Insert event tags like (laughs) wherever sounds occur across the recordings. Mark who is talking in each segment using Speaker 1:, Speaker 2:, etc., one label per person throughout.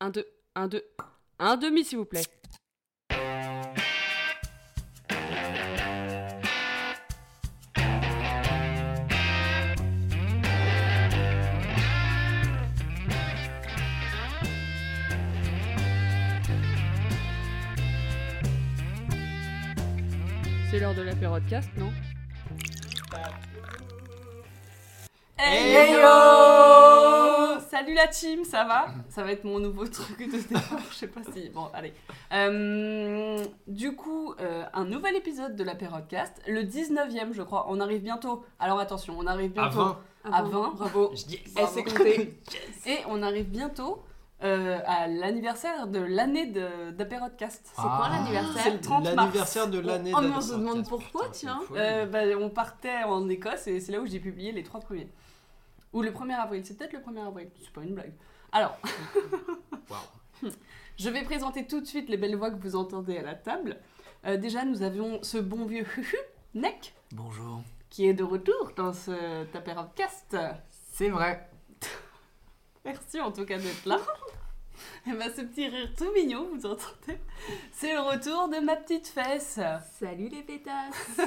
Speaker 1: Un, deux, un, deux, un demi, s'il vous plaît. C'est l'heure de la podcast, non
Speaker 2: Hey yo Salut la team, ça va Ça va être mon nouveau truc de départ, je sais pas si... Bon, allez. Euh, du coup, euh, un nouvel épisode de la Pérodcast, le 19ème je crois, on arrive bientôt. Alors attention, on arrive
Speaker 3: À
Speaker 2: bientôt
Speaker 3: 20.
Speaker 1: Ah bon
Speaker 2: bravo.
Speaker 3: Je dis
Speaker 2: Elle (laughs) s'est comptée. Et on arrive bientôt euh, à l'anniversaire de l'année de, de Pérodcast.
Speaker 3: Ah.
Speaker 4: quoi l'anniversaire
Speaker 2: C'est le 30 mars.
Speaker 3: L'anniversaire de l'année
Speaker 4: Oh, mais
Speaker 3: de la
Speaker 4: on se demande
Speaker 3: podcast.
Speaker 4: pourquoi,
Speaker 3: Putain,
Speaker 4: tiens.
Speaker 3: c'est fou.
Speaker 2: Euh, bah, on partait en Écosse et c'est là où j'ai publié les trois premiers. Ou le 1er avril, c'est peut-être le 1er avril, c'est pas une blague. Alors,
Speaker 3: Waouh.
Speaker 2: Je vais présenter tout de suite les belles voix que vous entendez à la table. Euh, déjà, nous avions ce bon vieux Huhu, Neck,
Speaker 5: Bonjour.
Speaker 2: qui est de retour dans ce Taperocast.
Speaker 5: C'est vrai.
Speaker 2: Merci en tout cas d'être
Speaker 4: (laughs)
Speaker 2: là. Et ben, ce petit rire tout mignon, vous entendez C'est le retour de ma petite fesse,
Speaker 4: Salut les pétasses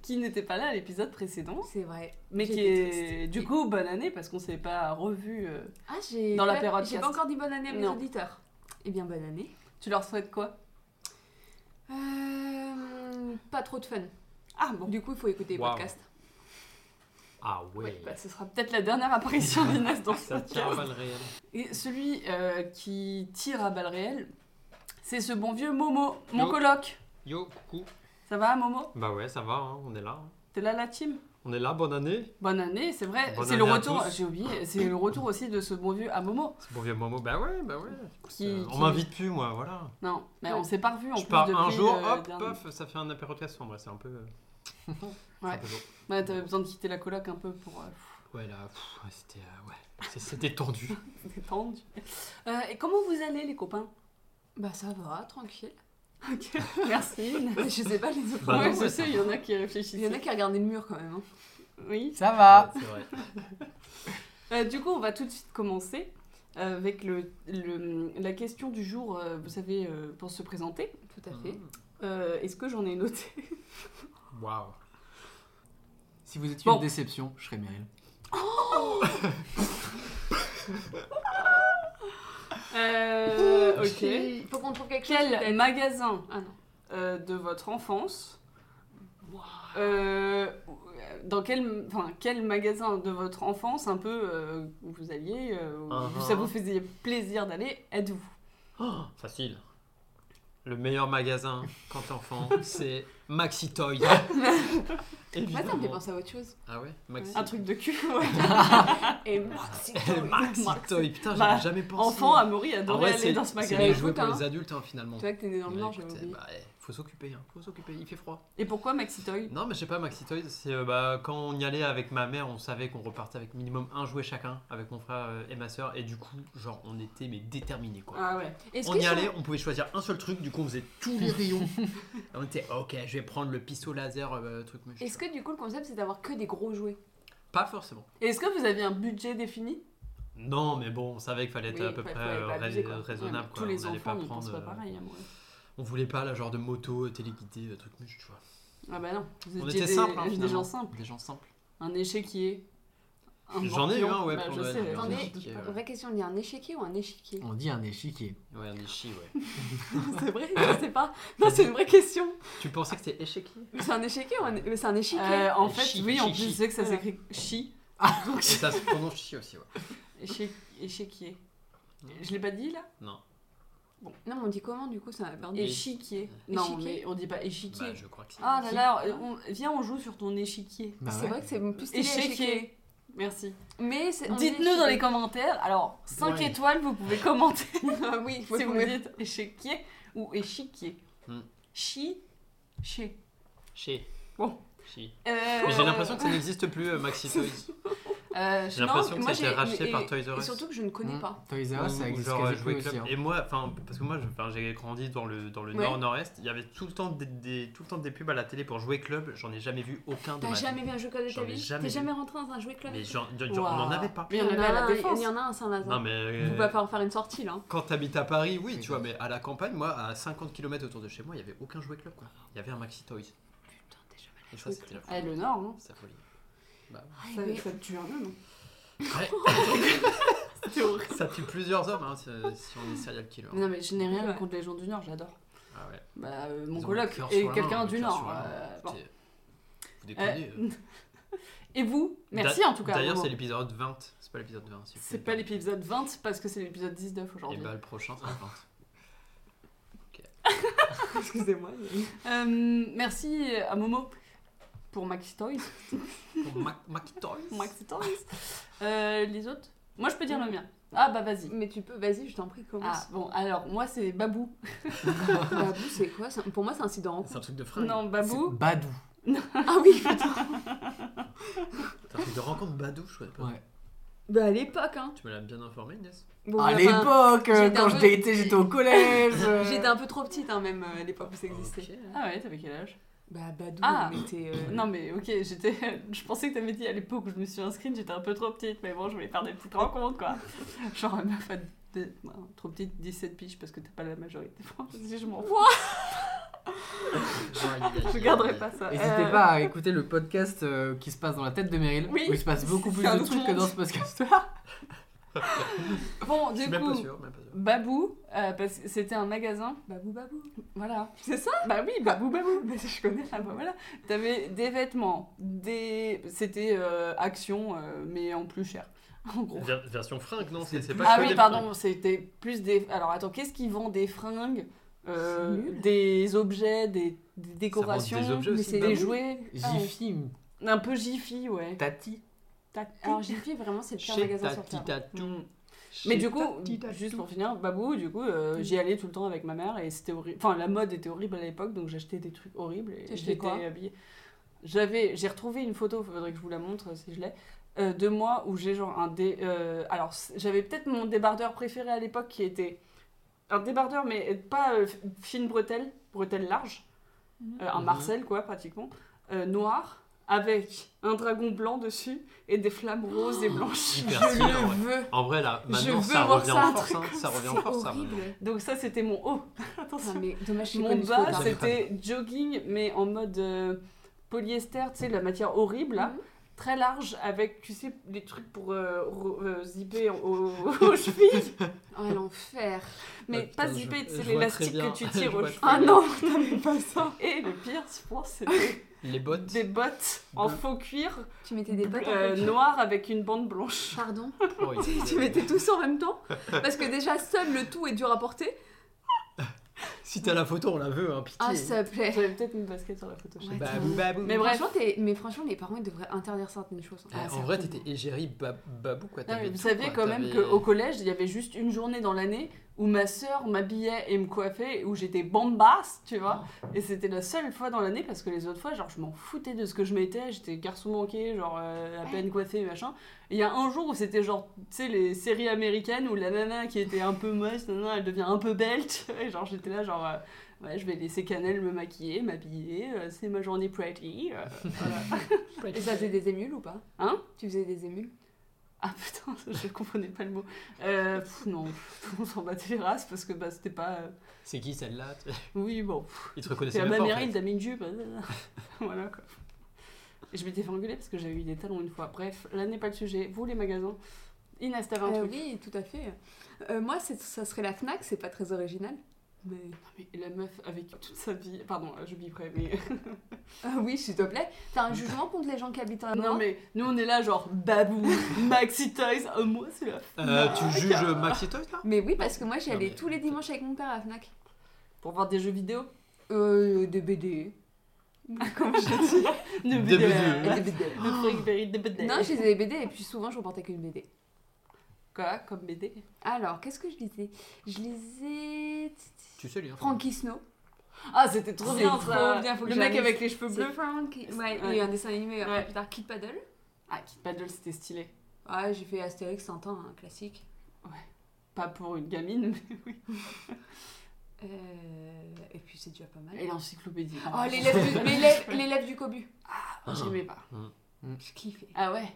Speaker 2: qui n'était pas là à l'épisode précédent,
Speaker 4: C'est vrai.
Speaker 2: mais qui
Speaker 4: J'étais
Speaker 2: est
Speaker 4: triste.
Speaker 2: du coup bonne année parce qu'on s'est pas revu. euh.
Speaker 4: Ah, j'ai.
Speaker 2: Dans la
Speaker 4: pas-
Speaker 2: période
Speaker 4: J'ai pas
Speaker 2: cast.
Speaker 4: encore dit bonne année à mes
Speaker 2: Non.
Speaker 4: auditeurs. Eh bien, bonne année.
Speaker 2: Tu leur souhaites quoi
Speaker 4: Euh, Pas trop de fun.
Speaker 2: Ah bon.
Speaker 4: Du coup, il faut écouter les
Speaker 3: Waouh.
Speaker 4: podcasts. (laughs)
Speaker 3: Ah
Speaker 2: Ouais,
Speaker 3: ouais.
Speaker 2: bah, ce sera peut-être la dernière
Speaker 4: (laughs)
Speaker 2: apparition d'Inès dans ce
Speaker 3: Ça
Speaker 2: podcast. (laughs)
Speaker 3: tient pas le réel.
Speaker 2: Et celui euh, qui tire à balles réelles, c'est ce bon vieux Momo, mon
Speaker 3: Yo.
Speaker 2: coloc.
Speaker 3: Yo, coucou.
Speaker 2: Ça va, Momo
Speaker 3: Bah ouais, ça va, hein, on est là. hein.
Speaker 2: T'es là, la team
Speaker 3: On est là, bonne année.
Speaker 2: Bonne année, c'est vrai.
Speaker 3: Bonne
Speaker 2: C'est le
Speaker 3: année à
Speaker 2: retour,
Speaker 3: tous.
Speaker 2: j'ai oublié, c'est le retour aussi de ce bon vieux à Momo.
Speaker 3: C'est bon vieux Momo. Bah ouais, bah ouais.
Speaker 2: Qui,
Speaker 3: Euh, On
Speaker 2: qui-
Speaker 3: m'invite plus, moi, voilà.
Speaker 2: Non, mais
Speaker 4: Ouais.
Speaker 2: on s'est pas revus en
Speaker 3: Je
Speaker 2: plus
Speaker 3: pars un
Speaker 2: depuis
Speaker 3: jour,
Speaker 2: le
Speaker 3: hop,
Speaker 2: dernier.
Speaker 3: pof, ça fait un apéro de sombre. C'est un peu.
Speaker 2: (laughs)
Speaker 3: euh, c'est
Speaker 2: Ouais.
Speaker 3: un peu lourd.
Speaker 2: Ouais, t'avais besoin de quitter la coloc un peu pour euh, (laughs)
Speaker 3: Ouais, là, pff, ouais, c'était. euh, ouais. C'est- C'était tendu.
Speaker 2: (laughs) vous détendre. Euh, et comment vous allez, les copains
Speaker 4: Bah, ça va, tranquille. (laughs)
Speaker 2: Ok, merci.
Speaker 4: je sais pas les autres.
Speaker 3: Bah
Speaker 2: ouais,
Speaker 3: non,
Speaker 2: je
Speaker 3: ouais,
Speaker 2: sais, il y en a qui réfléchissent.
Speaker 4: Il y en a qui regardaient le mur quand même. hein.
Speaker 2: Oui.
Speaker 5: Ça va.
Speaker 3: Ouais, c'est vrai.
Speaker 2: Euh, du coup, on va tout de suite commencer euh, avec le, le- la question du jour, euh, vous savez, euh, pour se présenter.
Speaker 4: Tout
Speaker 3: Mmh.
Speaker 4: à fait.
Speaker 2: Euh, Est-ce que j'en ai noté
Speaker 3: Waouh.
Speaker 5: Si vous étiez
Speaker 2: Bon.
Speaker 5: une déception, je serais Meryl.
Speaker 2: Euh, (laughs) Ok.
Speaker 4: Il faut qu'on trouve quelque chose.
Speaker 2: Quel
Speaker 4: peut-être.
Speaker 2: magasin
Speaker 4: Ah non.
Speaker 2: euh, de votre enfance euh, dans quel, enfin, quel magasin de votre enfance un peu euh, où vous alliez, euh, où
Speaker 3: Uh-huh.
Speaker 2: ça vous faisait plaisir d'aller, êtes-vous
Speaker 3: Oh, facile. Le meilleur magasin quand t'es enfant,
Speaker 2: (laughs)
Speaker 3: c'est Maxi Toy.
Speaker 4: Moi, ça me fait
Speaker 3: Évidemment.
Speaker 4: penser à autre chose.
Speaker 3: Ah ouais, Maxi.
Speaker 2: Un truc de (laughs) cul, ouais.
Speaker 4: Et Maxi
Speaker 3: Eh, Maxi
Speaker 2: Maxi.
Speaker 3: Toy,
Speaker 2: Bah,
Speaker 3: putain, j'avais jamais pensé.
Speaker 2: Enfant, Amaury
Speaker 3: En
Speaker 2: adorait
Speaker 3: vrai,
Speaker 2: aller
Speaker 3: c'est
Speaker 2: dans ce
Speaker 3: c'est
Speaker 2: magasin.
Speaker 3: les
Speaker 4: Écoute,
Speaker 3: jouets pour
Speaker 4: hein.
Speaker 3: les adultes hein, finalement.
Speaker 4: Toi que t'es né dans le
Speaker 3: Mais
Speaker 4: Nord, j'avais
Speaker 3: écoute,
Speaker 4: oublié.
Speaker 3: bah, eh, faut s'occuper, hein, faut s'occuper, il fait froid.
Speaker 2: Et pourquoi Maxitoy
Speaker 3: Non, mais je sais pas, Maxi Toy, c'est euh, bah, quand on y allait avec ma mère, on savait qu'on repartait avec minimum un jouet chacun, avec mon frère euh, et ma soeur, et du coup, genre, on était mais déterminés quoi.
Speaker 2: Ah ouais.
Speaker 4: Est-ce
Speaker 3: On
Speaker 4: que
Speaker 3: y
Speaker 4: ça-
Speaker 3: allait, on pouvait choisir un seul truc, du coup on faisait tous les (laughs) rayons. Et on était ok, je vais prendre le pisseau laser, euh, truc machin.
Speaker 4: Est-ce que du coup, le concept, c'est d'avoir que des gros jouets
Speaker 3: Pas forcément.
Speaker 2: Est-ce que vous aviez un budget défini
Speaker 3: Non, mais bon, on savait qu'il fallait être
Speaker 2: Oui,
Speaker 3: à peu
Speaker 2: fallait-
Speaker 3: près
Speaker 2: fallait
Speaker 3: euh,
Speaker 2: pas abuser, quoi.
Speaker 3: rais-
Speaker 2: Ouais,
Speaker 3: raisonnable.
Speaker 2: mais
Speaker 3: quoi.
Speaker 2: Tous les
Speaker 3: on allait
Speaker 2: enfants
Speaker 3: pas
Speaker 2: n'y pensent
Speaker 3: prendre.
Speaker 2: pas
Speaker 3: euh,
Speaker 2: pareil, à mon avis.
Speaker 3: on voulait pas la genre de moto euh, téléguidée, euh, truc machin, tu vois.
Speaker 2: Ah bah non. Vous
Speaker 3: On
Speaker 2: étiez des-
Speaker 3: était
Speaker 2: euh,
Speaker 3: simples, hein,
Speaker 2: des
Speaker 3: finalement.
Speaker 2: gens simples.
Speaker 3: Des gens simples.
Speaker 2: Un échiquier. un
Speaker 3: J'en ai eu
Speaker 2: morpion.
Speaker 3: un, ouais,
Speaker 2: Bah,
Speaker 3: pour
Speaker 2: je
Speaker 3: Noël.
Speaker 2: sais.
Speaker 3: Un
Speaker 4: Attendez,
Speaker 3: échiquier, ouais.
Speaker 4: vraie question, il y a un échiquier ou un échiquier
Speaker 5: On dit un échiquier.
Speaker 3: Ouais, un échi, ouais. (laughs)
Speaker 4: C'est vrai, je sais pas. Non, c'est une vraie question.
Speaker 3: tu pensais que c'était échec
Speaker 4: (laughs) C'est un échiquier ou un, mais c'est un échiquier
Speaker 2: Euh, en
Speaker 3: Et
Speaker 2: fait,
Speaker 3: chi,
Speaker 2: oui, en
Speaker 3: chi,
Speaker 2: plus,
Speaker 3: chi.
Speaker 2: je sais que ça
Speaker 4: Ouais.
Speaker 2: s'écrit chi.
Speaker 3: Et ça se prononce chi aussi, ouais.
Speaker 2: échi- Échiquier. Je l'ai pas dit là
Speaker 3: Non.
Speaker 4: Non, mais on dit comment du coup ça a perdu.
Speaker 3: Et-
Speaker 2: Échiquier. Non,
Speaker 4: Échiquier.
Speaker 2: mais on dit pas échiquier.
Speaker 3: Bah, je crois que c'est.
Speaker 2: Ah là là, euh, on- viens, on joue sur ton échiquier.
Speaker 5: Bah
Speaker 3: Ah
Speaker 4: c'est
Speaker 5: ouais.
Speaker 4: vrai que c'est plus stylé échiquier.
Speaker 2: Échiquier. Merci.
Speaker 4: Mais c'est- on dit
Speaker 2: Dites-nous dans les
Speaker 4: échiquier.
Speaker 2: commentaires. Alors, 5
Speaker 3: Ouais.
Speaker 2: étoiles, vous pouvez commenter.
Speaker 4: (laughs) Ah oui,
Speaker 2: si vous
Speaker 4: me-
Speaker 2: dites échiquier ou échiquier.
Speaker 3: Hmm.
Speaker 2: Chi, chi.
Speaker 3: Chi.
Speaker 2: Bon.
Speaker 3: Chi.
Speaker 2: Euh,
Speaker 4: Euh, (laughs)
Speaker 3: Mais j'ai l'impression que ça n'existe plus, euh, Maxi Toys.
Speaker 2: Euh, je-
Speaker 3: J'ai
Speaker 2: non,
Speaker 3: l'impression que
Speaker 2: moi,
Speaker 3: ça a été racheté
Speaker 2: et-
Speaker 3: par Toys R
Speaker 4: Et
Speaker 3: Us.
Speaker 4: surtout que je ne connais
Speaker 5: Hmm.
Speaker 4: pas.
Speaker 5: Toys R Us,
Speaker 3: Ou-
Speaker 5: ça
Speaker 3: ou
Speaker 5: existe
Speaker 3: genre
Speaker 5: quasi
Speaker 3: jouer
Speaker 5: plus
Speaker 3: club.
Speaker 5: aussi, hein.
Speaker 3: Et moi, enfin, parce que moi, je- enfin, j'ai grandi dans le dans le
Speaker 4: Ouais.
Speaker 3: nord nord-est. Il y avait tout le temps des, des- tout le temps des pubs à la télé pour jouer club. J'en ai jamais vu aucun de
Speaker 4: T'as
Speaker 3: ma vie.
Speaker 4: jamais vu un jeu club de ta
Speaker 3: J'en ai
Speaker 4: vie
Speaker 3: jamais
Speaker 4: T'es
Speaker 3: vu.
Speaker 4: jamais rentré dans un jouet club
Speaker 3: Mais genre, genre, on n'en
Speaker 2: Waouh.
Speaker 3: avait pas.
Speaker 2: Mais il y en avait à la
Speaker 4: un,
Speaker 2: défense.
Speaker 4: Il y en a un à
Speaker 3: Non
Speaker 4: Saint-Lazare.
Speaker 3: mais
Speaker 4: Je
Speaker 3: euh,
Speaker 4: peux pas pouvoir faire une sortie là.
Speaker 3: quand t'habites à Paris, oui, tu vois. Mais à la campagne, moi, à 50 km autour de chez moi, il y avait aucun jouet club. Quoi. Il y avait un Maxi Toys.
Speaker 4: Putain, t'es jamais
Speaker 3: Et ça, c'était la folie.
Speaker 2: Eh, le Nord, non
Speaker 3: C'était la folie.
Speaker 2: ça,
Speaker 4: allé.
Speaker 2: ça tue un homme, non (laughs)
Speaker 3: Ça tue plusieurs hommes hein, si, si on est serial killer.
Speaker 2: Non, mais je n'ai rien
Speaker 4: Ouais.
Speaker 2: contre les gens du Nord, j'adore.
Speaker 3: Ah ouais.
Speaker 2: Bah, euh, mon
Speaker 3: Ils ont le
Speaker 2: coloc
Speaker 3: cœur sur
Speaker 2: et
Speaker 3: la main,
Speaker 2: quelqu'un
Speaker 3: le
Speaker 2: du
Speaker 3: cœur
Speaker 2: Nord.
Speaker 3: sur la main.
Speaker 2: euh, bon.
Speaker 3: Écoutez, Vous déconnez. euh.
Speaker 2: Et vous Merci
Speaker 3: D'a-
Speaker 2: en tout cas.
Speaker 3: D'ailleurs,
Speaker 2: vraiment.
Speaker 3: c'est l'épisode 20. C'est pas l'épisode 20. si vous
Speaker 2: (laughs) C'est
Speaker 3: voulez
Speaker 2: pas l'épisode 20 parce que c'est l'épisode 19
Speaker 3: Et
Speaker 2: aujourd'hui.
Speaker 3: bah, le prochain, c'est le 20.
Speaker 4: Excusez-moi.
Speaker 2: Euh, merci à Momo pour Maxi Toys. (laughs)
Speaker 3: Pour Mac- McToys.
Speaker 2: Maxi Toys. Euh, les autres Moi je peux dire le mien. Ah bah vas-y.
Speaker 4: (laughs) Mais tu peux, vas-y, je t'en prie,
Speaker 2: Ah
Speaker 4: commence.
Speaker 2: bon alors moi c'est Babou. Ah.
Speaker 4: Babou, c'est quoi ça Pour moi, c'est un site de rencontre.
Speaker 3: C'est un truc de fringue.
Speaker 2: Non
Speaker 5: C'est
Speaker 2: Babou.
Speaker 5: Badou.
Speaker 4: Ah oui, putain.
Speaker 3: C'est un truc de rencontre badou, je connais pas.
Speaker 5: Ouais.
Speaker 4: Bah à l'époque, hein.
Speaker 3: Tu me l'as bien informé, Inès.
Speaker 4: Bon,
Speaker 5: à
Speaker 4: enfin, (laughs)
Speaker 5: l'époque, euh,
Speaker 4: j'étais un
Speaker 5: quand je
Speaker 4: peu-
Speaker 5: datais, j'étais au collège. euh.
Speaker 4: J'étais un peu trop petite hein, même euh, à l'époque où ça existait.
Speaker 3: Ok.
Speaker 2: Ah ouais t'avais quel âge
Speaker 4: Bah Badou,
Speaker 2: Ah.
Speaker 4: mais t'es... euh,
Speaker 2: Non mais ok j'étais. (laughs) Je pensais que t'avais dit à l'époque où je me suis inscrite j'étais un peu trop petite mais bon je voulais faire des petites rencontres quoi. (laughs) Genre un meuf à de- non, trop petite 17 piges parce que t'as pas la majorité. (laughs) Si je m'en fous. Je garderai pas ça.
Speaker 5: N'hésitez
Speaker 2: Euh,
Speaker 5: pas à écouter le podcast euh, qui se passe dans la tête de Meryl,
Speaker 2: Oui.
Speaker 5: où il se passe beaucoup
Speaker 2: C'est
Speaker 5: plus
Speaker 2: un
Speaker 5: de
Speaker 2: autre
Speaker 5: trucs que
Speaker 2: monde.
Speaker 5: dans ce podcast.
Speaker 2: Bon
Speaker 3: Je
Speaker 2: du
Speaker 3: suis même pas
Speaker 2: coup.
Speaker 3: sûr, même pas sûr.
Speaker 2: Babou, euh, parce que c'était un magasin,
Speaker 4: Babou, Babou.
Speaker 2: voilà. C'est ça Bah oui, Babou Babou, (laughs) Bah, je connais, ah bah voilà. T'avais des vêtements, des... c'était euh, Action, euh, mais en plus cher, en gros.
Speaker 3: Ver- version fringue, non C'est c'est pas
Speaker 2: Ah
Speaker 3: que
Speaker 2: oui,
Speaker 3: des
Speaker 2: pardon, c'était plus des... Alors attends, qu'est-ce qu'ils vendent Des fringues, euh,
Speaker 4: C'est nul.
Speaker 2: des objets, des, des décorations,
Speaker 3: des objets aussi,
Speaker 2: c'est
Speaker 3: Babou
Speaker 2: des jouets, Ah ouais.
Speaker 5: Jiffy,
Speaker 2: un peu Jiffy, ouais.
Speaker 5: Tati.
Speaker 2: Tati.
Speaker 4: Alors j'ai fait vraiment, c'est le pire
Speaker 3: Chez
Speaker 4: magasin sur
Speaker 3: Tati
Speaker 4: Terre.
Speaker 3: Tatou.
Speaker 2: Mais
Speaker 3: Chez
Speaker 2: du coup,
Speaker 3: Tati Tatou.
Speaker 2: juste pour finir, Babou, du coup,
Speaker 4: Mm.
Speaker 2: euh, j'y allais tout le temps avec ma mère et c'était horrible. Enfin, la mode était horrible à l'époque, donc j'achetais des trucs horribles et
Speaker 4: T'achetais
Speaker 2: j'étais
Speaker 4: quoi
Speaker 2: habillée. J'avais, j'ai retrouvé une photo, faudrait que je vous la montre si je l'ai, euh, de moi où j'ai genre un dé. euh, alors, c- j'avais peut-être mon débardeur préféré à l'époque qui était un débardeur, mais pas euh, f- fine bretelle, bretelle large,
Speaker 4: Mm.
Speaker 2: euh, un
Speaker 3: Mhm.
Speaker 2: Marcel quoi, pratiquement, euh, noir avec un dragon blanc dessus et des flammes roses et blanches.
Speaker 3: Hyper
Speaker 4: Je
Speaker 3: stylé, en
Speaker 4: le
Speaker 3: vrai.
Speaker 4: veux.
Speaker 3: En vrai, là,
Speaker 4: Je
Speaker 3: maintenant,
Speaker 4: veux
Speaker 3: ça
Speaker 4: voir
Speaker 3: revient
Speaker 4: ça,
Speaker 3: en
Speaker 4: un
Speaker 3: force. hein. Ça revient en
Speaker 4: C'est
Speaker 3: force, ça. maintenant.
Speaker 4: horrible.
Speaker 2: Donc ça, c'était mon haut. (laughs)
Speaker 4: Putain,
Speaker 2: Attention.
Speaker 4: mais dommage, je
Speaker 2: Mon
Speaker 4: connais
Speaker 2: bas,
Speaker 3: tard.
Speaker 2: c'était jogging, mais en mode euh, polyester, tu sais, la matière horrible, là.
Speaker 4: Mhm.
Speaker 2: Très large, avec, tu sais, les trucs pour euh, re- euh, zipper en- aux, (laughs) aux chevilles.
Speaker 4: Oh l'enfer. Ah,
Speaker 2: Mais
Speaker 3: Ah, putain,
Speaker 2: pas
Speaker 3: je-
Speaker 2: zipper,
Speaker 3: je
Speaker 2: c'est
Speaker 3: vois
Speaker 2: l'élastique
Speaker 3: très bien.
Speaker 2: que tu
Speaker 3: (laughs) Je
Speaker 2: tires aux
Speaker 3: vois
Speaker 2: chevilles.
Speaker 3: très bien.
Speaker 2: t'avais pas Ah, ça. Et le pire, je pense, c'était
Speaker 3: Les bottes.
Speaker 2: des bottes en
Speaker 3: Bleu.
Speaker 2: faux cuir
Speaker 4: Tu mettais des bottes en
Speaker 2: euh,
Speaker 4: fait.
Speaker 2: noires avec une bande blanche.
Speaker 4: Pardon
Speaker 3: Oh, il-
Speaker 4: (laughs) Tu mettais tout ça en même temps Parce que déjà, seul le tout est dur à porter.
Speaker 3: Si t'as la photo, on la veut, hein,
Speaker 4: Ah,
Speaker 3: pitié.
Speaker 4: ça plaît.
Speaker 2: J'avais peut-être une basket sur la photo. je sais
Speaker 4: Ouais,
Speaker 2: pas.
Speaker 3: Bah, Babou, babou.
Speaker 2: Mais
Speaker 4: Mais,
Speaker 2: bref.
Speaker 4: franchement, t'es- mais franchement, les parents ils devraient interdire certaines choses. Ah,
Speaker 3: Eh, en vrai, t'étais égérie bab- babou, quoi.
Speaker 2: Non, mais
Speaker 3: t'avais
Speaker 2: vous
Speaker 3: tout,
Speaker 2: saviez
Speaker 3: quoi,
Speaker 2: quand même
Speaker 3: t'avais- euh,
Speaker 2: qu'au collège, il y avait juste une journée dans l'année où ma sœur m'habillait et me coiffait, où j'étais bombasse, tu vois.
Speaker 3: Oh.
Speaker 2: Et c'était la seule fois dans l'année parce que les autres fois, genre, je m'en foutais de ce que je mettais. J'étais garçon manqué, genre, euh, à peine coiffé, machin. Et il y a un jour où c'était genre, tu sais, les séries américaines où la nana qui était un peu moche, nana, elle devient un peu belle, tu vois. (laughs) Et genre, j'étais là, genre, euh, ouais, je vais laisser Canel me maquiller, m'habiller, euh, c'est ma journée pretty. euh, voilà.
Speaker 4: Et ça faisait des émules ou pas
Speaker 2: Hein
Speaker 4: Tu faisais des émules
Speaker 2: Ah putain, (laughs) je comprenais pas le mot. Euh, pff, non, pff, on s'en battait les races parce que bah, c'était pas. euh,
Speaker 3: C'est qui celle-là
Speaker 2: Oui, bon. pff,
Speaker 3: Ils te reconnaissaient
Speaker 2: T'es à
Speaker 3: même
Speaker 2: ma
Speaker 3: pas. en
Speaker 2: mérite,
Speaker 3: fait.
Speaker 2: t'as mis une jupe. euh, (laughs) voilà quoi. Et je m'étais fait engueuler parce que j'avais eu des talons une fois. Bref, là n'est pas le sujet. Vous, les magasins. Inès, t'avais un
Speaker 4: Euh,
Speaker 2: truc.
Speaker 4: Oui, tout à fait. Euh, moi, c'est- ça serait la Fnac, c'est pas très original. Mais...
Speaker 2: Non, mais la meuf avec toute sa vie. Pardon, euh, j'oublierai, mais.
Speaker 4: (laughs) Ah oui, s'il te plaît. T'as un jugement contre les gens qui habitent
Speaker 2: (laughs)
Speaker 4: en
Speaker 2: non, mais nous on est là, genre
Speaker 4: (laughs)
Speaker 2: Babou, Maxi Toys. euh, moi, c'est la.
Speaker 3: Euh, Tu juges Maxi Toys, là
Speaker 4: Mais oui, parce que moi, j'y
Speaker 3: Non,
Speaker 4: allais
Speaker 3: mais-
Speaker 4: tous les dimanches avec mon père à la Fnac.
Speaker 2: Pour voir des jeux vidéo.
Speaker 4: Euh, des BD.
Speaker 2: Comme je dis.
Speaker 3: (laughs) Des
Speaker 2: BD.
Speaker 3: BD.
Speaker 4: Des BD.
Speaker 2: Le fric des BD.
Speaker 4: Non, je lisais des BD et puis souvent, je remportais qu'une BD.
Speaker 2: Quoi, comme BD
Speaker 4: Alors, qu'est-ce que je lisais Je lisais...
Speaker 3: Tu sais lire.
Speaker 4: Frankie Snow.
Speaker 2: Ah, c'était trop
Speaker 4: C'est
Speaker 2: bien,
Speaker 4: trop
Speaker 2: ça.
Speaker 4: bien, faut que
Speaker 2: Le mec
Speaker 4: j'aille.
Speaker 2: avec les cheveux
Speaker 4: C'est
Speaker 2: bleus.
Speaker 4: Frankie. Ouais,
Speaker 2: Ouais.
Speaker 4: et un dessin animé euh, après
Speaker 2: Ouais.
Speaker 4: plus tard, Kid Paddle.
Speaker 2: Ah, Kid Paddle, c'était stylé.
Speaker 4: Ah, j'ai fait Astérix, Tintin, un classique.
Speaker 2: Pas pour une gamine, mais oui.
Speaker 4: Euh, et puis c'est déjà pas mal.
Speaker 2: Et l'encyclopédie.
Speaker 4: Oh, l'élève du, l'élève- l'élève du cobu.
Speaker 2: J'aimais pas.
Speaker 3: Mm.
Speaker 4: Je kiffe.
Speaker 2: Ah ouais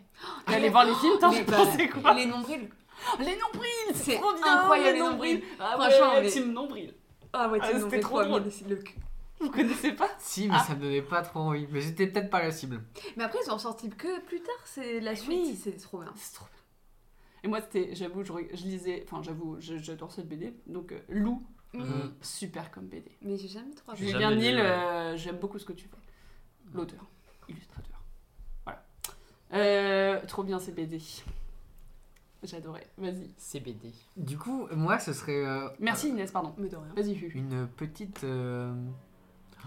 Speaker 2: T'es allé voir les films, t'en
Speaker 4: Mais-
Speaker 2: pensé quoi
Speaker 4: bah, Les nombrils.
Speaker 2: Les nombrils
Speaker 4: C'est
Speaker 2: trop bien,
Speaker 4: incroyable,
Speaker 2: les
Speaker 4: les nombrils.
Speaker 2: Ah
Speaker 4: Franchement,
Speaker 2: ouais,
Speaker 4: les-
Speaker 2: team nombril.
Speaker 4: Ah ouais,
Speaker 2: Ah,
Speaker 4: tu
Speaker 2: c'était
Speaker 4: nombrils,
Speaker 2: trop
Speaker 4: trop
Speaker 2: drôle.
Speaker 4: le cul.
Speaker 2: Vous connaissez pas
Speaker 5: Si, mais
Speaker 2: Ah.
Speaker 5: ça me donnait pas trop envie. Mais j'étais peut-être pas la cible.
Speaker 4: Mais après, ils ont sorti que plus tard, c'est la suite,
Speaker 2: oui.
Speaker 4: c'est trop bien.
Speaker 2: C'est trop bien. Et moi, c'était, j'avoue, je, reg- je lisais, enfin, j'avoue, je- j'adore cette BD. Donc, euh, Lou,
Speaker 5: Mmh.
Speaker 3: Mhm.
Speaker 2: super comme BD.
Speaker 4: Mais j'ai jamais trop
Speaker 3: J'ai
Speaker 4: apprécié.
Speaker 3: jamais
Speaker 2: Julien
Speaker 3: lu,
Speaker 2: Nil,
Speaker 3: ouais.
Speaker 2: euh, j'aime beaucoup ce que tu fais. L'auteur, illustrateur. Voilà. Euh, trop bien ces BD. J'adorais. Vas-y.
Speaker 3: CBD.
Speaker 5: Du coup, moi, ce serait euh,
Speaker 2: Merci Inès, pardon.
Speaker 4: Mais de rien.
Speaker 2: Vas-y, Hu.
Speaker 5: une petite. euh,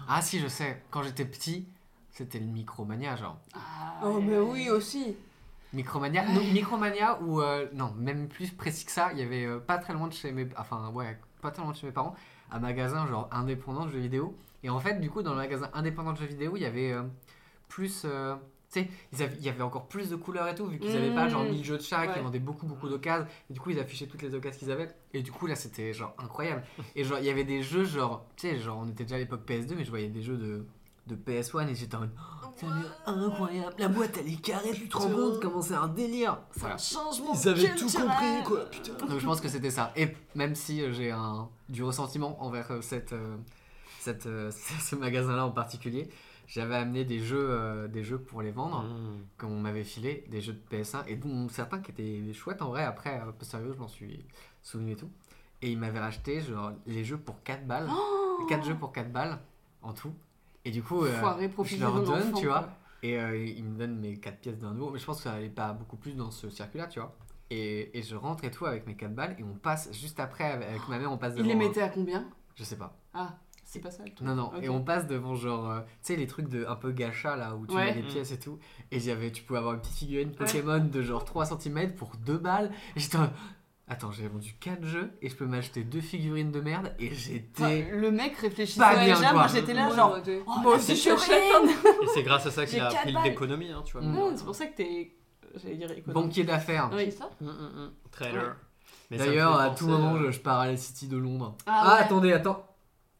Speaker 5: Ah si, je sais. Quand j'étais petit, c'était le Micromania, genre.
Speaker 2: Ah,
Speaker 4: Oh,
Speaker 2: ouais.
Speaker 4: mais oui, aussi.
Speaker 5: Micromania, non, Micromania ou euh, non, même plus précis que ça, il y avait euh, pas très loin de chez mes, enfin ouais, pas très loin de chez mes parents, un magasin genre indépendant de jeux vidéo. Et en fait, du coup, dans le magasin indépendant de jeux vidéo, il y avait euh, plus, euh, tu sais, ils avaient- il y avait encore plus de couleurs et tout, vu qu'ils avaient pas genre
Speaker 2: Mmh.
Speaker 5: 1000 jeux de chaque,
Speaker 2: Ouais.
Speaker 5: ils vendaient beaucoup beaucoup d'occasions. Et du coup, ils affichaient toutes les occasions qu'ils avaient. Et du coup, là, c'était genre
Speaker 2: (laughs)
Speaker 5: incroyable. Et genre, il y avait des jeux genre, tu sais, genre on était déjà à l'époque PS2, mais je voyais des jeux de de PS1 et j'étais en mode Oh, ça a l'air incroyable la boîte elle est carrée tu te rends compte comment c'est un délire Voilà.
Speaker 2: Changement
Speaker 3: Ils avaient tout
Speaker 2: culturel.
Speaker 3: compris, quoi, putain.
Speaker 5: donc je pense que c'était ça et même si euh, j'ai un du ressentiment envers euh, cette euh, cette euh, (laughs) ce ce magasin là en particulier j'avais amené des jeux euh, des jeux pour les vendre qu'on m'avait filé des jeux de PS1 et dont certains qui étaient chouettes en vrai après euh, sérieux je m'en suis souvenu et tout et ils m'avaient racheté genre les jeux pour 4 balles
Speaker 2: Oh
Speaker 5: 4 jeux pour 4 balles en tout et du coup euh,
Speaker 2: Foiré, profiter
Speaker 5: je leur
Speaker 2: de
Speaker 5: donne,
Speaker 2: l'enfant,
Speaker 5: tu
Speaker 2: quoi.
Speaker 5: vois. Et euh, il me donne mes 4 pièces d'un euro, mais je pense que ça allait pas beaucoup plus dans ce circuit-là, tu vois. Et, et je rentre et tout avec mes 4 balles, et on passe juste après avec, avec ma mère, on passe devant.
Speaker 2: Il les mettait à combien
Speaker 5: Je sais pas.
Speaker 2: Ah, c'est pas ça le truc.
Speaker 5: Non, non,
Speaker 2: Ok.
Speaker 5: et on passe devant genre, euh, tu sais, les trucs de un peu gacha là où tu
Speaker 2: Ouais.
Speaker 5: mets les
Speaker 3: Mm.
Speaker 5: pièces et tout. Et il y avait, tu pouvais avoir une petite figurine Pokémon de genre 3 cm pour 2 balles. Et j'étais en mode, Attends, j'ai vendu 4 jeux et je peux m'acheter deux figurines de merde. Et
Speaker 2: Enfin,
Speaker 5: j'étais.
Speaker 2: le mec réfléchissait
Speaker 5: Pas bien,
Speaker 2: déjà,
Speaker 5: quoi.
Speaker 2: moi j'étais là
Speaker 4: Ouais,
Speaker 2: genre.
Speaker 4: j'aurais été-
Speaker 2: Oh,
Speaker 5: Moi
Speaker 2: la
Speaker 5: aussi,
Speaker 2: petite
Speaker 4: je suis au
Speaker 2: chaîne.
Speaker 3: Et c'est grâce à ça qu'il
Speaker 2: J'ai
Speaker 3: a
Speaker 2: quatre
Speaker 3: appris
Speaker 2: balles.
Speaker 3: l'économie, hein, tu vois.
Speaker 5: Mm.
Speaker 2: Non, c'est pour ça que t'es. J'allais dire économique.
Speaker 5: Banquier d'affaires.
Speaker 2: Oui.
Speaker 3: Mm, mm, mm. Trailer. Mais ça me
Speaker 5: D'ailleurs,
Speaker 3: fait
Speaker 5: à
Speaker 3: penser,
Speaker 5: tout moment,
Speaker 3: euh,
Speaker 5: je, je pars à la City de Londres.
Speaker 2: Ah
Speaker 5: Ah,
Speaker 2: ouais.
Speaker 5: attendez, attends.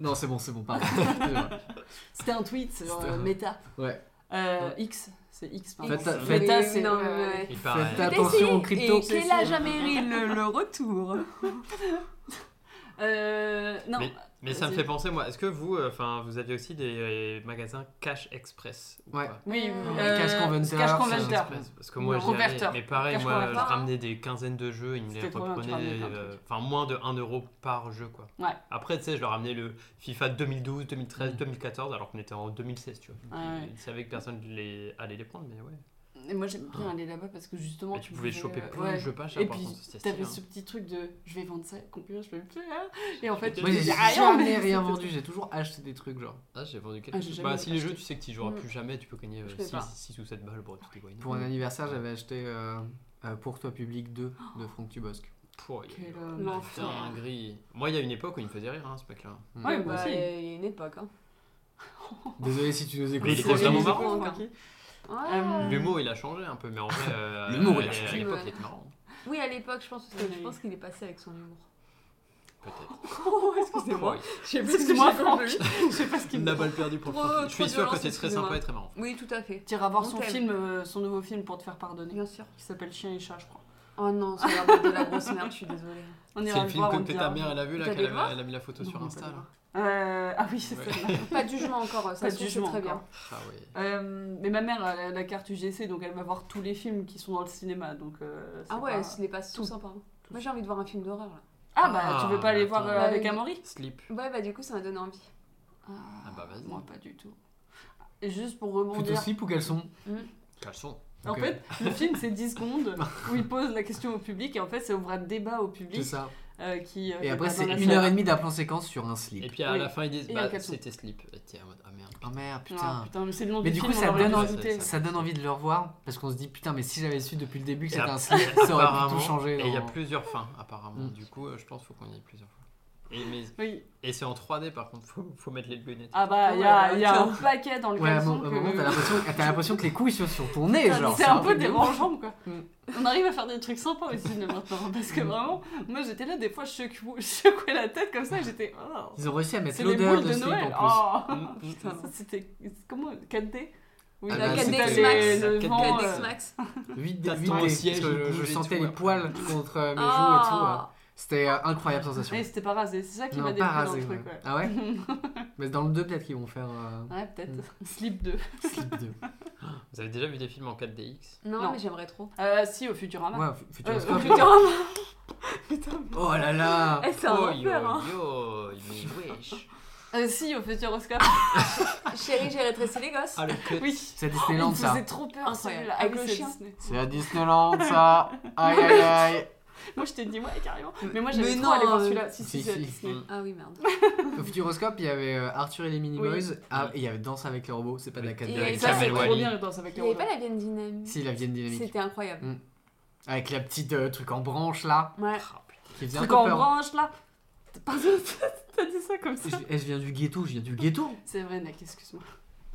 Speaker 5: Non, c'est bon, c'est
Speaker 2: (laughs)
Speaker 5: bon, pardon. Excusez-moi.
Speaker 2: C'était un tweet, genre
Speaker 5: C'était un-
Speaker 2: euh, méta.
Speaker 5: ouais.
Speaker 2: Euh, X, c'est X. pardon.
Speaker 5: Faites-
Speaker 2: Meta,
Speaker 5: faites-
Speaker 4: Oui,
Speaker 2: c'est.
Speaker 4: non,
Speaker 2: euh,
Speaker 4: mais ouais.
Speaker 3: Il paraît.
Speaker 5: Faites attention aux
Speaker 4: Et
Speaker 5: cryptos.
Speaker 4: quel âge a Meryl le retour
Speaker 2: euh, non,
Speaker 3: Mais ça me
Speaker 2: Vas-y.
Speaker 3: fait penser, moi, est-ce que vous, enfin, vous aviez aussi des euh, magasins Cash Express ou
Speaker 5: Ouais.
Speaker 3: pas
Speaker 2: oui,
Speaker 4: Euh,
Speaker 2: euh,
Speaker 5: Cash Converter,
Speaker 2: Cash
Speaker 5: ça,
Speaker 2: Converter.
Speaker 3: Express, Parce que moi,
Speaker 2: Non.
Speaker 3: j'y allais,
Speaker 2: Converter.
Speaker 3: mais pareil,
Speaker 2: Cash
Speaker 3: moi,
Speaker 2: Converter,
Speaker 3: je
Speaker 2: hein.
Speaker 3: ramenais des quinzaines de jeux, ils me les
Speaker 2: C'était trop bien, tu ramenais
Speaker 3: reprenaient,
Speaker 2: plein de
Speaker 3: euh,
Speaker 2: trucs.
Speaker 3: enfin, moins de 1 euro par jeu, quoi.
Speaker 2: Ouais.
Speaker 3: Après, tu sais, je leur ramenais le FIFA 2012, 2013,
Speaker 5: Mm.
Speaker 3: 2014, alors qu'on était en 2016, tu vois.
Speaker 2: Ah ouais.
Speaker 3: Ils savaient que personne les... allait les prendre, mais ouais.
Speaker 2: Et moi j'aime bien aller là-bas parce que justement.
Speaker 3: Mais tu pouvais choper
Speaker 2: euh,
Speaker 3: plein
Speaker 2: ouais.
Speaker 3: de jeux pas chers,
Speaker 2: Et
Speaker 3: par
Speaker 2: puis
Speaker 3: contre, c'était
Speaker 2: t'avais ce
Speaker 3: stylé, hein.
Speaker 2: petit truc de je vais vendre ça, combien je peux le faire. Et en fait,
Speaker 3: Moi,
Speaker 5: Moi,
Speaker 2: je
Speaker 5: j'ai
Speaker 2: dis,
Speaker 3: Ah,
Speaker 5: jamais
Speaker 2: non, mais
Speaker 5: rien
Speaker 2: c'était-
Speaker 5: vendu, j'ai toujours acheté des trucs, genre.
Speaker 3: hein. Ah, j'ai vendu
Speaker 2: Ah,
Speaker 3: quelques
Speaker 2: j'ai
Speaker 3: jeux.
Speaker 2: jamais
Speaker 3: Bah, si les
Speaker 2: acheté.
Speaker 3: jeux, tu sais que tu y joueras
Speaker 2: Mm.
Speaker 3: plus jamais, tu peux gagner
Speaker 2: Je sais pas.
Speaker 3: 6 ou 7 balles, bon, tu t'es gagné.
Speaker 2: Mm.
Speaker 5: Pour un anniversaire, j'avais acheté euh, euh, Pour toi, public 2 de Franck Dubosc.
Speaker 3: Pouah, il y a
Speaker 2: Quel
Speaker 3: eu-
Speaker 2: homme.
Speaker 4: L'enfer.
Speaker 3: Dinguerie. Moi, il y a une époque où il me faisait rire, hein, ce mec-là.
Speaker 2: Ouais, moi
Speaker 4: Bah,
Speaker 2: aussi.
Speaker 4: Il y a une époque. Hein.
Speaker 5: Désolé si tu nous écoutes.
Speaker 3: Mais il est
Speaker 2: C'est
Speaker 3: constamment
Speaker 2: les
Speaker 3: marrant,
Speaker 2: époques,
Speaker 3: Francky.
Speaker 4: Ah.
Speaker 5: Hum.
Speaker 2: Euh,
Speaker 3: L'humour, il a changé un peu, mais en vrai, euh,
Speaker 5: L'humour,
Speaker 3: à
Speaker 5: il a
Speaker 3: l'é-
Speaker 5: changé.
Speaker 3: À l'époque, il était marrant,
Speaker 4: Oui, à l'époque, je pense, parce que je
Speaker 2: Oui.
Speaker 4: pense qu'il est passé avec son humour.
Speaker 3: peut-être.
Speaker 4: (laughs) Oh, excusez-moi.
Speaker 3: Pouah,
Speaker 4: Je sais plus ce que
Speaker 2: Excuse-moi,
Speaker 4: j'ai
Speaker 2: Franck.
Speaker 4: compris.
Speaker 2: Je sais pas ce
Speaker 3: il-
Speaker 2: qu'il me
Speaker 3: La balle perdue pour le
Speaker 4: Trop-
Speaker 3: Francky. Je
Speaker 4: trop
Speaker 3: suis sûr que
Speaker 2: hein,
Speaker 3: t'es
Speaker 4: violence,
Speaker 3: très
Speaker 4: excusez-moi.
Speaker 3: sympa et très marrant.
Speaker 4: Oui, tout à fait.
Speaker 2: T'iras voir
Speaker 4: On
Speaker 2: son
Speaker 4: t'aime.
Speaker 2: film, euh, son nouveau film pour te faire pardonner.
Speaker 4: Bien sûr.
Speaker 2: Qui s'appelle Chien et Chat, je crois.
Speaker 4: Oh non, ça a l'air d'être de la grosse merde, je suis désolée.
Speaker 2: On
Speaker 3: C'est
Speaker 2: ira
Speaker 3: le
Speaker 2: le
Speaker 3: film
Speaker 2: voir. on
Speaker 3: que
Speaker 2: te
Speaker 3: que ta
Speaker 2: dira.
Speaker 3: mère, elle a vu, là,
Speaker 4: T'es
Speaker 3: qu'elle
Speaker 4: allé
Speaker 3: avait- elle a mis la photo sur
Speaker 4: Non,
Speaker 3: Insta,
Speaker 4: pas
Speaker 3: là.
Speaker 2: Euh, ah oui, c'est
Speaker 3: Ouais.
Speaker 2: ça.
Speaker 4: Pas de jugement encore,
Speaker 2: Pas
Speaker 4: ça
Speaker 2: de
Speaker 4: se trouve, c'est
Speaker 2: jugement
Speaker 4: très bien.
Speaker 2: encore.
Speaker 3: Ah ouais.
Speaker 2: Euh, mais ma mère, elle a la carte UGC, donc elle va voir tous les films qui sont dans le cinéma. Donc, euh, c'est
Speaker 4: Ah ouais,
Speaker 2: pas-
Speaker 4: ce n'est pas tout
Speaker 2: Tout.
Speaker 4: sympa. hein. Moi j'ai envie de voir un film d'horreur là.
Speaker 2: Ah bah,
Speaker 3: Ah,
Speaker 2: tu veux pas aller voir
Speaker 3: attends.
Speaker 2: euh, avec
Speaker 4: Bah,
Speaker 2: Amaury
Speaker 3: Sleep.
Speaker 4: Ouais, bah du coup ça m'a donné envie.
Speaker 3: Ah bah, vas-y.
Speaker 2: Moi, pas du tout. Et juste pour
Speaker 5: Plutôt
Speaker 2: rebondir.
Speaker 5: slip ou caleçon
Speaker 3: Caleçon.
Speaker 2: En
Speaker 5: Ok.
Speaker 2: fait,
Speaker 5: (laughs)
Speaker 2: le film, c'est 10 secondes où il pose la question au public et en fait, ça ouvre un débat au
Speaker 5: C'est
Speaker 2: public
Speaker 5: ça.
Speaker 2: euh, qui. euh,
Speaker 5: Et
Speaker 2: est
Speaker 5: après,
Speaker 2: pas
Speaker 5: c'est
Speaker 2: dans la
Speaker 5: une heure
Speaker 2: salle.
Speaker 5: et demie d'un plan séquence sur un
Speaker 3: Et
Speaker 5: slip.
Speaker 3: puis à
Speaker 2: Oui.
Speaker 3: la fin, ils disent
Speaker 2: Et un
Speaker 3: bah,
Speaker 2: caleçon.
Speaker 3: c'était Sleep. Et T'es en mode ah merde.
Speaker 5: Oh merde,
Speaker 2: Ah,
Speaker 5: putain.
Speaker 2: putain, mais c'est le nom
Speaker 5: Mais
Speaker 2: du,
Speaker 5: du
Speaker 2: film,
Speaker 5: coup,
Speaker 2: on
Speaker 5: ça
Speaker 2: aurait
Speaker 5: donne
Speaker 2: dû
Speaker 5: envie.
Speaker 2: douter.
Speaker 5: Ça donne envie de le revoir parce qu'on se dit putain, mais si j'avais su depuis le début que
Speaker 3: Et
Speaker 5: c'était
Speaker 3: ap-
Speaker 5: un slip, ça aurait pu
Speaker 3: Apparemment-
Speaker 5: tout changer.
Speaker 3: Et il y a
Speaker 5: dans-
Speaker 3: plusieurs fins, apparemment.
Speaker 5: Mm.
Speaker 3: Du coup, euh, je pense qu'il faut qu'on y aille plusieurs fois. Et, mais-
Speaker 2: Oui.
Speaker 3: et c'est en 3D par contre, faut, faut mettre les lunettes.
Speaker 2: Ah bah, il y a, il y a un paquet dans le
Speaker 5: Ouais, à un
Speaker 2: caleçon
Speaker 5: moment, à un
Speaker 2: que-
Speaker 5: moment, t'as l'impression, t'as l'impression que les couilles sont sur ton
Speaker 2: (laughs)
Speaker 5: nez, genre.
Speaker 2: C'est un peu dérangeant quoi.
Speaker 5: Mm.
Speaker 2: On arrive à faire des trucs sympas aussi cinéma maintenant parce que vraiment, moi j'étais là des fois je secou- (laughs) je secouais la tête comme ça et j'étais oh,
Speaker 5: Ils ont réussi à mettre
Speaker 2: c'est les
Speaker 5: l'odeur
Speaker 2: boules
Speaker 5: de,
Speaker 2: de
Speaker 5: slip
Speaker 2: Noël.
Speaker 5: en
Speaker 2: Oh,
Speaker 3: Mm, mm.
Speaker 2: putain, ça c'était comment 4D Oui,
Speaker 5: Ah
Speaker 2: la
Speaker 5: bah,
Speaker 2: 4D
Speaker 5: c'était-
Speaker 2: les- le
Speaker 3: c'était-
Speaker 2: vent,
Speaker 3: Bon,
Speaker 4: Cadex
Speaker 2: euh,
Speaker 4: Max.
Speaker 5: plus. 8
Speaker 3: T'as
Speaker 5: huit
Speaker 3: ton
Speaker 5: dés,
Speaker 3: siège,
Speaker 5: parce que
Speaker 3: il
Speaker 5: je, je
Speaker 3: bouge et
Speaker 5: sentais
Speaker 3: tout,
Speaker 5: les
Speaker 3: après.
Speaker 5: poils contre euh, mes joues et tout. ouais.
Speaker 4: Ah.
Speaker 5: C'était euh, incroyable sensation.
Speaker 2: Et Eh, c'était pas rasé, c'est ça qui m'a
Speaker 5: Non,
Speaker 2: déplu
Speaker 5: pas
Speaker 2: dans
Speaker 5: rasé.
Speaker 2: le truc.
Speaker 5: ouais.
Speaker 2: Ouais,
Speaker 5: Ah ouais Mais dans le 2, peut-être qu'ils vont faire euh,
Speaker 2: Ouais, peut-être. (laughs) Slip 2.
Speaker 5: slip 2.
Speaker 3: Vous avez déjà vu des films en 4DX
Speaker 4: Non,
Speaker 2: Non.
Speaker 4: mais j'aimerais trop.
Speaker 2: Euh, si, au Futurama.
Speaker 5: Ouais, Futuroscope.
Speaker 2: Euh,
Speaker 5: (laughs)
Speaker 4: Futurama. Putain, mais-
Speaker 5: Oh là là
Speaker 4: Eh, c'est un
Speaker 3: Oh, yo,
Speaker 4: enfer, hein.
Speaker 3: yo, mais wesh.
Speaker 2: Euh, si, au Futuroscope.
Speaker 5: Ah,
Speaker 4: Chérie, j'ai rétréci les gosses.
Speaker 3: (laughs) Ah, le cut.
Speaker 2: Oui. (laughs)
Speaker 5: C'est à
Speaker 2: Il
Speaker 5: Disneyland
Speaker 2: me
Speaker 5: ça.
Speaker 2: faisait trop peur
Speaker 4: Incroyable.
Speaker 2: celui-là. Ah
Speaker 4: Avec
Speaker 2: oui,
Speaker 4: le
Speaker 2: c'est
Speaker 4: chien.
Speaker 2: Disney.
Speaker 5: C'est à Disneyland ça.
Speaker 2: (laughs)
Speaker 5: Aïe aïe aïe.
Speaker 2: Moi je t'ai dit ouais carrément.
Speaker 4: Mais-
Speaker 2: Mais moi
Speaker 4: mais
Speaker 2: j'avais trop
Speaker 4: non,
Speaker 2: aller voir
Speaker 4: euh,
Speaker 2: celui-là. Si, si,
Speaker 5: si, Mm.
Speaker 2: c'est à
Speaker 5: si.
Speaker 2: Disney.
Speaker 3: Mm.
Speaker 4: Ah oui, merde.
Speaker 5: Au Futuroscope, il y avait euh, Arthur et les Minimoys.
Speaker 2: Oui.
Speaker 5: Ah, et il y avait Danse avec les robots, c'est pas de la
Speaker 3: Et
Speaker 5: 4
Speaker 4: avec
Speaker 5: d
Speaker 4: Et
Speaker 2: Ça, c'est
Speaker 3: Kamel
Speaker 2: trop
Speaker 3: Wally.
Speaker 2: bien, Danse avec les
Speaker 4: Il n'y
Speaker 2: robots.
Speaker 4: avait pas la vienne dynamique.
Speaker 5: Si, la Vienne dynamique.
Speaker 4: C'était incroyable.
Speaker 5: Avec la petite euh, truc en branche là.
Speaker 4: Ouais.
Speaker 3: Ah, putain.
Speaker 5: Qui faisait un
Speaker 2: Truc
Speaker 5: peu
Speaker 2: en
Speaker 5: peur.
Speaker 2: branche là. Pardon, t'as dit ça comme
Speaker 5: Je, (laughs)
Speaker 2: ça.
Speaker 5: eh, je viens du ghetto, je viens du ghetto.
Speaker 2: C'est vrai, Nek, excuse-moi.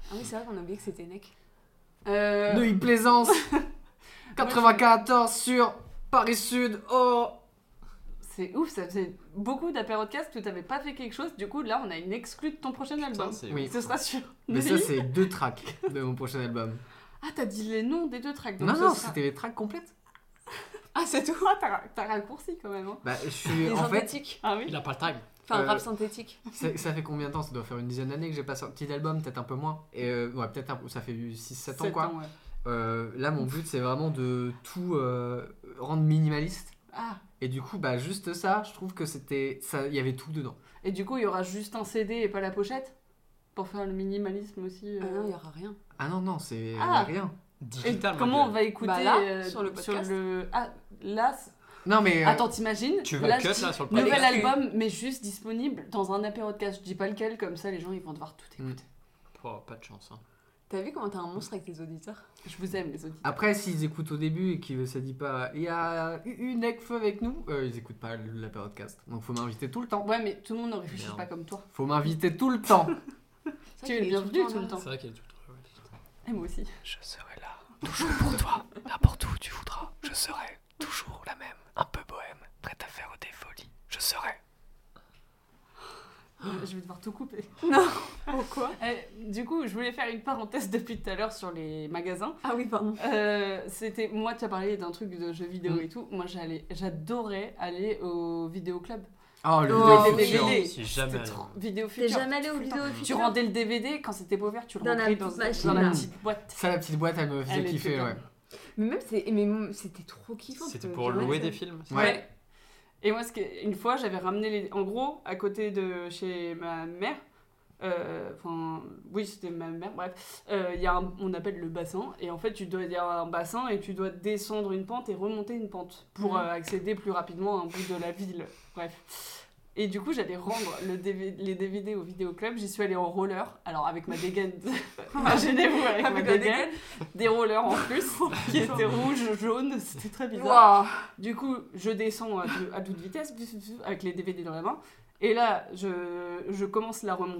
Speaker 4: Ah oui, c'est vrai qu'on a oublié que c'était Nec.
Speaker 2: Euh,
Speaker 5: Neuilly
Speaker 2: (laughs)
Speaker 5: Plaisance 94 sur Paris Sud. Oh
Speaker 2: C'est ouf, ça faisait beaucoup d'apérodcasts où t'avais pas fait quelque chose. Du coup, là, on a une exclue de ton prochain album.
Speaker 3: Putain, c'est-
Speaker 5: Oui.
Speaker 2: Ce sera sûr.
Speaker 5: Mais ça, c'est deux tracks de mon prochain
Speaker 2: (laughs)
Speaker 5: album.
Speaker 2: Ah, t'as dit les noms des deux tracks. donc
Speaker 5: Non,
Speaker 2: ce
Speaker 5: non,
Speaker 2: sera-
Speaker 5: c'était les tracks complètes.
Speaker 2: Ah, c'est tout. Ah, t'as ra- t'as raccourci quand même. hein.
Speaker 5: Bah, je suis.
Speaker 4: Des
Speaker 5: En fait,
Speaker 4: synthétiques.
Speaker 2: Ah oui.
Speaker 3: Il a pas le time.
Speaker 4: Enfin,
Speaker 5: Euh,
Speaker 4: rap synthétique.
Speaker 5: ça, ça fait combien de temps Ça doit faire une dizaine d'années que j'ai pas sorti d'album, peut-être un peu moins. Et euh, ouais, peut-être un peu- ça fait 6-7 ans
Speaker 2: Sept
Speaker 5: quoi.
Speaker 2: ouais.
Speaker 5: Euh, là, mon but, c'est vraiment de tout euh, rendre minimaliste.
Speaker 2: Ah,
Speaker 5: Et du coup, bah, juste ça, je trouve que c'était. ça- Il y avait tout dedans.
Speaker 2: et du coup, il y aura juste un CD et pas la pochette pour faire le minimalisme aussi. euh.
Speaker 4: Ah non, il n'y aura rien.
Speaker 5: Ah non, non, c'est
Speaker 2: Ah.
Speaker 5: rien.
Speaker 2: Et
Speaker 3: Digital.
Speaker 2: comment on va écouter
Speaker 4: Bah là,
Speaker 2: euh,
Speaker 4: sur le podcast.
Speaker 2: le- Ah, là, c'est-
Speaker 5: Non, mais. euh,
Speaker 2: attends, t'imagines
Speaker 3: Tu veux
Speaker 2: Là,
Speaker 3: cut
Speaker 2: je dis-
Speaker 3: là sur le
Speaker 4: Allez,
Speaker 2: Nouvel
Speaker 3: podcast
Speaker 4: parce que-
Speaker 2: album, mais juste disponible dans un apéro-de-cast. Je dis pas lequel, comme ça les gens ils vont devoir tout écouter.
Speaker 3: Oh, Pas de chance. hein.
Speaker 4: T'as vu comment t'as un monstre avec tes auditeurs
Speaker 3: Mm.
Speaker 2: Je vous aime, les auditeurs.
Speaker 5: Après, s'ils écoutent au début et qu'ils ça dit pas il y a une Necfeu avec nous, euh, ils écoutent pas la podcast. Donc faut m'inviter tout le temps.
Speaker 2: Ouais, mais tout le monde ne réfléchit
Speaker 3: Merde.
Speaker 2: pas comme toi.
Speaker 5: Faut m'inviter tout
Speaker 2: (laughs)
Speaker 5: le temps.
Speaker 4: C'est vrai
Speaker 2: Tu es
Speaker 4: qu'il
Speaker 2: le
Speaker 4: est
Speaker 2: bienvenu tout le
Speaker 4: là.
Speaker 2: temps.
Speaker 3: C'est vrai qu'il y a tout le truc, ouais.
Speaker 2: Et moi aussi. (laughs)
Speaker 6: Je serai là, toujours pour toi, n'importe où tu voudras. Je serai toujours la même, un peu bohème, prête à faire des folies. Je serai.
Speaker 2: Euh, Je vais devoir tout couper.
Speaker 4: Pourquoi
Speaker 2: Euh, du coup, je voulais faire une parenthèse depuis tout à l'heure sur les magasins.
Speaker 4: Ah oui, pardon.
Speaker 2: Euh, C'était moi, tu as parlé d'un truc de jeux vidéo
Speaker 5: Mm.
Speaker 2: et tout. Moi, j'allais, j'adorais aller au vidéo club.
Speaker 5: Oh le
Speaker 4: Oh,
Speaker 5: vidéo
Speaker 2: mais-
Speaker 5: futur.
Speaker 2: mais-
Speaker 3: Je suis jamais
Speaker 2: C'était
Speaker 3: allé.
Speaker 2: trop- Vidéo
Speaker 4: T'es
Speaker 2: future.
Speaker 4: jamais allé au vidéo
Speaker 2: Tu rendais le DVD quand c'était pas ouvert, tu le
Speaker 4: Dans la
Speaker 2: rentrais
Speaker 4: petite
Speaker 2: dans,
Speaker 4: machine,
Speaker 2: dans la
Speaker 5: là.
Speaker 2: petite boîte.
Speaker 5: Ça la petite boîte elle me faisait
Speaker 2: Elle était
Speaker 5: kiffer
Speaker 2: bien.
Speaker 5: ouais.
Speaker 4: Mais même, c'est- mais mon- c'était trop kiffant.
Speaker 3: C'était
Speaker 4: parce que
Speaker 3: pour
Speaker 4: vraiment,
Speaker 3: louer
Speaker 4: ça-
Speaker 3: des films c'est
Speaker 5: Ouais.
Speaker 2: Ouais. Et moi, ce que- une fois, j'avais ramené les. En gros, à côté de chez ma mère. euh, Enfin, oui, c'était ma mère. Bref, euh, il y a un- on appelle le bassin, et en fait, tu dois il y a un bassin et tu dois descendre une pente et remonter une pente pour
Speaker 4: Mhm.
Speaker 2: euh, accéder plus rapidement à un bout de la ville. Bref. Et du coup, j'allais rendre le DV les DVD au vidéoclub. J'y suis allée en roller, alors avec ma dégaine. (laughs) Imaginez-vous avec, ma
Speaker 4: Avec la
Speaker 2: dégaine, (laughs) des rollers en
Speaker 4: (laughs)
Speaker 2: plus, qui étaient rouges, jaunes, c'était très bizarre.
Speaker 4: Waouh
Speaker 2: Du coup, je descends à, deux- à toute vitesse bzz, bzz, avec les DVD dans la main. Et là, je, je commence la remontée.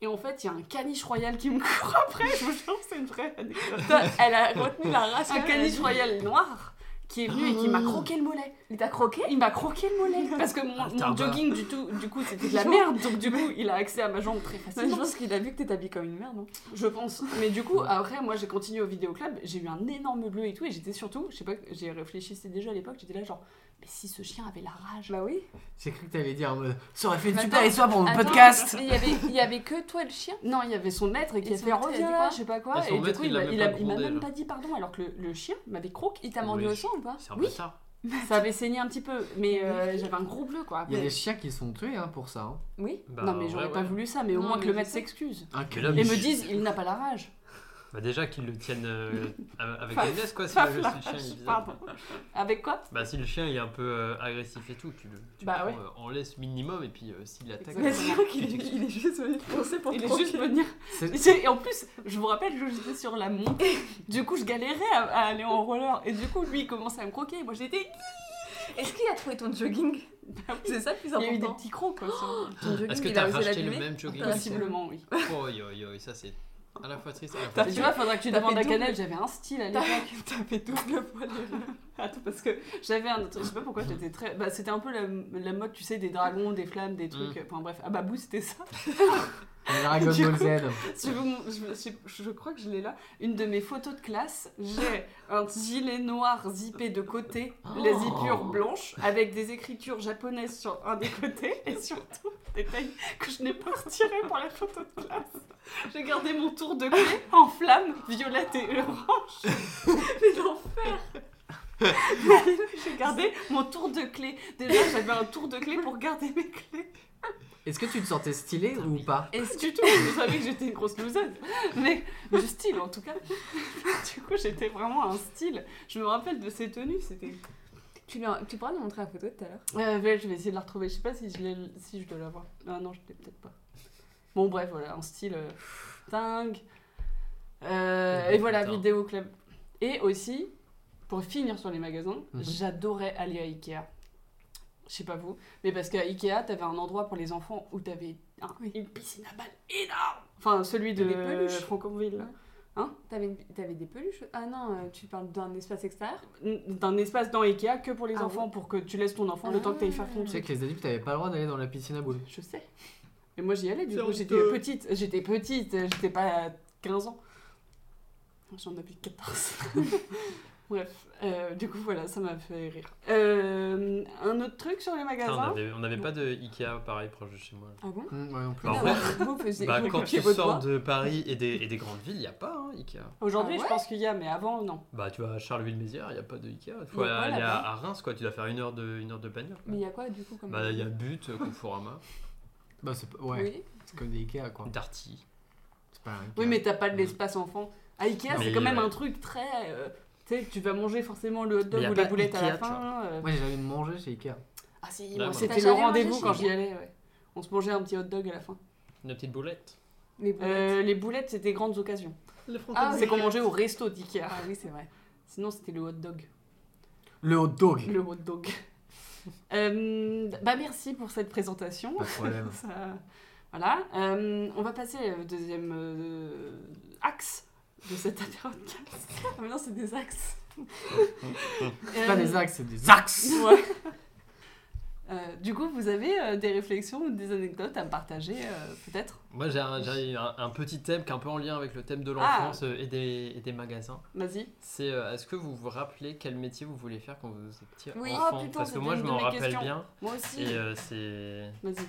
Speaker 2: Et en fait, il y a un caniche royal qui me (laughs) court après. Je vous jure, c'est une vraie anecdote.
Speaker 4: Elle a retenu la race. Oh.
Speaker 2: Un caniche royal noir qui est venu et qui m'a croqué le mollet.
Speaker 4: Il t'a croqué
Speaker 2: Il m'a croqué le
Speaker 4: (laughs)
Speaker 2: mollet. Parce que mon,
Speaker 3: Ah,
Speaker 2: mon
Speaker 3: t'as un bas.
Speaker 2: jogging, du, tout, du coup, c'était de la merde. Donc, du coup, il a accès à ma jambe très
Speaker 4: Je
Speaker 2: facilement.
Speaker 4: pense qu'il a vu que t'es habillée comme une merde. hein. non
Speaker 2: Je pense. Mais du coup, après, moi, j'ai continué au vidéoclub, j'ai eu un énorme bleu et tout, et j'étais surtout, je sais pas, j'ai réfléchi, c'était déjà à l'époque, j'étais là genre, mais si ce chien avait la rage.
Speaker 4: Bah oui.
Speaker 5: J'ai cru que t'allais dire en mode ça aurait fait une
Speaker 4: Mais
Speaker 5: super
Speaker 4: attends,
Speaker 5: histoire pour mon
Speaker 4: attends.
Speaker 5: podcast.
Speaker 4: Mais Il y avait, il y avait que toi et le chien.
Speaker 2: Non, il y avait son maître et qui
Speaker 4: Et
Speaker 2: a
Speaker 4: son
Speaker 2: fait
Speaker 4: maître, il a dit
Speaker 2: reviens là,
Speaker 4: quoi
Speaker 2: je sais pas quoi.
Speaker 3: Ah, son
Speaker 2: et du
Speaker 3: maître,
Speaker 2: coup,
Speaker 3: il
Speaker 2: il
Speaker 3: l'a
Speaker 2: m'a
Speaker 3: même
Speaker 2: il
Speaker 3: pas
Speaker 2: a- il m'a
Speaker 3: grondé,
Speaker 2: même
Speaker 3: là.
Speaker 2: pas dit pardon, alors que le, le chien m'avait croqué.
Speaker 4: (laughs) Il t'a mordu
Speaker 3: Oui.
Speaker 4: au sang ou pas
Speaker 3: C'est un
Speaker 2: Oui.
Speaker 3: bâtard.
Speaker 2: Ça avait saigné un petit peu, mais euh, j'avais un gros bleu quoi.
Speaker 5: Il y a
Speaker 2: après.
Speaker 5: des chiens qui sont tués hein, pour ça. hein.
Speaker 4: Oui.
Speaker 3: Bah,
Speaker 2: non, mais
Speaker 3: ouais,
Speaker 2: j'aurais
Speaker 3: ouais.
Speaker 2: pas voulu ça, mais au
Speaker 4: Non,
Speaker 2: moins
Speaker 4: mais
Speaker 2: que le
Speaker 4: je
Speaker 2: maître
Speaker 4: sais.
Speaker 2: s'excuse.
Speaker 5: Un
Speaker 3: Mais là,
Speaker 2: Et
Speaker 3: mais-
Speaker 2: me disent, il n'a pas la rage.
Speaker 3: Bah, déjà qu'ils le tiennent euh, à- avec
Speaker 2: Faf-
Speaker 3: les laisse quoi. Si
Speaker 2: Paf,
Speaker 3: le
Speaker 2: la
Speaker 3: si
Speaker 2: (laughs)
Speaker 3: le chien il est
Speaker 2: rage,
Speaker 3: bizarre.
Speaker 2: pardon. Avec quoi
Speaker 3: Bah, si le chien il est un peu euh, agressif et tout, tu le tu
Speaker 2: Bah
Speaker 3: le
Speaker 2: ouais.
Speaker 3: prends, euh, en laisse minimum et puis euh, s'il attaque.
Speaker 4: (laughs) Mais
Speaker 2: Exactement.
Speaker 4: c'est vrai qu'il est, il est juste venu te foncer pour
Speaker 2: (laughs) Il
Speaker 4: te (laughs)
Speaker 2: est juste
Speaker 4: croquer.
Speaker 2: venir.
Speaker 5: C'est-
Speaker 2: Et en plus, je vous rappelle, je- j'étais sur la
Speaker 4: (laughs)
Speaker 2: montée. Du coup, je galérais à, à aller en roller. Et du coup, lui, il commençait à me croquer. Moi, j'étais.
Speaker 4: Est-ce qu'il a trouvé ton jogging C'est ça le plus
Speaker 2: (laughs) Il y a eu des
Speaker 4: important. Ah,
Speaker 2: petits crocs, quoi. sûrement.
Speaker 4: Ton jogging,
Speaker 3: Est-ce que
Speaker 4: il a
Speaker 3: t'as
Speaker 4: osé
Speaker 3: racheté le
Speaker 4: l'abîmer.
Speaker 3: même jogging (laughs)
Speaker 2: Possiblement, oui.
Speaker 3: Oi, oi, oi, ça c'est à la fois triste à la fois
Speaker 2: tu
Speaker 3: triste.
Speaker 2: vois, faudrait que tu
Speaker 4: T'as
Speaker 2: demandes
Speaker 4: fait
Speaker 2: à
Speaker 4: double.
Speaker 2: Canel, j'avais un style à
Speaker 4: T'as
Speaker 2: l'époque.
Speaker 4: (laughs) t'as fait double poil.
Speaker 2: Attends, parce que j'avais un autre truc, je sais pas pourquoi j'étais très. Bah, c'était un peu la, la mode, tu sais, des dragons, des flammes, des trucs. Enfin bref, à Babou, c'était ça.
Speaker 5: Dragon
Speaker 2: Du
Speaker 5: Ball
Speaker 2: coup-
Speaker 5: Z.
Speaker 2: Si vous- je, je- je crois que je l'ai là. Une de mes photos de classe, j'ai un gilet noir zippé de côté, les zippures blanches, avec des écritures japonaises sur un des côtés, et surtout des tailles que je n'ai pas retirées pour la photo de classe. J'ai gardé mon tour de clé en flamme, violette et orange. Mais l'enfer J'ai gardé mon tour de clé. Déjà, j'avais un tour de clé pour garder mes clés.
Speaker 5: Est-ce que tu te sentais stylé ou pas
Speaker 2: Est-ce que tout Je savais que j'étais une grosse loseuse, mais du style en tout cas. (laughs) Du coup, j'étais vraiment un style. Je me rappelle de ces tenues, c'était.
Speaker 4: Tu, lui en- tu pourras nous montrer la photo de tout à l'heure
Speaker 2: Euh, ouais, je vais essayer de la retrouver. Je sais pas si je, l'ai- si je dois l'avoir. Ah non, je l'ai peut-être pas. Bon, bref, voilà, un style euh, dingue. Euh,
Speaker 3: Ouais,
Speaker 2: et voilà,
Speaker 3: putain.
Speaker 2: vidéo club. Et aussi, pour finir sur les magasins,
Speaker 5: Mhm.
Speaker 2: j'adorais aller à Ikea. Je sais pas vous, mais parce qu'à Ikea, t'avais un endroit pour les enfants où t'avais un- une piscine à balles énorme. Enfin, celui de
Speaker 4: Des peluches.
Speaker 2: Franconville. là.
Speaker 4: T'avais une- t'avais des peluches Ah non, euh, tu parles d'un espace extérieur
Speaker 2: D'un espace dans Ikea que pour les
Speaker 4: Ah
Speaker 2: enfants, pour que tu laisses ton enfant le temps que t'ailles faire ton
Speaker 5: Tu sais
Speaker 2: truc.
Speaker 5: que les adultes t'avais pas le droit d'aller dans la piscine à boules.
Speaker 2: Je sais. Mais moi j'y allais du
Speaker 3: C'est
Speaker 2: coup, j'étais
Speaker 3: honteux.
Speaker 2: petite, j'étais petite, j'étais pas à 15 ans. J'en avais 14.
Speaker 4: (laughs)
Speaker 2: Bref, euh, du coup voilà, ça m'a fait rire. Euh, un autre truc sur les
Speaker 3: Putain, on
Speaker 2: magasins
Speaker 3: avait, on avait pas de Ikea pareil proche de chez moi.
Speaker 4: Ah bon
Speaker 5: Hum, ouais, non plus.
Speaker 3: Bah, en
Speaker 4: Non,
Speaker 3: vrai-
Speaker 4: Vous faisiez
Speaker 3: Bah,
Speaker 4: vous
Speaker 3: quand
Speaker 4: coupiez
Speaker 3: tu
Speaker 4: votre
Speaker 3: sors
Speaker 4: doigt.
Speaker 3: de Paris et des, et des grandes villes, il a pas hein, Ikea.
Speaker 2: Aujourd'hui
Speaker 4: Ah
Speaker 2: je
Speaker 4: ouais
Speaker 2: pense qu'il y a, mais avant non.
Speaker 3: Bah, tu vas à Charleville-Mézières, il a pas de Ikea. Il faut
Speaker 4: Mais voilà,
Speaker 3: aller à,
Speaker 4: bah.
Speaker 3: à Reims, quoi. Tu dois faire une heure de, une heure de bagnole. quoi.
Speaker 4: Mais il y a quoi du coup comme
Speaker 3: Bah, il y a But, euh, Conforama,
Speaker 5: Bah, c'est pas- ouais,
Speaker 4: Oui.
Speaker 5: c'est comme des Ikea quoi.
Speaker 3: Darty.
Speaker 5: C'est pas un Ikea.
Speaker 2: Oui, mais t'as pas de
Speaker 3: Mhm.
Speaker 2: l'espace enfant. À Ikea, c'est
Speaker 3: Mais,
Speaker 2: quand même
Speaker 3: ouais.
Speaker 2: un truc très. euh, tu sais, tu vas manger forcément le hot
Speaker 3: Mais
Speaker 2: dog
Speaker 3: y a
Speaker 2: ou la
Speaker 3: pas
Speaker 2: boulette à la
Speaker 3: Ikea, tu
Speaker 2: fin. euh,
Speaker 5: Moi j'ai jamais mangé chez Ikea.
Speaker 2: Ah si,
Speaker 3: Là,
Speaker 2: moi,
Speaker 3: voilà.
Speaker 2: c'était
Speaker 4: T'as
Speaker 2: le
Speaker 4: jamais
Speaker 2: rendez-vous
Speaker 4: mangé
Speaker 2: quand
Speaker 4: chez
Speaker 2: j'y allais. ouais. On se mangeait un petit hot dog à la fin.
Speaker 3: Une petite boulette.
Speaker 4: Les boulettes.
Speaker 2: Euh, les boulettes, c'était grandes occasions.
Speaker 3: Le
Speaker 4: Ah,
Speaker 2: c'est
Speaker 4: oui.
Speaker 2: qu'on mangeait au resto d'Ikea.
Speaker 4: Ah oui, c'est vrai.
Speaker 2: Sinon, c'était le hot dog.
Speaker 5: Le hot dog
Speaker 2: Le hot dog. Euh, bah merci pour cette présentation.
Speaker 5: Pas de
Speaker 2: (laughs)
Speaker 5: problème.
Speaker 2: Ça- voilà. Euh, on va passer au deuxième euh, axe de cette podcast.
Speaker 4: Ah, maintenant, c'est des axes.
Speaker 5: C'est pas des axes, c'est des axes
Speaker 2: Euh, Ouais. Euh, du coup, vous avez euh, des réflexions ou des anecdotes à me partager, euh, peut-être
Speaker 3: Moi, j'ai un, j'ai un- un petit thème qui est un peu en lien avec le thème de
Speaker 4: Ah.
Speaker 3: l'enfance euh, et, des, et des magasins.
Speaker 2: Vas-y.
Speaker 3: C'est euh, est-ce que vous vous rappelez quel métier vous voulez faire quand vous étiez petit
Speaker 4: Oui.
Speaker 3: enfant
Speaker 2: Oh, putain,
Speaker 3: Parce que
Speaker 2: c'était
Speaker 3: moi,
Speaker 2: une
Speaker 3: je
Speaker 2: de
Speaker 3: m'en
Speaker 2: mes
Speaker 3: rappelle
Speaker 2: questions.
Speaker 3: bien.
Speaker 2: Moi aussi.
Speaker 3: Et euh, c'est.
Speaker 2: Vas-y.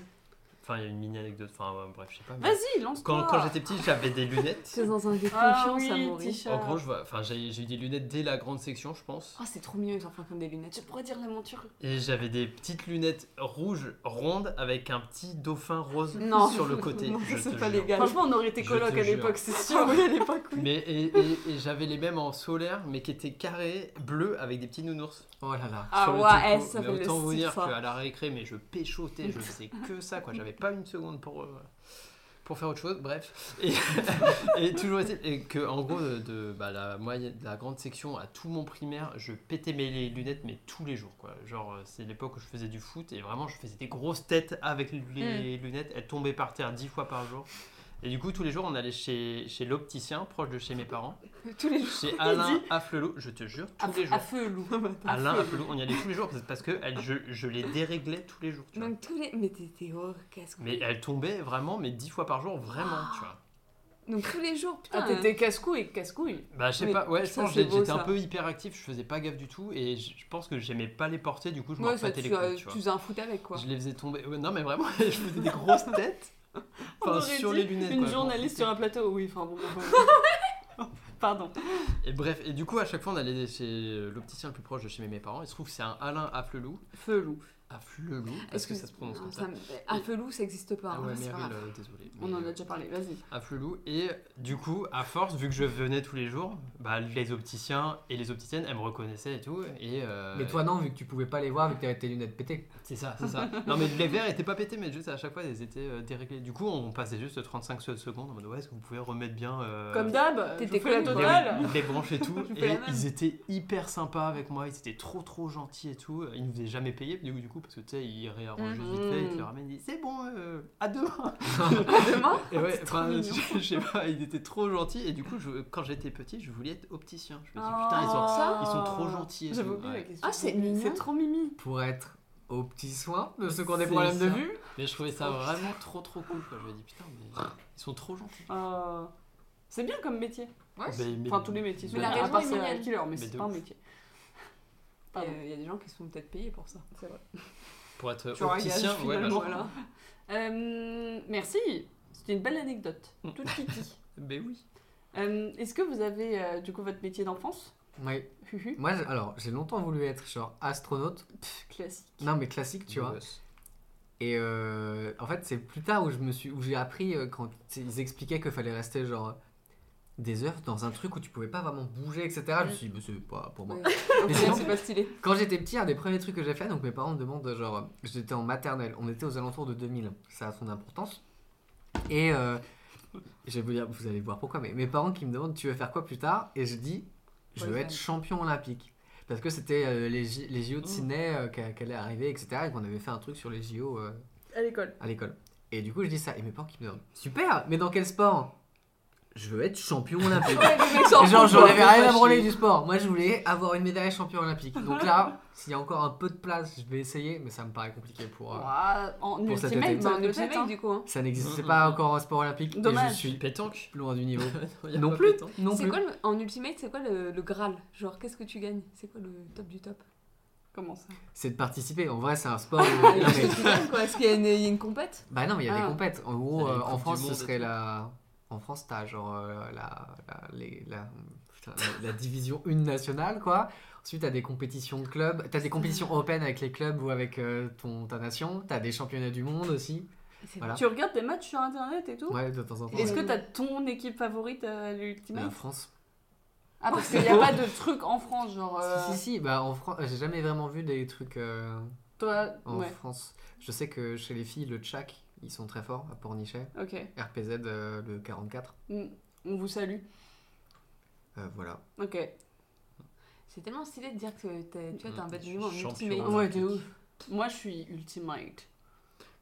Speaker 3: Enfin, il y a une mini anecdote. Enfin, ouais, bref, je sais pas. mais-
Speaker 2: Vas-y, lance-toi.
Speaker 3: Quand, quand j'étais petit, j'avais des lunettes.
Speaker 4: Faisons un jeu de
Speaker 2: Ah
Speaker 4: confiance
Speaker 2: oui,
Speaker 4: à Maurice.
Speaker 2: t-shirt.
Speaker 3: En gros, je vois- enfin, j'ai j'ai eu des lunettes dès la grande section, je pense.
Speaker 4: Oh, c'est trop mignon, ils en font comme des lunettes.
Speaker 2: Tu pourrais dire la monture.
Speaker 3: Et j'avais des petites lunettes rouges rondes avec un petit dauphin rose
Speaker 4: Non.
Speaker 3: sur le côté.
Speaker 4: Non,
Speaker 3: je
Speaker 4: c'est
Speaker 3: te
Speaker 4: pas
Speaker 3: jure.
Speaker 4: légal.
Speaker 2: Franchement, on aurait été
Speaker 3: Je
Speaker 2: coloc
Speaker 3: te
Speaker 2: à
Speaker 3: jure.
Speaker 2: l'époque, c'est
Speaker 4: Ah
Speaker 2: sûr.
Speaker 4: oui, à l'époque, oui.
Speaker 3: Mais et, et- et j'avais les mêmes en solaire, mais qui étaient carrés, bleus avec des petits nounours.
Speaker 5: Oh là là.
Speaker 4: Ah
Speaker 3: sur le
Speaker 4: ouais,
Speaker 3: topo.
Speaker 4: eh, ça
Speaker 3: Mais
Speaker 4: fait le
Speaker 3: autant vous
Speaker 4: style,
Speaker 3: dire
Speaker 4: ça.
Speaker 3: qu'à la récré, mais je péchotais, je faisais que ça, quoi. J'avais pas une seconde pour, euh, pour faire autre chose, bref. Et, (laughs) et toujours est-il et que, en gros, de, de, bah, la, moyenne- de la grande section à tout mon primaire, je pétais mes lunettes, mais tous les jours, quoi. Genre, euh, c'est l'époque où je faisais du foot et vraiment, je faisais des grosses têtes avec les lunettes. Elles tombaient par terre dix fois par jour. Et du coup, tous les jours, on allait chez, chez l'opticien, proche de chez mes parents.
Speaker 4: Tous les jours.
Speaker 3: Chez Alain Afflelou, je te jure, tous les jours.
Speaker 2: À feu, loup.
Speaker 3: Alain Afflelou, on y allait tous les jours parce- parce que elle- je, je les déréglais tous les jours. tu vois.
Speaker 4: Donc tous les... Mais t'étais horreur, qu'est-ce que...
Speaker 3: Mais elle tombait vraiment, mais dix fois par jour, vraiment, tu vois.
Speaker 4: Donc tous les jours,
Speaker 2: Ah,
Speaker 4: putain.
Speaker 2: t'étais casse-couille, casse-couille.
Speaker 3: Bah, je sais
Speaker 4: Mais
Speaker 3: pas, ouais, je
Speaker 4: ça,
Speaker 3: pense
Speaker 4: c'est
Speaker 3: que
Speaker 4: beau,
Speaker 3: j'étais un
Speaker 4: ça.
Speaker 3: peu hyperactif, je faisais pas gaffe du tout et je je pense que j'aimais pas les porter, du coup, je me
Speaker 4: Moi, euh, ça,
Speaker 3: rebattais les
Speaker 4: tu, as-
Speaker 3: couilles, tu
Speaker 4: tu
Speaker 3: vois.
Speaker 4: faisais un foot avec, quoi.
Speaker 3: Je les faisais tomber. ouais, non, mais vraiment, (laughs) je faisais des grosses têtes.
Speaker 2: On
Speaker 3: Enfin,
Speaker 2: aurait
Speaker 3: sur
Speaker 2: dit
Speaker 3: les lunettes.
Speaker 2: Une
Speaker 3: quoi,
Speaker 2: journaliste
Speaker 3: bon.
Speaker 2: sur un plateau, oui, enfin bon. bon,
Speaker 3: (laughs)
Speaker 2: bon. Pardon.
Speaker 3: Et bref, et du coup, à chaque fois, on allait chez l'opticien le plus proche de chez mes parents. Il se trouve que c'est un Alain Afflelou.
Speaker 2: Feu, loup.
Speaker 3: Afflelou, parce que ça se prononce
Speaker 4: Ah,
Speaker 3: comme ça.
Speaker 4: Un peu loup, ça existe pas.
Speaker 3: Ah
Speaker 4: hein,
Speaker 3: ouais,
Speaker 4: c'est pas
Speaker 3: Meryl,
Speaker 4: grave.
Speaker 3: euh, désolé.
Speaker 2: On
Speaker 3: mais,
Speaker 2: en
Speaker 3: euh,
Speaker 2: a déjà parlé, vas-y.
Speaker 3: à Flelou. Et du coup, à force, vu que je venais tous les jours, bah, les opticiens et les opticiennes, elles me reconnaissaient et tout. Et, euh,
Speaker 5: Mais toi, non, vu que tu pouvais pas les voir, vu que t'avais tes lunettes pétées.
Speaker 3: C'est ça, c'est ça. (laughs) non, mais les verres étaient pas pétés, mais juste à chaque fois, ils étaient euh, déréglés. Du coup, on passait juste 35 se- secondes en mode Ouais, est-ce que vous pouvez remettre bien. euh,
Speaker 2: Comme d'hab,
Speaker 4: t'étais
Speaker 2: t'étais Ah, bah, fais la
Speaker 4: connu, quoi.
Speaker 2: totale.
Speaker 3: les, les
Speaker 2: (laughs)
Speaker 3: branches et tout.
Speaker 2: Je fais
Speaker 3: et
Speaker 2: la même.
Speaker 3: ils étaient hyper sympas avec moi, ils étaient trop trop gentils et tout. Ils nous faisaient jamais payer, du coup, du coup parce que tu sais, ils réarrangent juste vite fait, ils te
Speaker 2: Mm.
Speaker 3: le ramènent, ils disent C'est bon, euh, à demain
Speaker 4: Demain
Speaker 3: Et ouais,
Speaker 4: C'est trop
Speaker 3: enfin,
Speaker 4: mignon.
Speaker 3: (laughs) je, je sais pas, ils étaient trop gentils. Et du coup, je- quand j'étais petit, je voulais être opticien. Je me suis dit,
Speaker 2: Oh.
Speaker 3: putain, ils sont,
Speaker 2: Ça
Speaker 3: ils sont trop gentils. et
Speaker 2: J'avais
Speaker 3: tout.
Speaker 2: oublié la
Speaker 3: Ouais.
Speaker 2: question.
Speaker 4: Ah, c'est mignon.
Speaker 2: C'est trop mimi.
Speaker 5: Pour être aux petits soins de ceux qui ont des
Speaker 3: C'est
Speaker 5: problèmes de
Speaker 3: ça.
Speaker 5: vue.
Speaker 3: Mais je trouvais ça vraiment trop trop cool. Quoi. Je me dis, putain, mais ils sont trop gentils.
Speaker 2: Euh, C'est bien comme métier.
Speaker 3: Mais- mais-
Speaker 2: Enfin, tous les métiers. sont
Speaker 4: Mais la
Speaker 2: bien, à
Speaker 4: raison
Speaker 2: part
Speaker 4: est
Speaker 2: serial
Speaker 4: mignonne.
Speaker 2: killer, mais,
Speaker 3: Mais
Speaker 2: c'est
Speaker 3: de
Speaker 2: pas un
Speaker 3: ouf.
Speaker 2: métier.
Speaker 4: Il
Speaker 2: Pardon.
Speaker 4: y a des gens qui sont peut-être payés pour ça. C'est vrai.
Speaker 3: Pour être
Speaker 2: Tu
Speaker 3: opticien,
Speaker 2: engages,
Speaker 3: ouais, bah, je-
Speaker 2: finalement. Voilà. Euh, merci. C'était une belle anecdote.
Speaker 3: Mm.
Speaker 2: Toute kitty.
Speaker 3: Mais oui.
Speaker 2: Euh, Est-ce que vous avez euh, du coup votre métier d'enfance
Speaker 5: Oui.
Speaker 2: Huhu.
Speaker 5: Moi, j'ai- alors, j'ai longtemps voulu être genre astronaute.
Speaker 2: Pff, Classique.
Speaker 5: Non, mais classique, tu vois. Et euh, en fait, c'est plus tard où je me suis, où j'ai appris euh, quand ils expliquaient qu'il fallait rester genre des heures dans un truc où tu pouvais pas vraiment bouger, etc. Je me suis dit, mais c'est pas pour moi.
Speaker 4: Ouais.
Speaker 5: Mais sinon,
Speaker 4: Ah, c'est pas
Speaker 3: (laughs)
Speaker 4: stylé.
Speaker 5: quand j'étais petit, un des premiers trucs que j'ai fait, donc mes parents me demandent, genre, j'étais en maternelle, on était aux alentours de 2000, ça a son importance. Et euh, je vais vous dire, vous allez voir pourquoi, mais mes parents qui me demandent, tu veux faire quoi plus tard Et je dis, je veux être
Speaker 4: Boyfriend.
Speaker 5: champion olympique. Parce que c'était euh, les, J- les
Speaker 2: Mmh.
Speaker 5: JO de Sydney euh, qu'a- qu'allaient arriver, etc. Et qu'on avait fait un truc sur les JO. euh,
Speaker 2: À l'école.
Speaker 5: à l'école. Et du coup, je dis ça. Et mes parents qui me demandent Super, mais dans quel sport Je veux être champion olympique. Et genre, j'en avais rien à branler du sport. Moi, je voulais avoir une médaille champion olympique. Donc
Speaker 3: (laughs)
Speaker 5: là, s'il y a encore un peu de place, je vais essayer, mais ça me paraît compliqué pour. euh,
Speaker 2: Ouah, en
Speaker 5: Pour cette
Speaker 2: ultimate,
Speaker 5: anecdote.
Speaker 3: bah,
Speaker 2: en
Speaker 4: un
Speaker 2: ultimate, hein.
Speaker 4: ultimate, du coup. hein.
Speaker 5: Ça n'existe pas encore en sport olympique. et
Speaker 2: Dommage.
Speaker 5: je suis
Speaker 3: Pétanque (laughs)
Speaker 5: loin du niveau.
Speaker 3: Il y a
Speaker 5: non
Speaker 3: pas
Speaker 5: plus.
Speaker 3: pétanque.
Speaker 5: Non
Speaker 4: C'est
Speaker 5: plus.
Speaker 4: quoi le- en ultimate, c'est quoi le, le Graal Genre, qu'est-ce que tu gagnes C'est quoi le top du top
Speaker 2: Comment ça
Speaker 5: C'est de participer. En vrai, c'est
Speaker 3: (laughs)
Speaker 5: un sport. où-
Speaker 3: Ah,
Speaker 5: Non, mais-
Speaker 4: Ah, Qu'est-ce que tu gagnes, quoi Est-ce qu'il y a une, il y a une compète
Speaker 5: Bah non, mais il y a
Speaker 2: Ah.
Speaker 5: des compètes. En
Speaker 3: Il
Speaker 5: gros,
Speaker 3: y a les
Speaker 5: euh,
Speaker 3: Coupes
Speaker 5: en
Speaker 3: du
Speaker 5: France,
Speaker 3: Monde
Speaker 5: ce
Speaker 3: et
Speaker 5: serait
Speaker 3: tout.
Speaker 5: la. En France, t'as genre euh, la, la, les- la- putain, la- la division 1 nationale, quoi. Ensuite, t'as des compétitions de clubs. T'as des compétitions open avec les clubs ou avec euh, ton, ta nation. T'as des championnats du monde aussi. Voilà.
Speaker 2: Tu regardes des matchs sur internet et tout
Speaker 5: Ouais, de temps en temps.
Speaker 2: Est-ce
Speaker 5: ouais.
Speaker 2: que t'as ton équipe favorite euh, à l'ultimate
Speaker 5: La France.
Speaker 2: Ah, parce qu'il n'y a pas de truc en France, genre. euh,
Speaker 5: Si, si, si. Bah, en France, j'ai jamais vraiment vu des trucs euh,
Speaker 2: Toi,
Speaker 5: en
Speaker 2: ouais,
Speaker 5: France. Je sais que chez les filles, le tchak, ils sont très forts à Pornichet.
Speaker 2: ok.
Speaker 5: RPZ, euh, le 44.
Speaker 2: Mm, On vous salue.
Speaker 5: Euh, voilà.
Speaker 2: Ok.
Speaker 4: C'est tellement stylé de dire que t'as- tu vois, t'as un badge en
Speaker 3: Mm, Champion. hein.
Speaker 4: ultimate.
Speaker 3: Ouais,
Speaker 2: de ouf. Moi, je suis ultimate.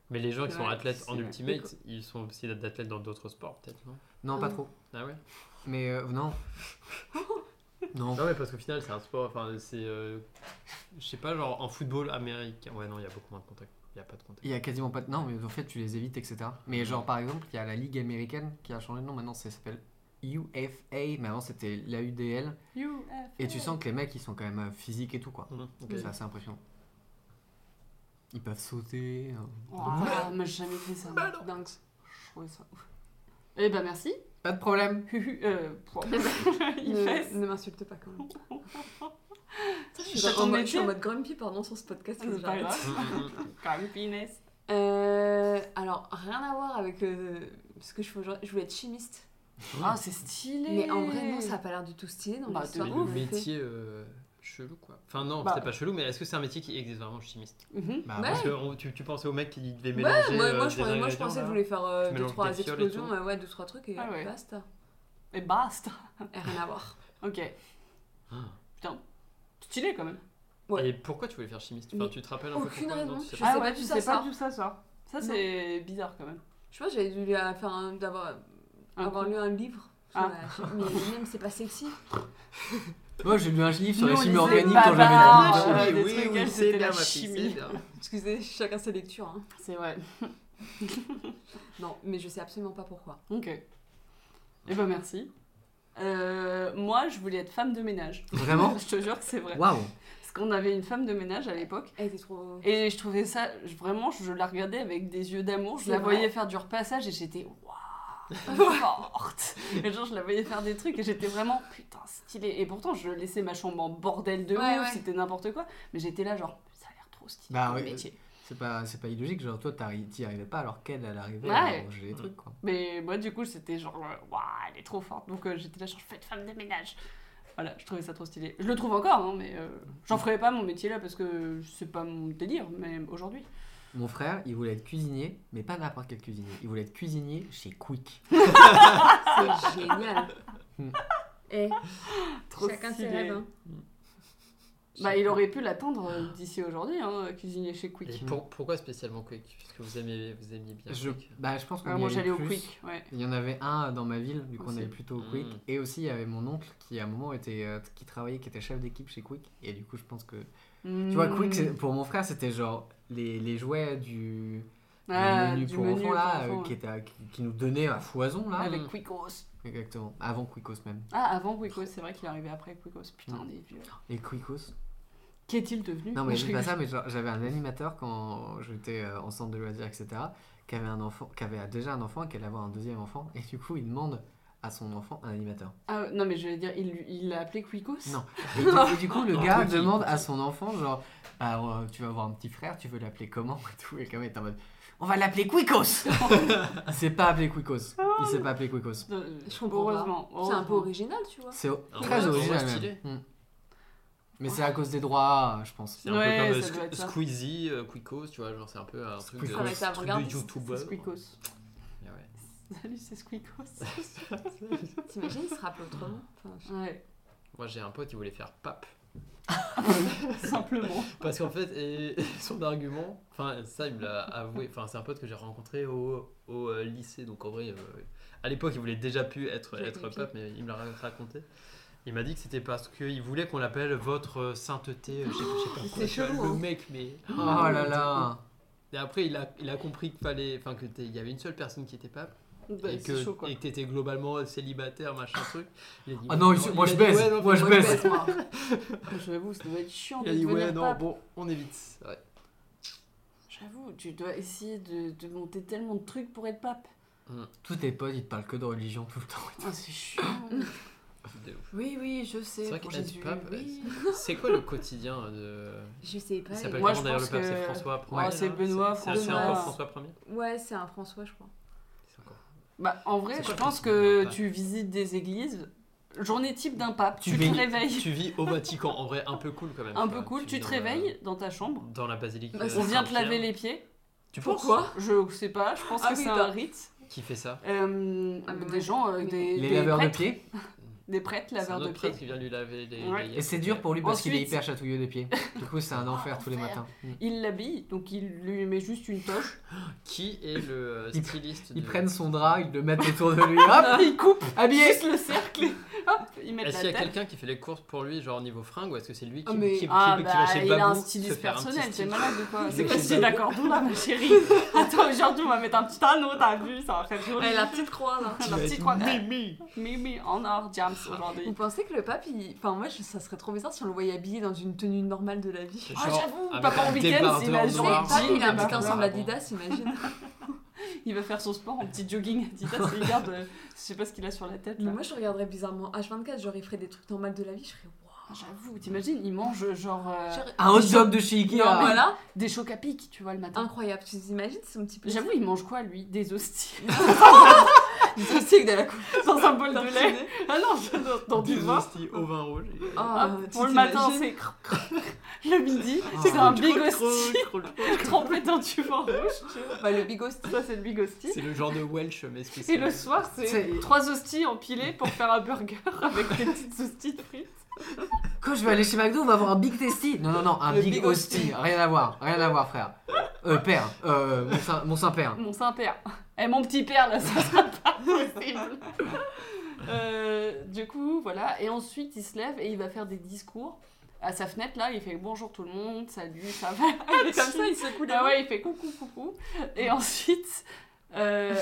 Speaker 3: Mais les gens qui sont
Speaker 2: Ouais,
Speaker 3: athlètes en
Speaker 2: c'est vrai.
Speaker 3: ultimate, ils sont aussi athlètes dans d'autres sports, peut-être, non
Speaker 5: Non,
Speaker 2: Mm.
Speaker 4: Ah.
Speaker 5: pas trop.
Speaker 3: Ah ouais
Speaker 5: Mais euh, non. non.
Speaker 3: Non, mais parce qu'au final, c'est un sport. Enfin, c'est. euh, je sais pas, genre en football américain. Ouais, non, il y a beaucoup moins de contact. Il y a pas de contact.
Speaker 5: Il y a quasiment pas de. Non, mais en fait, tu les évites, etc. Mais
Speaker 2: Mm.
Speaker 5: genre, par exemple, il y a la Ligue américaine qui a changé de nom. Maintenant, ça s'appelle UFA. Mais avant, c'était la UDL.
Speaker 2: You
Speaker 5: Et tu sens que les mecs, ils sont quand même euh, physiques et tout, quoi.
Speaker 4: (laughs)
Speaker 3: Mhm.
Speaker 2: Mm.
Speaker 5: C'est assez impressionnant. Ils peuvent sauter. euh.
Speaker 4: ah,
Speaker 2: Oh, moi, j'ai jamais fait ça.
Speaker 3: Bah
Speaker 2: Dingue. Je trouvais ça ouf. Eh ben, merci.
Speaker 5: Pas de problème.
Speaker 2: euh, pour- (laughs) Il fesse.
Speaker 4: Ne, ne m'insulte pas quand même. Je suis,
Speaker 2: J'attends
Speaker 4: en
Speaker 2: de
Speaker 4: mode-
Speaker 2: le
Speaker 4: (laughs) je suis en
Speaker 2: dire.
Speaker 4: mode grumpy pendant sur ce podcast.
Speaker 2: C'est
Speaker 4: faut que
Speaker 2: pas
Speaker 4: j'arrête.
Speaker 2: grave.
Speaker 3: Mhm.
Speaker 2: Grumpiness.
Speaker 4: Euh, alors, rien à voir avec euh, ce que je fais aujourd'hui. Je voulais être chimiste.
Speaker 2: Ah, c'est stylé.
Speaker 4: Mais en vrai, non, ça a pas l'air du tout stylé. Donc,
Speaker 2: Bah,
Speaker 3: Mais
Speaker 2: de
Speaker 4: l'histoire.
Speaker 3: le
Speaker 2: ouf.
Speaker 3: métier euh, chelou quoi. Enfin non,
Speaker 2: Bah.
Speaker 3: c'est pas chelou, mais est-ce que c'est un métier qui existe vraiment chimiste
Speaker 2: Mhm.
Speaker 5: Bah,
Speaker 4: Ouais.
Speaker 5: ouais.
Speaker 3: Parce que on- tu, tu pensais au mec qui devait
Speaker 4: Ouais,
Speaker 3: mélanger.
Speaker 4: moi, moi,
Speaker 3: euh,
Speaker 4: je,
Speaker 3: des
Speaker 4: pensais, moi, je
Speaker 3: ingrédients,
Speaker 4: pensais que
Speaker 3: là.
Speaker 4: je voulais faire euh,
Speaker 3: Tu
Speaker 4: deux,
Speaker 3: mélanges
Speaker 4: trois
Speaker 3: des fioles et
Speaker 4: explosions,
Speaker 3: tout.
Speaker 4: euh, ouais, deux, trois trucs et
Speaker 2: Ah ouais. (laughs)
Speaker 4: basta.
Speaker 2: Et basta.
Speaker 4: Et rien à voir.
Speaker 2: Ok.
Speaker 5: Ah.
Speaker 2: Putain. Stylé quand même.
Speaker 4: ouais.
Speaker 3: Et pourquoi tu voulais faire chimiste enfin,
Speaker 4: Mais
Speaker 3: Tu te rappelles un peu
Speaker 4: aucune
Speaker 3: pourquoi
Speaker 4: raison.
Speaker 3: Non, tu sais
Speaker 4: Je
Speaker 3: pas.
Speaker 4: sais pas d'où
Speaker 2: tu
Speaker 4: ça
Speaker 2: Ah sais pas
Speaker 4: sort.
Speaker 2: d'où ça sort. Ça,
Speaker 4: Non.
Speaker 2: c'est bizarre quand même.
Speaker 4: Je pense que j'avais dû lui euh, faire un- d'avoir
Speaker 2: Un
Speaker 4: avoir
Speaker 2: coup.
Speaker 4: lu un livre. sur
Speaker 2: Ah.
Speaker 4: la chimie.
Speaker 2: (laughs)
Speaker 4: Mais même, c'est pas sexy.
Speaker 5: Moi, j'ai lu un livre sur
Speaker 2: Nous,
Speaker 5: les
Speaker 2: on
Speaker 5: chimie
Speaker 2: lisait
Speaker 5: organique
Speaker 2: pas
Speaker 5: quand
Speaker 2: mal.
Speaker 5: j'avais 12
Speaker 2: (laughs)
Speaker 5: ans.
Speaker 2: Ah,
Speaker 3: Oui,
Speaker 2: des
Speaker 3: oui,
Speaker 2: trucs,
Speaker 3: oui,
Speaker 2: elle,
Speaker 3: c'est
Speaker 2: c'était
Speaker 3: bien,
Speaker 2: la
Speaker 3: ma fille,
Speaker 2: chimie.
Speaker 3: c'est bien.
Speaker 4: Excusez, chacun ses lectures. hein.
Speaker 2: C'est vrai.
Speaker 4: Non, mais je sais absolument pas pourquoi.
Speaker 2: Ok. Eh ben merci. Euh, moi, je voulais être femme de ménage. (laughs)
Speaker 5: Vraiment
Speaker 2: Je te jure que c'est vrai.
Speaker 5: Waouh.
Speaker 2: Parce qu'on avait une femme de ménage à l'époque.
Speaker 4: Elle était trop.
Speaker 2: Et je trouvais ça, je- vraiment, je la regardais avec des yeux d'amour. Je
Speaker 4: C'est
Speaker 2: la
Speaker 4: vrai.
Speaker 2: voyais faire du repassage et j'étais (laughs) waouh, forte. Et genre, je la voyais faire des trucs et j'étais vraiment putain stylée. Et pourtant, je laissais ma chambre en bordel de
Speaker 4: Ouais,
Speaker 2: ouf,
Speaker 4: ouais.
Speaker 2: c'était n'importe quoi. Mais j'étais là, genre, ça a l'air trop prostituée
Speaker 5: Bah,
Speaker 2: comme
Speaker 5: oui.
Speaker 2: métier.
Speaker 5: C'est pas, c'est pas illogique, genre toi t'arri- t'y arrivais pas alors qu'elle elle arrivait
Speaker 2: Ouais.
Speaker 5: à ranger les trucs quoi.
Speaker 2: Mais moi, du coup, c'était genre, euh, waouh, elle est trop forte. Donc, euh, j'étais là, genre, je fais de femme de ménage. Voilà, je trouvais ça trop stylé. Je le trouve encore, hein, mais euh, j'en ferai pas mon métier là parce que c'est pas mon délire, même aujourd'hui.
Speaker 5: Mon frère il voulait être cuisinier, mais pas n'importe quel cuisinier, il voulait être cuisinier chez Quick.
Speaker 4: (laughs) C'est génial.
Speaker 5: Hmm.
Speaker 4: Eh,
Speaker 2: Trop
Speaker 4: chacun ses
Speaker 2: stylé.
Speaker 4: rêves. hein.
Speaker 2: Bah, il aurait pu l'attendre euh, d'ici aujourd'hui, hein, cuisiner chez
Speaker 3: Et
Speaker 2: Quick.
Speaker 3: pour- pourquoi spécialement Quick Parce que vous aimiez, vous aimiez bien
Speaker 5: Je,
Speaker 3: Quick.
Speaker 5: bah, je pense qu'on
Speaker 2: Alors,
Speaker 5: y
Speaker 2: moi,
Speaker 5: allait
Speaker 2: j'allais au
Speaker 5: plus.
Speaker 2: Quick, ouais.
Speaker 5: Il y en avait un dans ma ville, du coup on
Speaker 2: Aussi.
Speaker 5: allait plutôt au Quick.
Speaker 3: Mm.
Speaker 5: Et aussi il y avait mon oncle qui à un moment était, euh, qui travaillait, qui était chef d'équipe chez Quick. Et du coup je pense que... Tu vois
Speaker 2: Mm.
Speaker 5: Quick,
Speaker 2: Mmh.
Speaker 5: c'est- pour mon frère c'était genre les, les jouets du, du
Speaker 2: Ah,
Speaker 5: menu pour enfants là, euh, qui, était à- qui, qui nous donnait à foison là.
Speaker 2: Avec
Speaker 3: Mm.
Speaker 2: Quickos.
Speaker 5: Exactement, avant Quickos même.
Speaker 2: Ah, avant Quickos, c'est vrai qu'il est arrivé après Quickos. Putain, on est vieux.
Speaker 5: Et Quickos
Speaker 2: Qu'est-il devenu
Speaker 5: Mmh. Non, mais
Speaker 2: Je
Speaker 5: je dis pas
Speaker 2: rigole.
Speaker 5: ça, mais genre, j'avais un animateur quand j'étais euh, en centre de loisirs, etc., qui avait, un enfant, qui avait déjà un enfant et qui allait avoir un deuxième enfant. Et du coup, il demande à son enfant un animateur.
Speaker 2: Ah, non, mais je vais dire, il lui- il l'a appelé Quickos
Speaker 5: Non. Et du, et du coup,
Speaker 3: (laughs)
Speaker 5: le
Speaker 3: Non,
Speaker 5: gars
Speaker 3: Quick, il-
Speaker 5: demande à son enfant, genre, Ah, euh, tu vas avoir un petit frère, tu veux l'appeler comment (laughs) et tout. Et le gars est en mode, on va l'appeler (laughs) Quickos Il s'est pas appelé Quickos. Il s'est pas appelé Quickos.
Speaker 2: Euh,
Speaker 4: Je comprends pas.
Speaker 2: Heureusement.
Speaker 4: C'est un peu
Speaker 2: heureusement.
Speaker 4: original, tu vois.
Speaker 5: C'est
Speaker 3: Ah,
Speaker 5: très
Speaker 3: ouais,
Speaker 5: original.
Speaker 3: c'est
Speaker 5: même.
Speaker 3: stylé.
Speaker 5: Mm. Mais c'est à cause des droits, je pense.
Speaker 3: C'est un
Speaker 2: Ouais,
Speaker 3: peu comme
Speaker 2: ça
Speaker 3: euh,
Speaker 2: doit être ça.
Speaker 3: Squeezie, euh, Quickos, tu vois, genre c'est un peu un truc de,
Speaker 5: Squeakos. Ah,
Speaker 4: mais ça,
Speaker 3: truc
Speaker 4: regarde,
Speaker 3: de
Speaker 4: c'est- c'est
Speaker 3: youtubeur.
Speaker 2: C'est
Speaker 4: (laughs)
Speaker 2: Squeakos.
Speaker 3: Ah ouais.
Speaker 2: Salut, c'est Squeakos.
Speaker 4: T'imagines, il se rappelle autrement. Enfin, je- (laughs)
Speaker 2: Ouais,
Speaker 3: (laughs) Moi j'ai un pote qui voulait faire pape.
Speaker 2: simplement.
Speaker 3: Parce qu'en fait, et- (laughs) et son argument, enfin ça il me l'a avoué, enfin c'est un pote que j'ai rencontré au, au, euh, lycée, donc en vrai, euh, à l'époque il voulait déjà pu être,
Speaker 4: J'avais
Speaker 3: être
Speaker 4: une
Speaker 3: pape, mais il me l'a raconté. Il m'a dit que c'était parce qu'il voulait qu'on l'appelle votre sainteté, euh, je sais, je sais pas quoi,
Speaker 4: c'est
Speaker 3: tu vois,
Speaker 4: chelou,
Speaker 3: le
Speaker 4: hein.
Speaker 3: mec, mais...
Speaker 5: Oh là là
Speaker 3: Et après il a, il a compris qu'il fallait, enfin que t'es- il y avait une seule personne qui était pape,
Speaker 2: Bah,
Speaker 3: et,
Speaker 2: c'est
Speaker 3: que,
Speaker 2: chaud, quoi.
Speaker 3: et que t'étais globalement célibataire, machin truc. Il a dit,
Speaker 5: Ah
Speaker 3: ouais,
Speaker 5: non, il se-
Speaker 3: il
Speaker 5: moi,
Speaker 3: a
Speaker 5: je
Speaker 3: dit,
Speaker 5: baise,
Speaker 3: ouais, non,
Speaker 5: moi,
Speaker 3: fais-
Speaker 5: je
Speaker 4: Moi,
Speaker 5: baisse.
Speaker 4: baisse, moi.
Speaker 2: (laughs) J'avoue, ça doit être chiant
Speaker 3: Il
Speaker 2: de
Speaker 3: a dit ouais,
Speaker 2: devenir
Speaker 3: non,
Speaker 2: pape.
Speaker 3: bon, on évite. Ouais.
Speaker 2: J'avoue, tu dois essayer de, de monter tellement de trucs pour être pape.
Speaker 5: Tous tes potes, ils te parlent que de religion tout le temps.
Speaker 2: Ah, c'est chiant.
Speaker 3: De ouf.
Speaker 4: Oui, oui, je
Speaker 3: C'est
Speaker 4: sais.
Speaker 3: vrai
Speaker 4: pour
Speaker 3: qu'il a dit
Speaker 4: Jésus,
Speaker 3: pape,
Speaker 4: oui.
Speaker 3: C'est quoi le quotidien de.
Speaker 4: Je sais pas.
Speaker 3: Il s'appelle
Speaker 2: Moi,
Speaker 3: comment
Speaker 2: je
Speaker 3: d'ailleurs le
Speaker 2: pense
Speaker 3: pape
Speaker 2: que-
Speaker 3: C'est François
Speaker 2: Ouais,
Speaker 3: Ier,
Speaker 2: c'est
Speaker 3: non
Speaker 2: Benoît,
Speaker 3: C'est- c'est- C'est
Speaker 4: François.
Speaker 3: encore François Ier
Speaker 4: Ouais, c'est un François, je crois.
Speaker 3: C'est encore-
Speaker 2: (laughs) bah, en vrai,
Speaker 3: C'est
Speaker 2: je
Speaker 3: quoi,
Speaker 2: pense
Speaker 3: le
Speaker 2: que
Speaker 3: pape
Speaker 2: tu visites des églises. Journée type d'un pape.
Speaker 3: Tu
Speaker 2: Tu te
Speaker 3: baignes.
Speaker 2: réveilles.
Speaker 3: Tu vis au Vatican, en vrai, un peu cool quand même.
Speaker 2: Un
Speaker 3: tu
Speaker 2: peu
Speaker 3: vois.
Speaker 2: cool. Tu
Speaker 3: vis
Speaker 2: te
Speaker 3: dans la-
Speaker 2: réveilles dans ta chambre.
Speaker 3: Dans la basilique.
Speaker 4: Bah,
Speaker 3: euh,
Speaker 2: On vient te
Speaker 3: Saint-Pierre.
Speaker 2: laver les pieds.
Speaker 3: Tu penses
Speaker 4: Pourquoi
Speaker 2: Je sais pas, je pense
Speaker 4: Ah
Speaker 2: que
Speaker 4: oui,
Speaker 2: c'est un
Speaker 4: t'as-
Speaker 2: rite.
Speaker 3: Qui fait ça
Speaker 2: Euh,
Speaker 4: Ah, mais
Speaker 2: des
Speaker 4: ouais.
Speaker 2: gens, euh,
Speaker 4: Oui.
Speaker 2: des,
Speaker 5: Les
Speaker 2: des
Speaker 5: laveurs de
Speaker 2: prêtres,
Speaker 5: pieds.
Speaker 2: des prêtres
Speaker 3: C'est un
Speaker 2: laveurs de
Speaker 3: autre
Speaker 2: pieds.
Speaker 3: prêtre qui vient lui laver les.
Speaker 2: Ouais.
Speaker 3: les-
Speaker 5: Et c'est dur pour lui parce qu'il est
Speaker 2: Ensuite- Oh,
Speaker 5: hyper chatouilleux des pieds. Du coup, c'est un enfer tous les matins. Mm.
Speaker 2: Il l'habille, donc il lui met juste une toche.
Speaker 3: Qui est le euh,
Speaker 5: Ils-
Speaker 3: styliste
Speaker 5: Ils
Speaker 3: de-
Speaker 5: prennent son drap, ils le mettent autour de lui, hop,
Speaker 2: il (laughs) coupe
Speaker 5: habillé
Speaker 2: juste le cercle. et Hop, il met la
Speaker 3: Est-ce qu'il y a
Speaker 2: tête.
Speaker 3: quelqu'un qui fait les courses pour lui, genre niveau fringue, ou est-ce que c'est lui qui,
Speaker 4: Ah, mais-
Speaker 3: qui- qui-
Speaker 2: Ah
Speaker 3: qui
Speaker 2: bah,
Speaker 3: va chez
Speaker 2: il a un
Speaker 3: Babou se
Speaker 2: styliste
Speaker 3: faire un petit
Speaker 2: personnel, c'est
Speaker 3: style
Speaker 2: malade ou
Speaker 3: (laughs)
Speaker 2: quoi C'est
Speaker 3: Il va
Speaker 2: pas
Speaker 3: chez
Speaker 2: si d'accord, d'où là ma
Speaker 3: (laughs)
Speaker 2: chérie Attends, aujourd'hui on va mettre un petit anneau, t'as vu, ça va faire joli.
Speaker 4: Elle a la petite croix, là.
Speaker 2: un petit coin Mimi Eh, Mimi en or, James, aujourd'hui.
Speaker 4: Vous pensez que le pape, il... enfin moi, je- ça serait trop bizarre si on le voyait habillé dans une tenue normale de la vie.
Speaker 2: Ah
Speaker 3: Genre,
Speaker 2: j'avoue,
Speaker 3: avec
Speaker 2: papa
Speaker 3: un
Speaker 2: en week-end, c'est la
Speaker 3: débardeur
Speaker 4: Tu
Speaker 2: journée. Ah,
Speaker 3: noir.
Speaker 4: sais, le pape, il a un
Speaker 3: jean,
Speaker 4: petit ensemble
Speaker 3: barbe.
Speaker 4: Adidas, imagine.
Speaker 2: Il va faire son sport en petit jogging Adidas et il garde, euh, je sais pas ce qu'il a sur la tête
Speaker 4: (laughs) (laughs) Mais
Speaker 2: là.
Speaker 4: moi, je regarderais bizarrement H24, genre il ferait des trucs normaux de la vie, je serais
Speaker 2: Ah,
Speaker 4: waouh.
Speaker 2: J'avoue, t'imagines, il mange genre euh,
Speaker 4: Genre-
Speaker 5: Un hot dog de chez Ikea.
Speaker 4: Non, voilà,
Speaker 2: des chocs à pic, tu vois, le matin.
Speaker 4: incroyable. Tu t'imagines son petit plaisir.
Speaker 2: J'avoue, il mange quoi lui Des (laughs) hosties
Speaker 4: C'est aussi que de la coupe.
Speaker 2: dans un bol de lait. Ah non, je- dans, dans du
Speaker 3: Des
Speaker 2: vin.
Speaker 3: hosties au vin rouge. et-
Speaker 4: Ah,
Speaker 2: Ah,
Speaker 4: tu
Speaker 2: pour le matin,
Speaker 4: t'imagines
Speaker 2: c'est cr- cr- (laughs) le midi,
Speaker 5: Ah.
Speaker 2: c'est un big
Speaker 3: Croc,
Speaker 2: hostie
Speaker 3: croc,
Speaker 2: (laughs)
Speaker 3: croc.
Speaker 2: trempé dans du vin rouge.
Speaker 4: Bah, le big hostie.
Speaker 2: Ça, c'est le big hostie.
Speaker 3: C'est le genre de Welsh,
Speaker 2: (laughs)
Speaker 3: mais spécial.
Speaker 2: Et le soir, c'est
Speaker 5: C'est-
Speaker 2: trois hosties empilées pour faire un burger (laughs) avec des petites hosties de frites.
Speaker 5: Quand je vais aller chez McDo, on va avoir un big testy. Non, non, non, un
Speaker 2: Le
Speaker 5: big,
Speaker 2: big
Speaker 5: hostie. Rien à voir, rien à voir, frère. Euh, père, euh, mon saint- mon Saint-Père.
Speaker 2: Mon Saint-Père. Eh, mon petit père, là, ça sera pas
Speaker 5: (laughs)
Speaker 2: possible. Euh, du coup, voilà. Et ensuite, il se lève et il va faire des discours à sa fenêtre, là. Il fait bonjour tout le monde, salut, ça
Speaker 5: (laughs)
Speaker 2: va.
Speaker 5: Ah,
Speaker 4: Comme ça, il secoue les
Speaker 2: Ah
Speaker 4: mains.
Speaker 2: ouais, il fait coucou, coucou. Et ensuite, euh,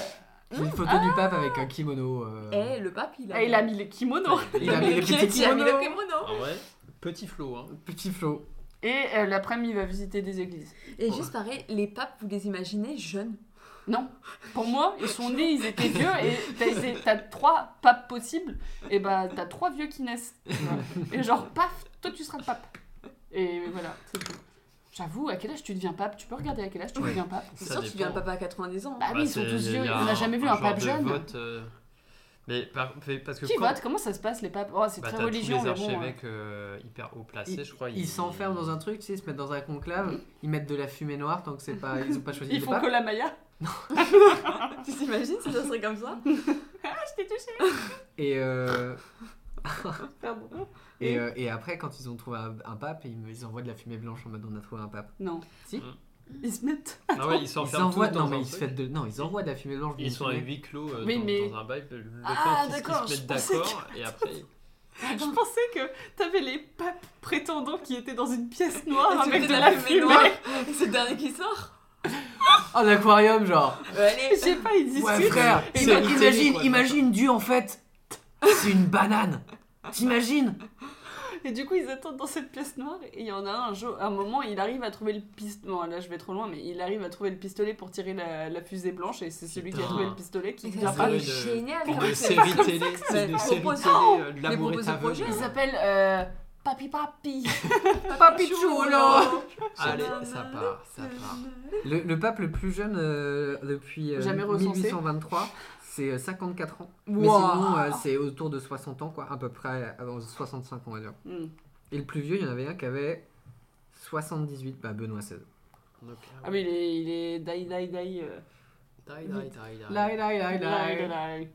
Speaker 5: J'ai une photo
Speaker 2: Ah.
Speaker 5: du pape avec un kimono. euh,
Speaker 4: Eh, le pape, il a.
Speaker 2: eh, il a mis les kimonos. (laughs)
Speaker 5: Il a mis les
Speaker 4: Kimono.
Speaker 5: petits
Speaker 4: Il a mis le
Speaker 5: kimonos.
Speaker 4: kimono.
Speaker 3: En vrai, Ah petit flow,
Speaker 2: Eh.
Speaker 3: hein.
Speaker 5: Petit flot.
Speaker 2: Et euh, l'après-midi, il va visiter des églises.
Speaker 3: Oh.
Speaker 4: Et juste pareil, les papes, vous les imaginez jeunes.
Speaker 2: Non, pour moi, ils sont nés, ils étaient vieux, et t'as- c'est- t'as trois papes possibles, et bah t'as trois vieux qui naissent. tu vois. Et genre, paf, toi tu seras le pape. Et voilà, c'est tout. J'avoue, à quel âge tu deviens pape Tu peux regarder à quel âge tu
Speaker 5: Ouais.
Speaker 2: deviens pape
Speaker 4: C'est
Speaker 3: Ça
Speaker 4: sûr que tu
Speaker 3: dépend.
Speaker 4: deviens papa à 90 ans.
Speaker 2: Bah oui, ils sont
Speaker 3: c'est-
Speaker 2: tous
Speaker 3: il y
Speaker 2: vieux.
Speaker 3: a
Speaker 2: On n'a jamais vu un,
Speaker 3: genre
Speaker 2: pape
Speaker 3: de
Speaker 2: jeune.
Speaker 3: vote, euh, Mais par, fait- parce que
Speaker 2: Qui
Speaker 3: quand-
Speaker 2: vote Comment ça se passe les papes Oh, c'est
Speaker 3: bah,
Speaker 2: très
Speaker 3: t'as
Speaker 2: religion,
Speaker 3: tous
Speaker 2: mais
Speaker 3: les
Speaker 2: bon. hein.
Speaker 3: archevêques euh, hyper haut placés,
Speaker 5: Ils
Speaker 3: je crois.
Speaker 5: ils s'enferment dans un truc, tu sais, ils se mettent dans un conclave, ils mettent de la fumée noire tant que c'est pas, ils ont pas choisi
Speaker 2: euh, Ils
Speaker 5: le
Speaker 2: font
Speaker 5: pape.
Speaker 2: que la Maya. (laughs)
Speaker 4: Tu t'imagines si ça serait comme ça
Speaker 2: Ah, je t'ai touché.
Speaker 5: Et, euh,
Speaker 2: (laughs) Pardon.
Speaker 5: et, euh, et après, quand ils ont trouvé un, un pape, ils, me- ils envoient de la fumée blanche en mode on a trouvé un pape.
Speaker 2: Non.
Speaker 5: Si.
Speaker 3: Mm.
Speaker 2: Ils se mettent.
Speaker 3: Ah ouais, ils
Speaker 5: Ils
Speaker 3: s'enferment tous
Speaker 5: envoient,
Speaker 3: dans
Speaker 5: non mais
Speaker 3: un
Speaker 5: ils se
Speaker 3: truc.
Speaker 5: fêtent de, non ils envoient de la fumée blanche.
Speaker 3: Ils sont à
Speaker 5: mais-
Speaker 3: huis clos euh,
Speaker 2: Oui,
Speaker 3: dans,
Speaker 2: mais-
Speaker 3: dans un bail, le
Speaker 2: Ah,
Speaker 3: temps qu'ils- qu'ils
Speaker 2: d'accord,
Speaker 3: se
Speaker 2: je
Speaker 3: mettent
Speaker 2: pensais Ah,
Speaker 3: d'accord et après
Speaker 2: (laughs) Je pensais que t'avais les papes prétendants qui étaient dans une pièce noire
Speaker 4: Tu
Speaker 2: Ah, avec
Speaker 4: fais
Speaker 2: de la fumée.
Speaker 4: noire, et (laughs) c'est le dernier qui sort.
Speaker 5: Oh l'aquarium
Speaker 2: Bah,
Speaker 5: genre.
Speaker 4: Ouais, allez.
Speaker 2: (laughs) Je sais pas, ils discutent.
Speaker 5: Ouais frère.
Speaker 2: Et
Speaker 5: c'est-
Speaker 2: donc,
Speaker 3: l'Italie,
Speaker 5: imagine,
Speaker 3: quoi,
Speaker 5: imagine Dieu en fait, c'est une banane. T'imagines
Speaker 2: Et du coup, ils attendent dans cette pièce noire. Et il y en a un, un, jour- un moment, il arrive à trouver le pistolet. Bon, là, je vais trop loin, mais il arrive à trouver le pistolet pour tirer la, la fusée blanche. Et c'est celui qui a
Speaker 3: Putain.
Speaker 2: trouvé le pistolet qui
Speaker 4: Mais
Speaker 2: vient
Speaker 4: ça
Speaker 2: pas.
Speaker 3: une-
Speaker 4: serait génial
Speaker 3: pour
Speaker 4: comme
Speaker 3: des
Speaker 4: fait.
Speaker 3: séries télé, c'est
Speaker 4: Ouais.
Speaker 3: des
Speaker 4: Ils
Speaker 3: séries
Speaker 4: proposent-
Speaker 3: télé, euh, de
Speaker 4: Ils
Speaker 3: l'amour est
Speaker 4: proposent des
Speaker 3: aveugle.
Speaker 4: projets,
Speaker 2: Il s'appelle euh, Papi Papi.
Speaker 4: Papi
Speaker 2: Chulo.
Speaker 3: Allez, ça part, ça part.
Speaker 5: le, le pape le plus jeune euh, depuis euh,
Speaker 2: Jamais recensé.
Speaker 5: 1823, c'est euh, 54 ans. Mais
Speaker 4: Wow.
Speaker 5: sinon, euh, c'est autour de 60 ans, quoi, à peu près, euh, 65 on va dire.
Speaker 2: (laughs) Hmm.
Speaker 5: Et le plus vieux, il y en avait un qui avait 78, bah Benoît XVI.
Speaker 3: Donc,
Speaker 2: Ah, mais il est, il est die, die, die. euh,
Speaker 3: die, die, die, die.
Speaker 5: Laï, laï, laï, laï.
Speaker 2: die, die, die.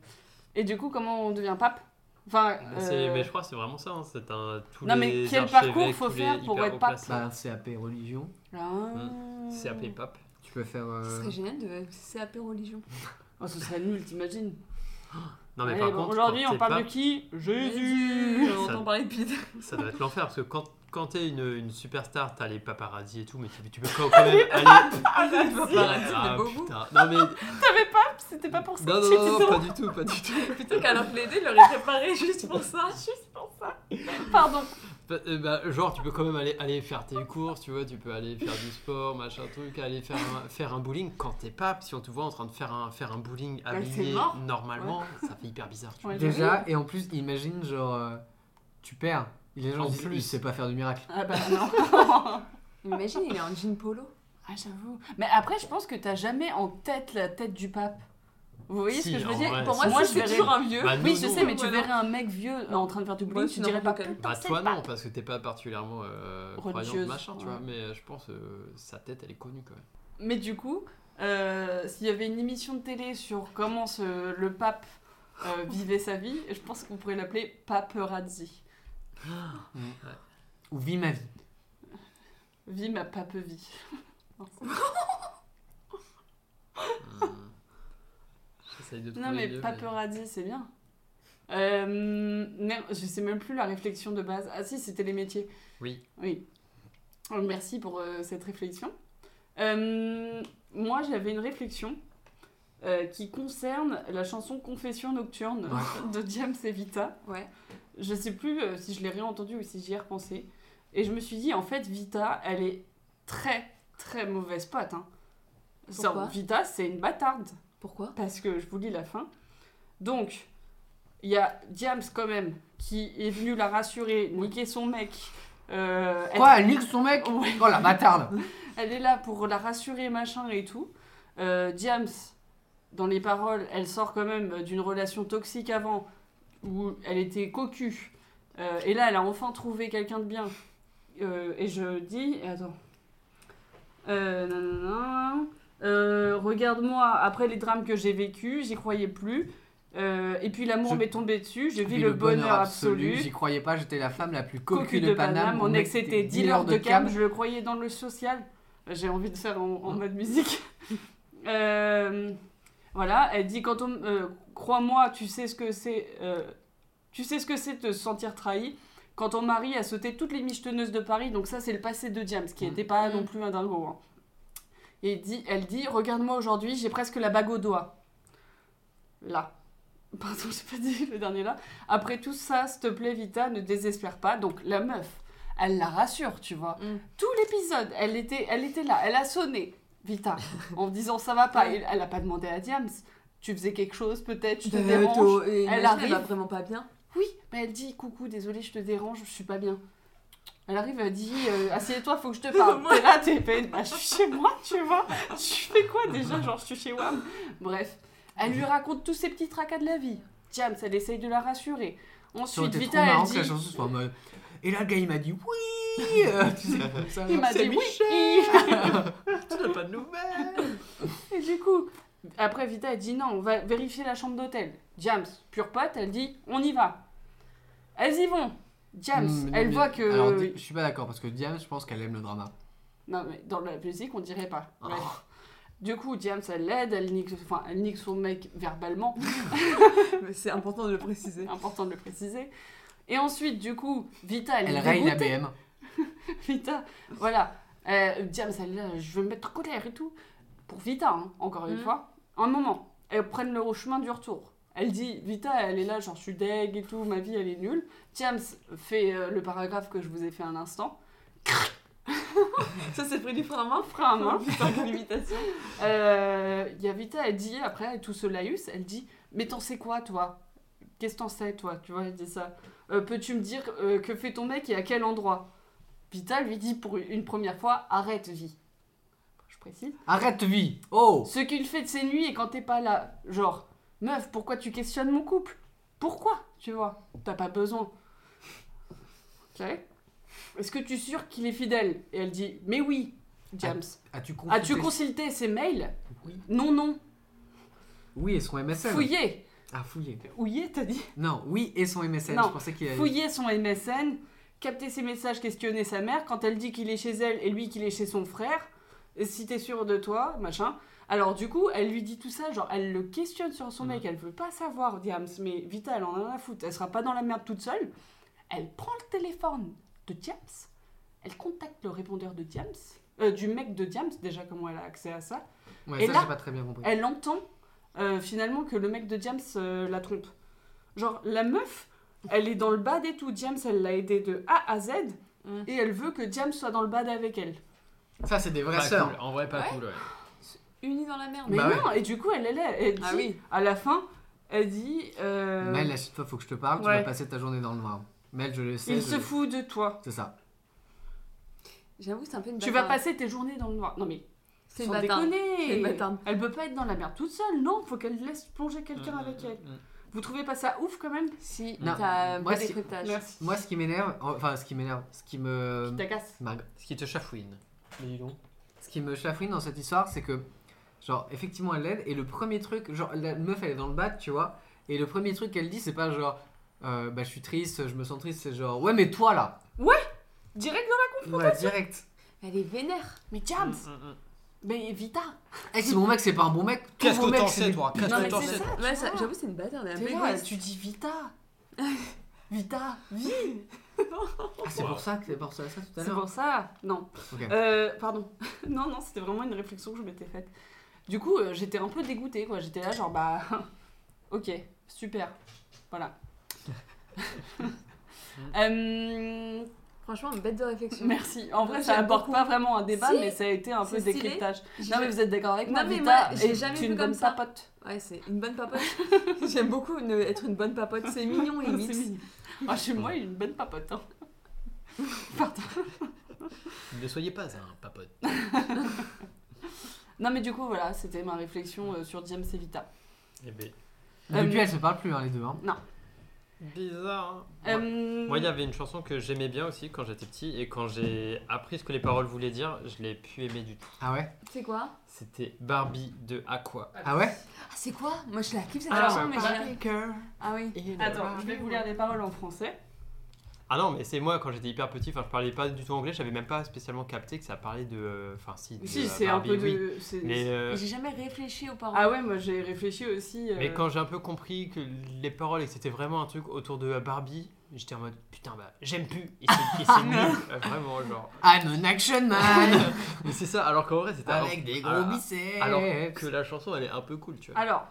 Speaker 2: Et du coup, comment on devient pape Enfin,
Speaker 3: Ah, C'est-
Speaker 2: euh,
Speaker 3: Mais je crois que c'est vraiment ça. hein, C'est un. Tous
Speaker 2: Non, mais
Speaker 3: les
Speaker 2: quel
Speaker 3: archevêques,
Speaker 2: parcours faut
Speaker 3: tous les
Speaker 2: faire pour
Speaker 3: hyper
Speaker 2: être
Speaker 3: haut
Speaker 2: pape
Speaker 3: placés.
Speaker 5: Bah, CAP religion,
Speaker 2: ah.
Speaker 3: Hmm. C'est appelé pape.
Speaker 5: tu peux faire.
Speaker 4: Ce
Speaker 5: euh,
Speaker 4: serait génial de CAP religion.
Speaker 2: Oh, ce serait nul, t'imagines
Speaker 3: Non, mais
Speaker 2: Allez,
Speaker 3: par
Speaker 2: bon,
Speaker 3: contre,
Speaker 2: Aujourd'hui,
Speaker 3: quand
Speaker 2: on
Speaker 3: t'es
Speaker 2: parle
Speaker 3: pape,
Speaker 2: de qui Jésus
Speaker 4: Jésus On entend parler
Speaker 2: (laughs)
Speaker 4: depuis des-
Speaker 3: Ça doit être l'enfer parce que quand, quand t'es une, une superstar, t'as les paparazzi et tout, mais tu, tu peux
Speaker 2: (laughs)
Speaker 3: quand, quand même
Speaker 2: Ah,
Speaker 3: (laughs) aller.
Speaker 4: paparazzi,
Speaker 3: Ah,
Speaker 4: les bobos.
Speaker 3: putain. Non,
Speaker 2: (laughs)
Speaker 3: mais.
Speaker 2: T'avais pas C'était pas pour ça
Speaker 3: Non,
Speaker 2: que
Speaker 3: non,
Speaker 2: tu
Speaker 3: non,
Speaker 2: disais-
Speaker 3: pas du tout, pas du tout. (laughs)
Speaker 4: Plutôt qu'alors que l'aider, il l'aurait préparé juste pour ça.
Speaker 2: Pardon.
Speaker 3: Bah, euh, bah, genre, tu peux quand même aller, aller faire tes courses, tu vois, tu peux aller faire du sport, machin truc, aller faire un, faire un bowling. Quand t'es pape, si on te voit en train de faire un, faire un bowling
Speaker 2: Bah, c'est
Speaker 3: habillé
Speaker 2: mort.
Speaker 3: normalement, ça fait hyper bizarre, tu vois.
Speaker 2: Ouais,
Speaker 5: Déjà, et en plus, imagine, genre, euh, tu perds. Et Les gens
Speaker 3: En
Speaker 5: disent,
Speaker 3: plus.
Speaker 5: il sait pas faire du miracle.
Speaker 2: Ah bah non.
Speaker 4: Imagine, il est en jean polo.
Speaker 2: Ah, j'avoue. Mais après, je pense que t'as jamais en tête la tête du pape. Vous voyez
Speaker 3: Si,
Speaker 2: ce que je
Speaker 3: en
Speaker 2: veux dire
Speaker 3: vrai,
Speaker 2: Pour
Speaker 3: si.
Speaker 2: moi,
Speaker 3: Moi,
Speaker 2: Ah, ça,
Speaker 3: je
Speaker 2: c'est
Speaker 3: verrais-
Speaker 2: toujours un vieux.
Speaker 3: Bah,
Speaker 2: oui,
Speaker 3: nous,
Speaker 2: je
Speaker 3: non.
Speaker 2: sais, mais tu
Speaker 4: Voilà.
Speaker 2: verrais un mec vieux euh, en train de faire du bowling,
Speaker 4: Moi,
Speaker 2: tu
Speaker 4: sinon,
Speaker 2: dirais pas.
Speaker 4: quand même.
Speaker 3: Bah
Speaker 2: putain, c'est
Speaker 3: toi
Speaker 2: le pape.
Speaker 3: non, parce que t'es pas particulièrement euh, croyante
Speaker 2: Religieuse,
Speaker 3: machin, tu
Speaker 2: ouais.
Speaker 3: vois, mais euh, je pense euh, sa tête elle est connue quand même.
Speaker 2: Mais du coup, euh, s'il y avait une émission de télé sur comment ce- le pape
Speaker 3: (laughs)
Speaker 2: euh, vivait sa vie, je pense qu'on pourrait l'appeler Paperazzi.
Speaker 5: Ou vis ma vie.
Speaker 2: Vie ma pape vie. (laughs) (laughs)
Speaker 3: Ouais. Hmm. J'essaye de trouver
Speaker 2: Non mais
Speaker 3: mieux,
Speaker 2: paparazzi, c'est bien. Euh, merde, je sais même plus la réflexion de base. Ah si, c'était les métiers.
Speaker 3: Oui.
Speaker 2: Oui. Euh, Merci pour euh, cette réflexion. Euh, moi, j'avais une réflexion euh, qui concerne la chanson Confession nocturne (laughs) de James Evita.
Speaker 4: Ouais.
Speaker 2: Je sais plus euh, si je l'ai réentendue ou si j'y ai repensé. Et je me suis dit, en fait, Vita, elle est très, très mauvaise pote. hein. C'est-
Speaker 4: Pourquoi
Speaker 2: Vita, c'est une bâtarde
Speaker 4: Pourquoi
Speaker 2: parce que je vous lis la fin. Donc, il y a Diams quand même qui est venu la rassurer, niquer son mec. euh, être-
Speaker 5: Quoi, elle nique son mec
Speaker 2: Ouais.
Speaker 5: Oh la bâtarde
Speaker 2: Elle est là pour la rassurer, machin et tout. Euh, Diams, dans les paroles, elle sort quand même euh, d'une relation toxique avant où elle était cocu. Euh, et là, elle a enfin trouvé quelqu'un de bien. Euh, et je dis, attends. Euh, nanana. Euh, regarde-moi, après les drames que j'ai vécus, j'y croyais plus. Euh, et puis l'amour
Speaker 5: Je-
Speaker 2: m'est tombé dessus, je vis le bonheur absolu.
Speaker 5: J'y croyais pas, j'étais la femme la plus
Speaker 2: Cocu,
Speaker 5: cocu
Speaker 2: de, Paname, mon ex était dealer de cam, je le croyais dans le social. J'ai envie de faire en, en mode musique. (laughs) Euh, voilà, elle dit quand on euh, crois-moi, tu sais ce que c'est, euh, tu sais ce que c'est de se sentir trahi. Quand ton mari a sauté toutes les michetonneuses de Paris, donc ça c'est le passé de James, qui
Speaker 5: Mm.
Speaker 2: n'était pas
Speaker 4: Mm.
Speaker 2: non plus un dingo. hein. Et il dit, elle dit, regarde-moi aujourd'hui, j'ai presque la bague au doigt. Là. (laughs) Pardon, j'ai pas dit le dernier là. Après tout ça, s'il te plaît, Vita, ne désespère pas. Donc la meuf, elle la rassure, tu vois.
Speaker 4: Mm.
Speaker 2: Tout l'épisode, elle était, elle était là, elle a sonné, Vita, en disant ça va pas. Et elle a pas demandé à Diams. Tu faisais quelque chose, peut-être, tu te
Speaker 4: Bah, Euh,
Speaker 2: déranges. arrive. (laughs)
Speaker 4: Elle arrive vraiment pas bien.
Speaker 2: Oui, mais elle dit coucou, désolée, je te dérange, je suis pas bien. Elle arrive, elle dit euh, Assieds-toi, faut que je te parle. T'es là, t'es peine. Bah, je suis chez moi, tu vois. Tu fais quoi déjà Genre, je suis chez WAM. Bref, elle lui raconte tous ses petits tracas de la vie. James, elle essaye de la rassurer.
Speaker 5: Ça aurait
Speaker 2: Ensuite,
Speaker 5: été trop
Speaker 2: Vita, elle
Speaker 5: marrant hein, que la
Speaker 2: dit
Speaker 5: chanson soit en mode. Et là, le gars, il m'a
Speaker 2: (laughs)
Speaker 5: dit oui euh, Tu sais, comme ça.
Speaker 2: Il m'a
Speaker 3: C'est
Speaker 2: dit oui.
Speaker 3: Tu n'as pas de nouvelles
Speaker 2: (laughs) Et du coup, après Vita, elle dit non, on va vérifier la chambre d'hôtel. James, pure pote, elle dit on y va. Elles y vont. James,
Speaker 5: Mm,
Speaker 2: elle
Speaker 5: mais-
Speaker 2: voit que.
Speaker 5: Alors, je suis pas d'accord parce que Diane, je pense qu'elle aime le drama.
Speaker 2: Non, mais dans la musique, on dirait pas. Ouais. Du coup, James, elle l'aide, elle nique, enfin, elle nique son mec verbalement,
Speaker 4: Mais c'est important de le préciser.
Speaker 2: important de le préciser. Et ensuite, du coup, Vita, elle,
Speaker 5: Elle
Speaker 2: est
Speaker 5: raye la
Speaker 2: dégoûtée.
Speaker 5: BM.
Speaker 2: (laughs) Vita, voilà. Euh, James, elle, est là, je veux me mettre en colère et tout. Pour Vita, hein, encore une
Speaker 4: Mhm.
Speaker 2: fois. Un moment, elles prennent le chemin du retour. Elle dit, Vita, elle est là, j'en suis deg et tout, ma vie, elle est nulle. James fait euh, le paragraphe que je vous ai fait un instant.
Speaker 4: Ça, c'est pris du frein à main.
Speaker 2: Frein à main.
Speaker 4: Putain, quelle imitation.
Speaker 2: Euh, y a Vita, elle dit, après, tout ce laïus, elle dit, mais t'en sais quoi, toi Qu'est-ce t'en sais, toi Tu vois, elle dit ça. Euh, Peux-tu me dire euh, que fait ton mec et à quel endroit Vita lui dit pour une première fois, arrête, vie. Je précise.
Speaker 5: Arrête vie Oh
Speaker 2: Ce qu'il fait de ses nuits et quand t'es pas là. Genre, meuf, pourquoi tu questionnes mon couple Pourquoi Tu vois, t'as pas besoin. Ok Est-ce que tu es sûr qu'il est fidèle Et elle dit, mais oui, James.
Speaker 5: As-tu consulté
Speaker 2: As-tu consulté ses mails
Speaker 5: Oui.
Speaker 2: Non, non.
Speaker 5: Oui, et son MSN.
Speaker 2: Fouillé.
Speaker 5: Ah, fouillé.
Speaker 2: Fouillé, t'as dit
Speaker 5: Non, oui, et son MSN.
Speaker 2: Non.
Speaker 5: Je pensais qu'il
Speaker 2: (laughs)
Speaker 5: allait.
Speaker 2: Fouillé son MSN, capter ses messages, questionner sa mère, quand elle dit qu'il est chez elle et lui qu'il est chez son frère, et si t'es sûr de toi, machin. Alors du coup, elle lui dit tout ça, genre elle le questionne sur son
Speaker 3: Mhm.
Speaker 2: mec, elle veut pas savoir, Diams, mais Vita, elle en a rien à foutre, elle sera pas dans la merde toute seule. Elle prend le téléphone de Diams, elle contacte le répondeur de Diams, euh, du mec de Diams, déjà comment elle a accès à ça,
Speaker 5: Ouais,
Speaker 2: Et
Speaker 5: ça,
Speaker 2: là-
Speaker 5: j'ai pas très bien compris.
Speaker 2: elle entend euh, finalement que le mec de James euh, la trompe. Genre, la meuf, elle est dans le bad et tout. James, elle l'a aidé de A à Z
Speaker 4: Mm.
Speaker 2: et elle veut que James soit dans le bad avec elle.
Speaker 5: Ça, c'est des vraies
Speaker 3: Pas
Speaker 5: sœurs.
Speaker 3: cool, En vrai, pas
Speaker 4: Ouais.
Speaker 3: cool, ouais.
Speaker 4: Unis dans la merde.
Speaker 2: Mais
Speaker 5: Bah
Speaker 2: non, et du coup, elle, elle, elle, dit,
Speaker 4: Ah oui.
Speaker 2: à la fin, elle dit euh,
Speaker 5: Mel, la suite, toi, faut que je te parle. Tu vas
Speaker 2: ouais.
Speaker 5: passer ta journée dans le noir. Mel, je le sais.
Speaker 2: Il
Speaker 5: je-
Speaker 2: se fout de toi.
Speaker 5: C'est ça.
Speaker 4: J'avoue, c'est un peu une
Speaker 2: Tu vas passer tes journées dans le noir. Non mais,
Speaker 4: C'est
Speaker 2: sans
Speaker 4: une bâtarde. C'est une
Speaker 2: déconner
Speaker 4: bâtarde.
Speaker 2: Elle peut pas être dans la merde toute seule, non Faut qu'elle laisse plonger quelqu'un
Speaker 5: Mm.
Speaker 2: avec elle. Vous trouvez pas ça ouf quand même
Speaker 4: Si,
Speaker 5: Non.
Speaker 4: t'as un
Speaker 5: Moi,
Speaker 4: bon
Speaker 5: si-
Speaker 4: décryptage.
Speaker 2: Merci.
Speaker 5: Moi, ce qui m'énerve. Enfin, ce qui m'énerve. Ce qui me.
Speaker 2: T'agaces.
Speaker 5: Mar-
Speaker 3: Ce qui te chafouine. Mais dis donc.
Speaker 5: Ce qui me chafouine dans cette histoire, c'est que, genre, effectivement, elle l'aide, et le premier truc, genre, la meuf, elle est dans le bad, tu vois, et le premier truc qu'elle dit, c'est pas genre, euh, bah, je suis triste, je me sens triste, c'est genre, ouais, mais toi, là
Speaker 2: Direct
Speaker 5: Ouais, direct
Speaker 4: Elle est vénère.
Speaker 2: Mais James,
Speaker 3: Mm, mm, mm.
Speaker 2: mais Vita,
Speaker 5: Eh, si mon mec, c'est pas un bon mec, tous
Speaker 3: Qu'est-ce
Speaker 5: vos
Speaker 3: que
Speaker 5: mecs,
Speaker 3: t'en
Speaker 5: c'est
Speaker 3: sais,
Speaker 5: des-
Speaker 3: toi Qu'est-ce
Speaker 2: Non,
Speaker 3: que
Speaker 2: mais
Speaker 3: t'en
Speaker 2: c'est
Speaker 3: sais
Speaker 2: ça. Ah, tu
Speaker 4: Ouais,
Speaker 2: vois.
Speaker 4: ça- j'avoue, c'est une hein, bâtarde. Elle est un
Speaker 2: T'es
Speaker 4: peu
Speaker 2: là,
Speaker 4: égoïste.
Speaker 2: tu dis Vita. Vita, vie.
Speaker 5: Ah, c'est pour ça que c'est pour ça, ça tout à
Speaker 2: C'est
Speaker 5: l'heure.
Speaker 2: pour ça. Non.
Speaker 5: Ok.
Speaker 2: Euh, pardon. (laughs) non, non, c'était vraiment une réflexion que je m'étais faite. Du coup, euh, j'étais un peu dégoûtée, quoi. J'étais là, genre, bah, (laughs) ok, super.
Speaker 4: (laughs)
Speaker 2: Voilà. Euh,
Speaker 4: Franchement, bête de réflexion.
Speaker 2: merci. En vrai, ça
Speaker 4: J'aime
Speaker 2: aborde
Speaker 4: beaucoup.
Speaker 2: pas vraiment un débat,
Speaker 4: Si,
Speaker 2: mais ça a été un peu
Speaker 4: c'est stylé.
Speaker 2: décryptage.
Speaker 4: J'ai-
Speaker 2: Non, mais vous êtes d'accord avec
Speaker 4: Non,
Speaker 2: moi,
Speaker 4: mais
Speaker 2: Vita
Speaker 4: moi, j'ai
Speaker 2: est
Speaker 4: jamais
Speaker 2: une
Speaker 4: vu comme
Speaker 2: bonne
Speaker 4: ça.
Speaker 2: papote.
Speaker 4: (laughs) Ouais, c'est une bonne papote. (laughs) J'aime beaucoup une- être une bonne papote. (laughs) C'est mignon,
Speaker 2: C'est
Speaker 4: limite.
Speaker 2: mignon. Ah, chez moi, une bonne papote. hein. Pardon.
Speaker 3: Ne soyez pas un papote.
Speaker 2: Non mais du coup voilà, c'était ma réflexion euh, sur James et Vita.
Speaker 3: Eh ben,
Speaker 2: Euh,
Speaker 5: Depuis, elles se parlent plus, hein, les deux. Hein.
Speaker 3: bizarre, hein.
Speaker 2: Euh,
Speaker 3: Moi, il y avait une chanson que j'aimais bien aussi quand j'étais petit, et quand j'ai appris ce que les paroles voulaient dire, je l'ai plus aimé du tout.
Speaker 5: Ah ouais
Speaker 4: C'est quoi
Speaker 3: C'était Barbie de Aqua.
Speaker 5: Ah ouais
Speaker 4: Ah, c'est quoi Moi, je la kiffe cette
Speaker 2: Alors,
Speaker 4: chanson, mais j'ai.
Speaker 5: Girl.
Speaker 4: Ah oui.
Speaker 2: Attends, je vais vous lire les paroles en français.
Speaker 3: Ah non, mais c'est moi quand j'étais hyper petit, enfin je parlais pas du tout anglais, j'avais même pas spécialement capté que ça parlait de. euh, Enfin, si. de,
Speaker 2: Si
Speaker 3: euh,
Speaker 2: c'est un
Speaker 3: Barbie,
Speaker 2: peu de. (laughs)
Speaker 3: oui.
Speaker 2: c'est-
Speaker 3: Mais, euh,
Speaker 4: Mais J'ai jamais réfléchi aux paroles.
Speaker 2: Ah ouais, moi j'ai réfléchi aussi. euh,
Speaker 3: mais quand j'ai un peu compris que les paroles et que c'était vraiment un truc autour de Barbie, j'étais en mode putain, bah j'aime plus. Et c'est et
Speaker 2: (laughs) Ah,
Speaker 3: c'est nul, euh, vraiment, genre.
Speaker 5: I'm an action man
Speaker 3: Mais c'est ça, alors qu'en vrai, c'était. un-
Speaker 5: Avec des gros
Speaker 3: Ah,
Speaker 5: biceps
Speaker 3: Alors (laughs) que la chanson elle est un peu cool, tu vois.
Speaker 2: Alors.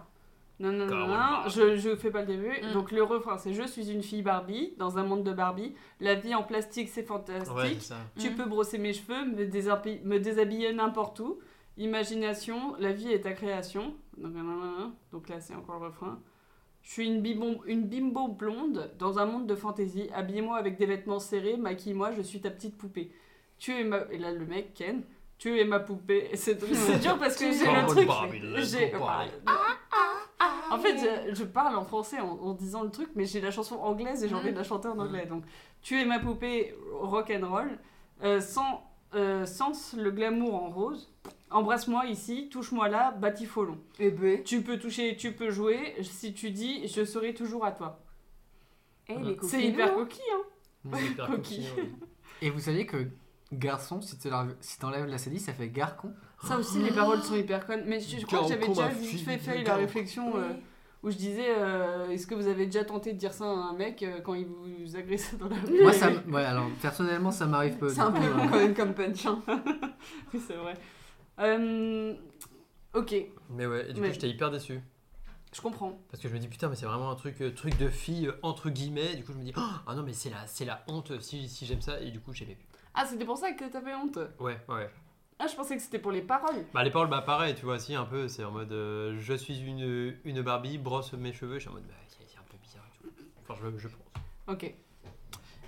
Speaker 2: Non, non, non, non, non, je, je fais pas le début.
Speaker 4: Mm.
Speaker 2: Donc le refrain c'est Je suis une fille Barbie, dans un monde de Barbie. La vie en plastique c'est fantastique.
Speaker 3: Ouais, c'est ça.
Speaker 2: Tu
Speaker 4: Mm.
Speaker 2: peux brosser mes cheveux, me, déshabi- me déshabiller n'importe où. Imagination, la vie est ta création. Donc, nan, nan, nan, nan. Donc là, c'est encore le refrain. Je suis une bimbo, une bimbo blonde dans un monde de fantaisie. Habille-moi avec des vêtements serrés, maquille-moi, je suis ta petite poupée. Tu es ma. Et là, le mec, Ken, tu es ma poupée. Et C'est c'est dur parce que j'ai le truc. J'ai. ah,
Speaker 4: Ah,
Speaker 2: En fait, je, je parle en français en, en disant le truc, mais j'ai la chanson anglaise et j'ai envie de la chanter en anglais. Donc, tu es ma poupée rock and roll, sans euh, sens le glamour en rose. Embrasse-moi ici, touche-moi là, batifolon.
Speaker 4: Eh ben.
Speaker 2: Tu peux toucher, tu peux jouer. Si tu dis, je serai toujours à toi.
Speaker 4: Eh, les
Speaker 2: C'est
Speaker 4: coquilles,
Speaker 2: hyper
Speaker 4: non
Speaker 2: coquille, hein. Coquille.
Speaker 5: Et vous saviez que garçon, si tu si t'enlèves la cédille, ça fait garcon
Speaker 2: Ça aussi, les paroles sont hyper connes. Mais je, je crois que j'avais
Speaker 3: Garcon,
Speaker 2: déjà
Speaker 3: ma
Speaker 2: vite
Speaker 3: fille,
Speaker 2: fait, fait la
Speaker 3: garcon.
Speaker 2: réflexion euh, où je disais euh, Est-ce que vous avez déjà tenté de dire ça à un mec euh, quand il vous agressait dans la rue
Speaker 5: Moi, ça. m- Ouais, alors personnellement, ça m'arrive peu.
Speaker 4: C'est un peu
Speaker 5: donc,
Speaker 4: long
Speaker 5: euh,
Speaker 4: quand même comme punch. hein.
Speaker 2: (laughs) Oui, c'est vrai. Euh, ok,
Speaker 3: Mais ouais, et du
Speaker 2: Ouais.
Speaker 3: coup, j'étais hyper déçu.
Speaker 2: je comprends.
Speaker 3: Parce que je me dis, putain, mais c'est vraiment un truc, euh, truc de fille, euh, entre guillemets. Du coup, je me dis, oh, ah non, mais c'est la, c'est la honte si, si j'aime ça. Et du coup, j'aimais plus.
Speaker 2: Ah, c'était pour ça que t'avais honte
Speaker 3: Ouais, ouais.
Speaker 2: Ah, je pensais que c'était pour les paroles.
Speaker 3: Bah, les paroles, bah, pareil, tu vois, si, un peu. C'est en mode, euh, je suis une, une Barbie, brosse mes cheveux. Je suis en mode, bah, c'est c'est un peu bizarre. tu vois. Enfin, je, je pense.
Speaker 2: Ok.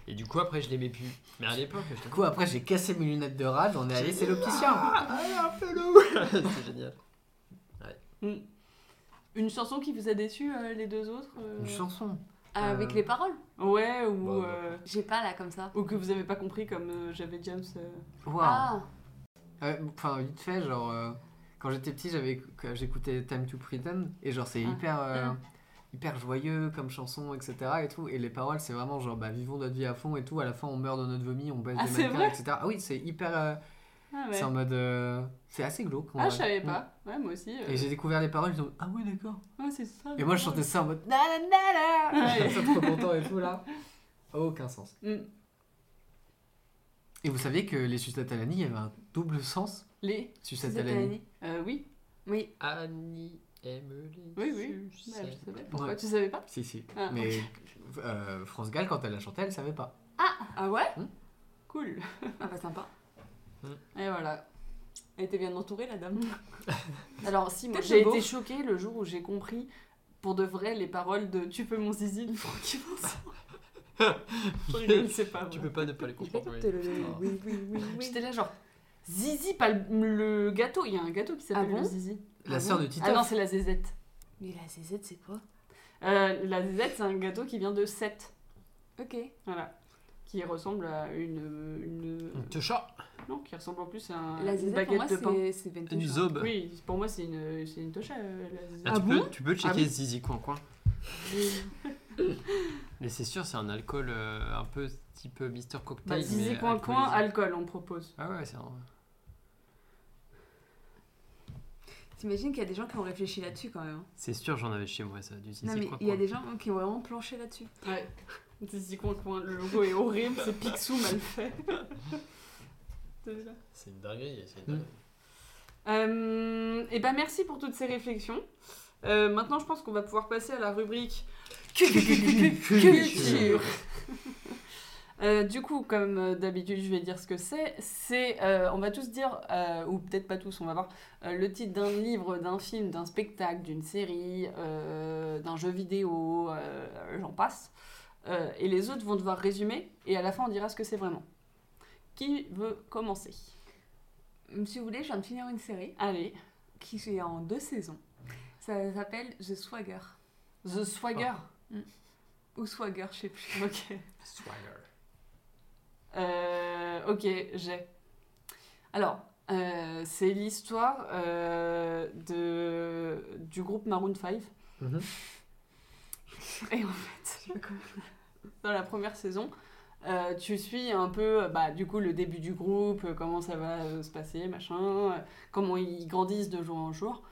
Speaker 3: Et du coup, après, je l'aimais plus. Mais à l'époque, je (laughs)
Speaker 5: Du coup, après, j'ai cassé mes lunettes de rage, on est allé chez l'opticien.
Speaker 3: Ah, pelou (laughs) C'est génial.
Speaker 2: Une chanson qui vous a déçu, euh, les deux autres euh,
Speaker 5: Une chanson.
Speaker 4: Ah, Avec
Speaker 5: Euh.
Speaker 4: les paroles
Speaker 2: Ouais, ou,
Speaker 3: Bah, bah.
Speaker 2: euh,
Speaker 4: J'ai pas là comme ça.
Speaker 2: ou que vous avez pas compris comme euh, j'avais James. euh.
Speaker 5: Waouh.
Speaker 4: Ah
Speaker 5: Ouais, Enfin, vite fait, genre, euh, quand j'étais petit, j'avais, que- j'écoutais Time to Pretend, et genre, c'est
Speaker 2: Ah.
Speaker 5: hyper, euh, hyper joyeux comme chanson, etc. Et, tout. et les paroles, c'est vraiment genre, bah, vivons notre vie à fond et tout. À la fin, on meurt dans notre vomi, on baisse
Speaker 2: Ah,
Speaker 5: des
Speaker 2: c'est
Speaker 5: mannequins,
Speaker 2: vrai
Speaker 5: etc. Ah oui, c'est hyper. euh,
Speaker 2: Ah, ouais.
Speaker 5: C'est en mode. euh, c'est assez glauque. en
Speaker 2: Ah,
Speaker 5: vrai.
Speaker 2: je savais
Speaker 5: Mm.
Speaker 2: pas. Ouais, moi aussi. euh.
Speaker 5: Et j'ai découvert les paroles, je me ah ouais, d'accord.
Speaker 2: Ouais, c'est ça.
Speaker 5: Et moi, je chantais ça en mode, na
Speaker 2: Ouais.
Speaker 5: trop content et tout, là. Aucun sens.
Speaker 2: Mm.
Speaker 5: Et vous saviez que les sucettes à l'année, il y avait un double sens
Speaker 2: Les
Speaker 5: Sucettes à l'année.
Speaker 4: Annie.
Speaker 2: euh, Oui.
Speaker 4: Oui.
Speaker 3: Annie Emily.
Speaker 2: Oui, oui. Bah, je
Speaker 3: Sucette.
Speaker 2: savais. Pourquoi
Speaker 5: Ouais.
Speaker 2: tu savais pas
Speaker 5: Si, si.
Speaker 2: Ah,
Speaker 5: Mais euh, France Gall, quand elle la chantait, elle savait pas.
Speaker 2: Ah ouais
Speaker 5: Hmm.
Speaker 2: Cool.
Speaker 4: Ah bah sympa.
Speaker 2: Et voilà. Elle était bien entourée, la dame. Alors, si, moi,
Speaker 4: Peut-être
Speaker 2: j'ai
Speaker 4: le beau.
Speaker 2: été choquée le jour où j'ai compris pour de vrai les paroles de Tu peux mon zizi de Francky Vincent. (laughs) je rigole, c'est pas
Speaker 3: Tu
Speaker 2: vrai.
Speaker 3: peux pas ne pas les
Speaker 2: (laughs)
Speaker 3: comprendre. oui. Ah.
Speaker 4: Oui, oui, oui, oui.
Speaker 2: J'étais là, genre Zizi, pas le, le gâteau. Il y a un gâteau qui s'appelle
Speaker 4: Ah bon
Speaker 2: le Zizi.
Speaker 5: La sœur de
Speaker 2: Ah non,
Speaker 5: Titoff.
Speaker 2: c'est la Zézette.
Speaker 4: Mais la CZ, c'est quoi
Speaker 2: Euh, la Zézette, c'est un gâteau qui vient de Seth.
Speaker 4: Ok.
Speaker 2: Voilà. Qui ressemble à une. une...
Speaker 3: Te chat
Speaker 2: Non, qui ressemble en plus à un-
Speaker 4: La
Speaker 2: une
Speaker 4: ZZ, pour
Speaker 2: baguette
Speaker 4: moi,
Speaker 2: de pain.
Speaker 4: c'est- c'est Bento.
Speaker 3: Une zobe.
Speaker 2: Oui, pour moi, c'est une, c'est une tocha, euh, la Zézette.
Speaker 3: Là,
Speaker 4: Ah
Speaker 3: tu,
Speaker 4: bon
Speaker 3: peux, tu peux checker
Speaker 5: Ah oui.
Speaker 3: Zizi Coin Coin. Mais c'est sûr, c'est un alcool euh, un peu type euh, Mr Cocktail.
Speaker 2: Bah,
Speaker 3: mais
Speaker 2: Zizi coin coin,
Speaker 3: alcoolisé.
Speaker 2: alcool, on propose.
Speaker 3: Ah ouais, c'est un...
Speaker 4: T'imagines qu'il y a des gens qui ont réfléchi là-dessus quand même.
Speaker 3: C'est sûr, j'en avais chez moi ça, du Zizi
Speaker 4: Non, mais
Speaker 3: Coin
Speaker 4: il y a
Speaker 3: Coin.
Speaker 4: des gens qui ont vraiment planché là-dessus.
Speaker 2: Ouais. Zizi coin coin, le logo est horrible, c'est Picsou mal fait.
Speaker 3: C'est une dinguerie. c'est une
Speaker 5: Mm.
Speaker 3: dinguerie.
Speaker 2: Euh, et ben merci pour toutes ces réflexions. Euh, maintenant, je pense qu'on va pouvoir passer à la rubrique culture. (laughs) Euh, du coup, comme euh, d'habitude, je vais dire ce que c'est. C'est, euh, on va tous dire, euh, ou peut-être pas tous, on va voir, euh, le titre d'un livre, d'un film, d'un spectacle, d'une série, euh, d'un jeu vidéo, euh, j'en passe. Euh, et les autres vont devoir résumer, et à la fin, on dira ce que c'est vraiment. Qui veut commencer
Speaker 4: Si vous voulez, je viens de finir une série
Speaker 2: Allez,
Speaker 4: qui est en deux saisons. Ça s'appelle The Swagger.
Speaker 2: The Swagger.
Speaker 4: Ou Swagger, je sais plus.
Speaker 2: Ok.
Speaker 3: Swagger.
Speaker 2: Euh, ok, j'ai. Alors, euh, c'est l'histoire euh, de, du groupe Maroon 5.
Speaker 5: Mhm.
Speaker 2: (laughs) Et en fait, (laughs) dans la première saison, euh, tu suis un peu, euh, bah, du coup, le début du groupe, euh, comment ça va euh, se passer, machin, euh, comment ils grandissent de jour en jour.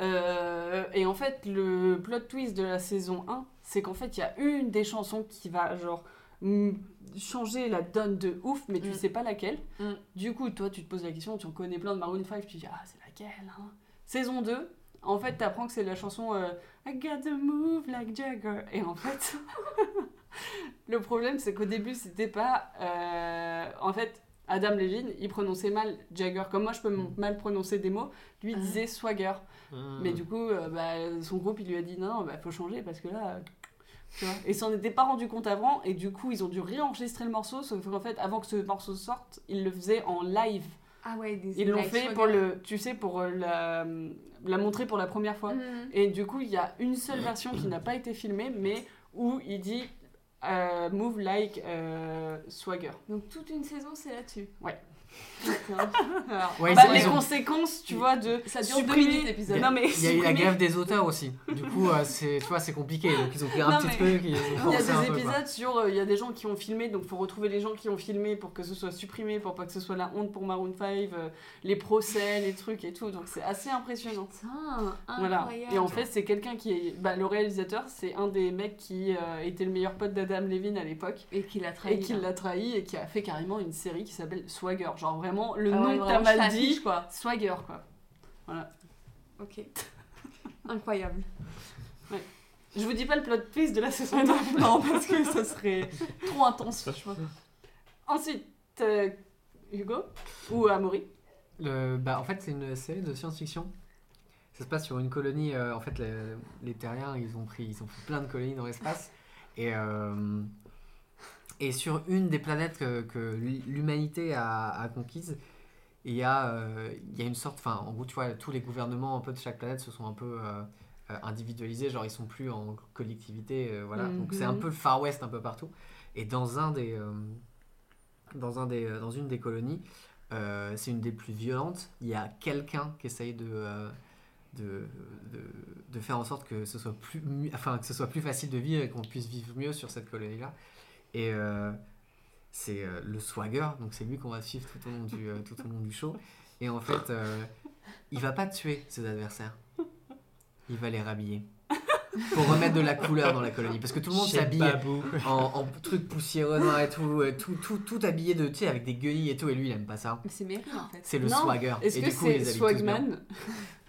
Speaker 2: Euh, et en fait, le plot twist de la saison 1, c'est qu'en fait, il y a une des chansons qui va, genre, mm, changer la donne de ouf, mais tu
Speaker 4: Mm.
Speaker 2: sais pas laquelle.
Speaker 4: Mm.
Speaker 2: Du coup, toi, tu te poses la question, tu en connais plein de Maroon 5, tu dis, ah, c'est laquelle hein? Saison 2, en fait, t'apprends que c'est la chanson euh, I gotta move like Jagger. Et en fait, (laughs) le problème, c'est qu'au début, c'était pas. euh, en fait, Adam Levine, il prononçait mal Jagger. Comme moi, je peux m- mal prononcer des mots. Lui, il
Speaker 4: Mm. Ah.
Speaker 2: disait Swagger.
Speaker 5: Mm.
Speaker 2: Mais du coup, euh, bah, son groupe, il lui a dit non, non, bah, faut changer parce que là. euh, Tu vois. Et ils s'en étaient pas rendu compte avant, et du coup, ils ont dû réenregistrer le morceau. Sauf qu'en fait, avant que ce morceau sorte, ils le faisaient en live.
Speaker 4: Ah ouais, des
Speaker 2: Ils l'ont
Speaker 4: Like
Speaker 2: fait
Speaker 4: Swagger.
Speaker 2: pour le, tu sais, pour euh, la, la montrer pour la première fois.
Speaker 4: Mhm.
Speaker 2: Et du coup, il y a une seule version qui n'a pas été filmée, mais où il dit euh, Move like euh, swagger.
Speaker 4: Donc toute une saison, c'est là-dessus.
Speaker 2: Alors,
Speaker 5: Ouais,
Speaker 2: bah,
Speaker 5: ils ont-
Speaker 2: les
Speaker 5: ils ont-
Speaker 2: conséquences, tu vois, de
Speaker 4: Ça dure deux
Speaker 2: supprimer-
Speaker 4: minutes, l'épisode.
Speaker 2: Non mais
Speaker 5: Il y a eu la
Speaker 2: supprimer-
Speaker 5: grève des auteurs aussi. Du coup, euh, c'est, tu vois, c'est compliqué. Donc ils ont pris un
Speaker 2: Non,
Speaker 5: petit
Speaker 2: mais-
Speaker 5: truc. Ils ont
Speaker 2: Il y a
Speaker 5: forcé un
Speaker 2: des
Speaker 5: peu, quoi.
Speaker 2: épisodes sur, euh, il y a des gens qui ont filmé, donc faut retrouver les gens qui ont filmé pour que ce soit supprimé, pour pas que ce soit la honte pour Maroon 5, euh, les procès, les trucs et tout. Donc c'est assez impressionnant.
Speaker 4: Putain,
Speaker 2: Voilà.
Speaker 4: incroyable.
Speaker 2: Et en fait, c'est quelqu'un qui est, bah, le réalisateur, c'est un des mecs qui euh, était le meilleur pote d'Adam Levine à l'époque.
Speaker 4: Et qu'il a trahi.
Speaker 2: et qui l'a trahi et qui a fait carrément une série qui s'appelle Swagger. Genre vraiment le
Speaker 4: Ah
Speaker 2: nom
Speaker 4: ouais,
Speaker 2: que t'as
Speaker 4: vraiment, je
Speaker 2: mal
Speaker 4: t'affiche,
Speaker 2: dit, quoi. Swagger quoi.
Speaker 4: Ok. (laughs) Incroyable.
Speaker 2: Je vous dis pas le plot twist de la saison 2, non, parce que ça serait trop intense, je crois. Ensuite, euh, Hugo ou Amaury.
Speaker 5: Le- bah, en fait, c'est une série de science-fiction. Ça se passe sur une colonie. euh, en fait, les, les terriens, ils ont, pris, ils ont fait plein de colonies dans l'espace. Et, euh, et sur une des planètes que, que l'humanité a, a conquise, il y a, euh, il y a une sorte. Enfin, en gros, tu vois, tous les gouvernements un peu de chaque planète se sont un peu euh, euh, individualisés. Genre, ils sont plus en collectivité. euh, voilà. Donc, c'est un
Speaker 2: Mhm.
Speaker 5: peu le Far West un peu partout. Et dans un des. euh, dans, un des, dans une des colonies, euh, c'est une des plus violentes. Il y a quelqu'un qui essaye de, euh, de, de, de faire en sorte que ce soit plus, mu- enfin, que ce soit plus facile de vivre et qu'on puisse vivre mieux sur cette colonie-là. Et euh, c'est euh, le swagger, donc c'est lui qu'on va suivre tout au long du, euh, tout au long du show. Et en fait, euh, il va pas tuer ses adversaires. Il va les rhabiller. Pour remettre de la couleur dans la colonie. Parce que tout le monde s'habille en, en truc poussiéreux noir et tout, euh, tout, tout, tout habillé de, tu sais, avec des guenilles et tout, et lui il aime pas ça.
Speaker 4: Mais c'est mérité en fait.
Speaker 5: C'est le
Speaker 2: Non.
Speaker 5: swagger.
Speaker 2: Est-ce
Speaker 5: Et
Speaker 2: que
Speaker 5: du coup, il
Speaker 2: c'est
Speaker 5: les habille tous blancs.
Speaker 2: Swagman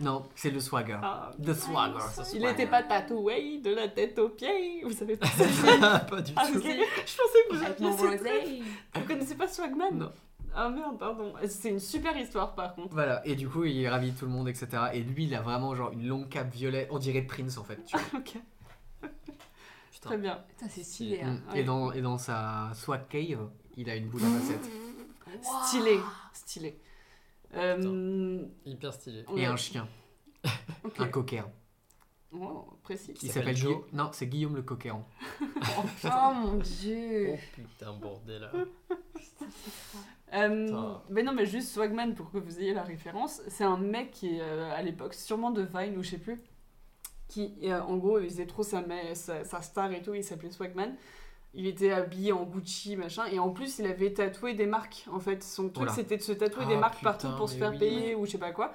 Speaker 5: Non, c'est le swagger.
Speaker 2: Ah,
Speaker 5: The swagger. ce
Speaker 2: Il
Speaker 5: swagger.
Speaker 2: n'était pas tatoué de la tête aux pieds, vous savez pas.
Speaker 3: pas du
Speaker 2: Ah,
Speaker 3: tout.
Speaker 2: ok. Je pensais que
Speaker 4: Complètement
Speaker 2: vous aviez
Speaker 4: rosé.
Speaker 2: Vous connaissez pas Swagman
Speaker 5: Non.
Speaker 2: Ah merde, pardon. C'est une super histoire par contre.
Speaker 5: Voilà, et du coup, il ravit tout le monde, etc. Et lui, il a vraiment genre une longue cape violette. On dirait Prince en fait. tu vois.
Speaker 2: Ok,
Speaker 3: Putain.
Speaker 2: très bien.
Speaker 4: Putain, c'est stylé.
Speaker 2: Ah,
Speaker 3: C'est-
Speaker 4: hein.
Speaker 5: Mm. et, dans, et dans sa swag cave, il a une boule à facettes.
Speaker 2: Mmh,
Speaker 4: Wow.
Speaker 2: Stylé, stylé. Euh,
Speaker 3: Hyper stylé.
Speaker 5: Et
Speaker 2: ouais.
Speaker 5: un chien,
Speaker 2: (laughs) Ok.
Speaker 5: un coquer.
Speaker 2: Oh, précis.
Speaker 5: Il
Speaker 3: s'appelle
Speaker 5: s'appelle
Speaker 3: Joe.
Speaker 5: Guilla- Non, c'est Guillaume le coqueran.
Speaker 4: Oh mon
Speaker 3: Oh
Speaker 4: dieu.
Speaker 3: putain, bordel. là.
Speaker 2: Euh,
Speaker 3: Putain.
Speaker 2: mais non, mais juste Swagman pour que vous ayez la référence. C'est un mec qui, euh, à l'époque, sûrement de Vine ou je sais plus, qui euh, en gros il faisait trop sa, ma- sa, sa star et tout. Il s'appelait Swagman. Il était habillé en Gucci, machin. Et en plus, il avait tatoué des marques. En fait, son truc
Speaker 5: Oula.
Speaker 2: c'était de se tatouer
Speaker 3: Ah,
Speaker 2: des marques
Speaker 3: putain,
Speaker 2: partout pour se
Speaker 3: mais
Speaker 2: faire
Speaker 3: oui.
Speaker 2: payer ou je sais pas quoi.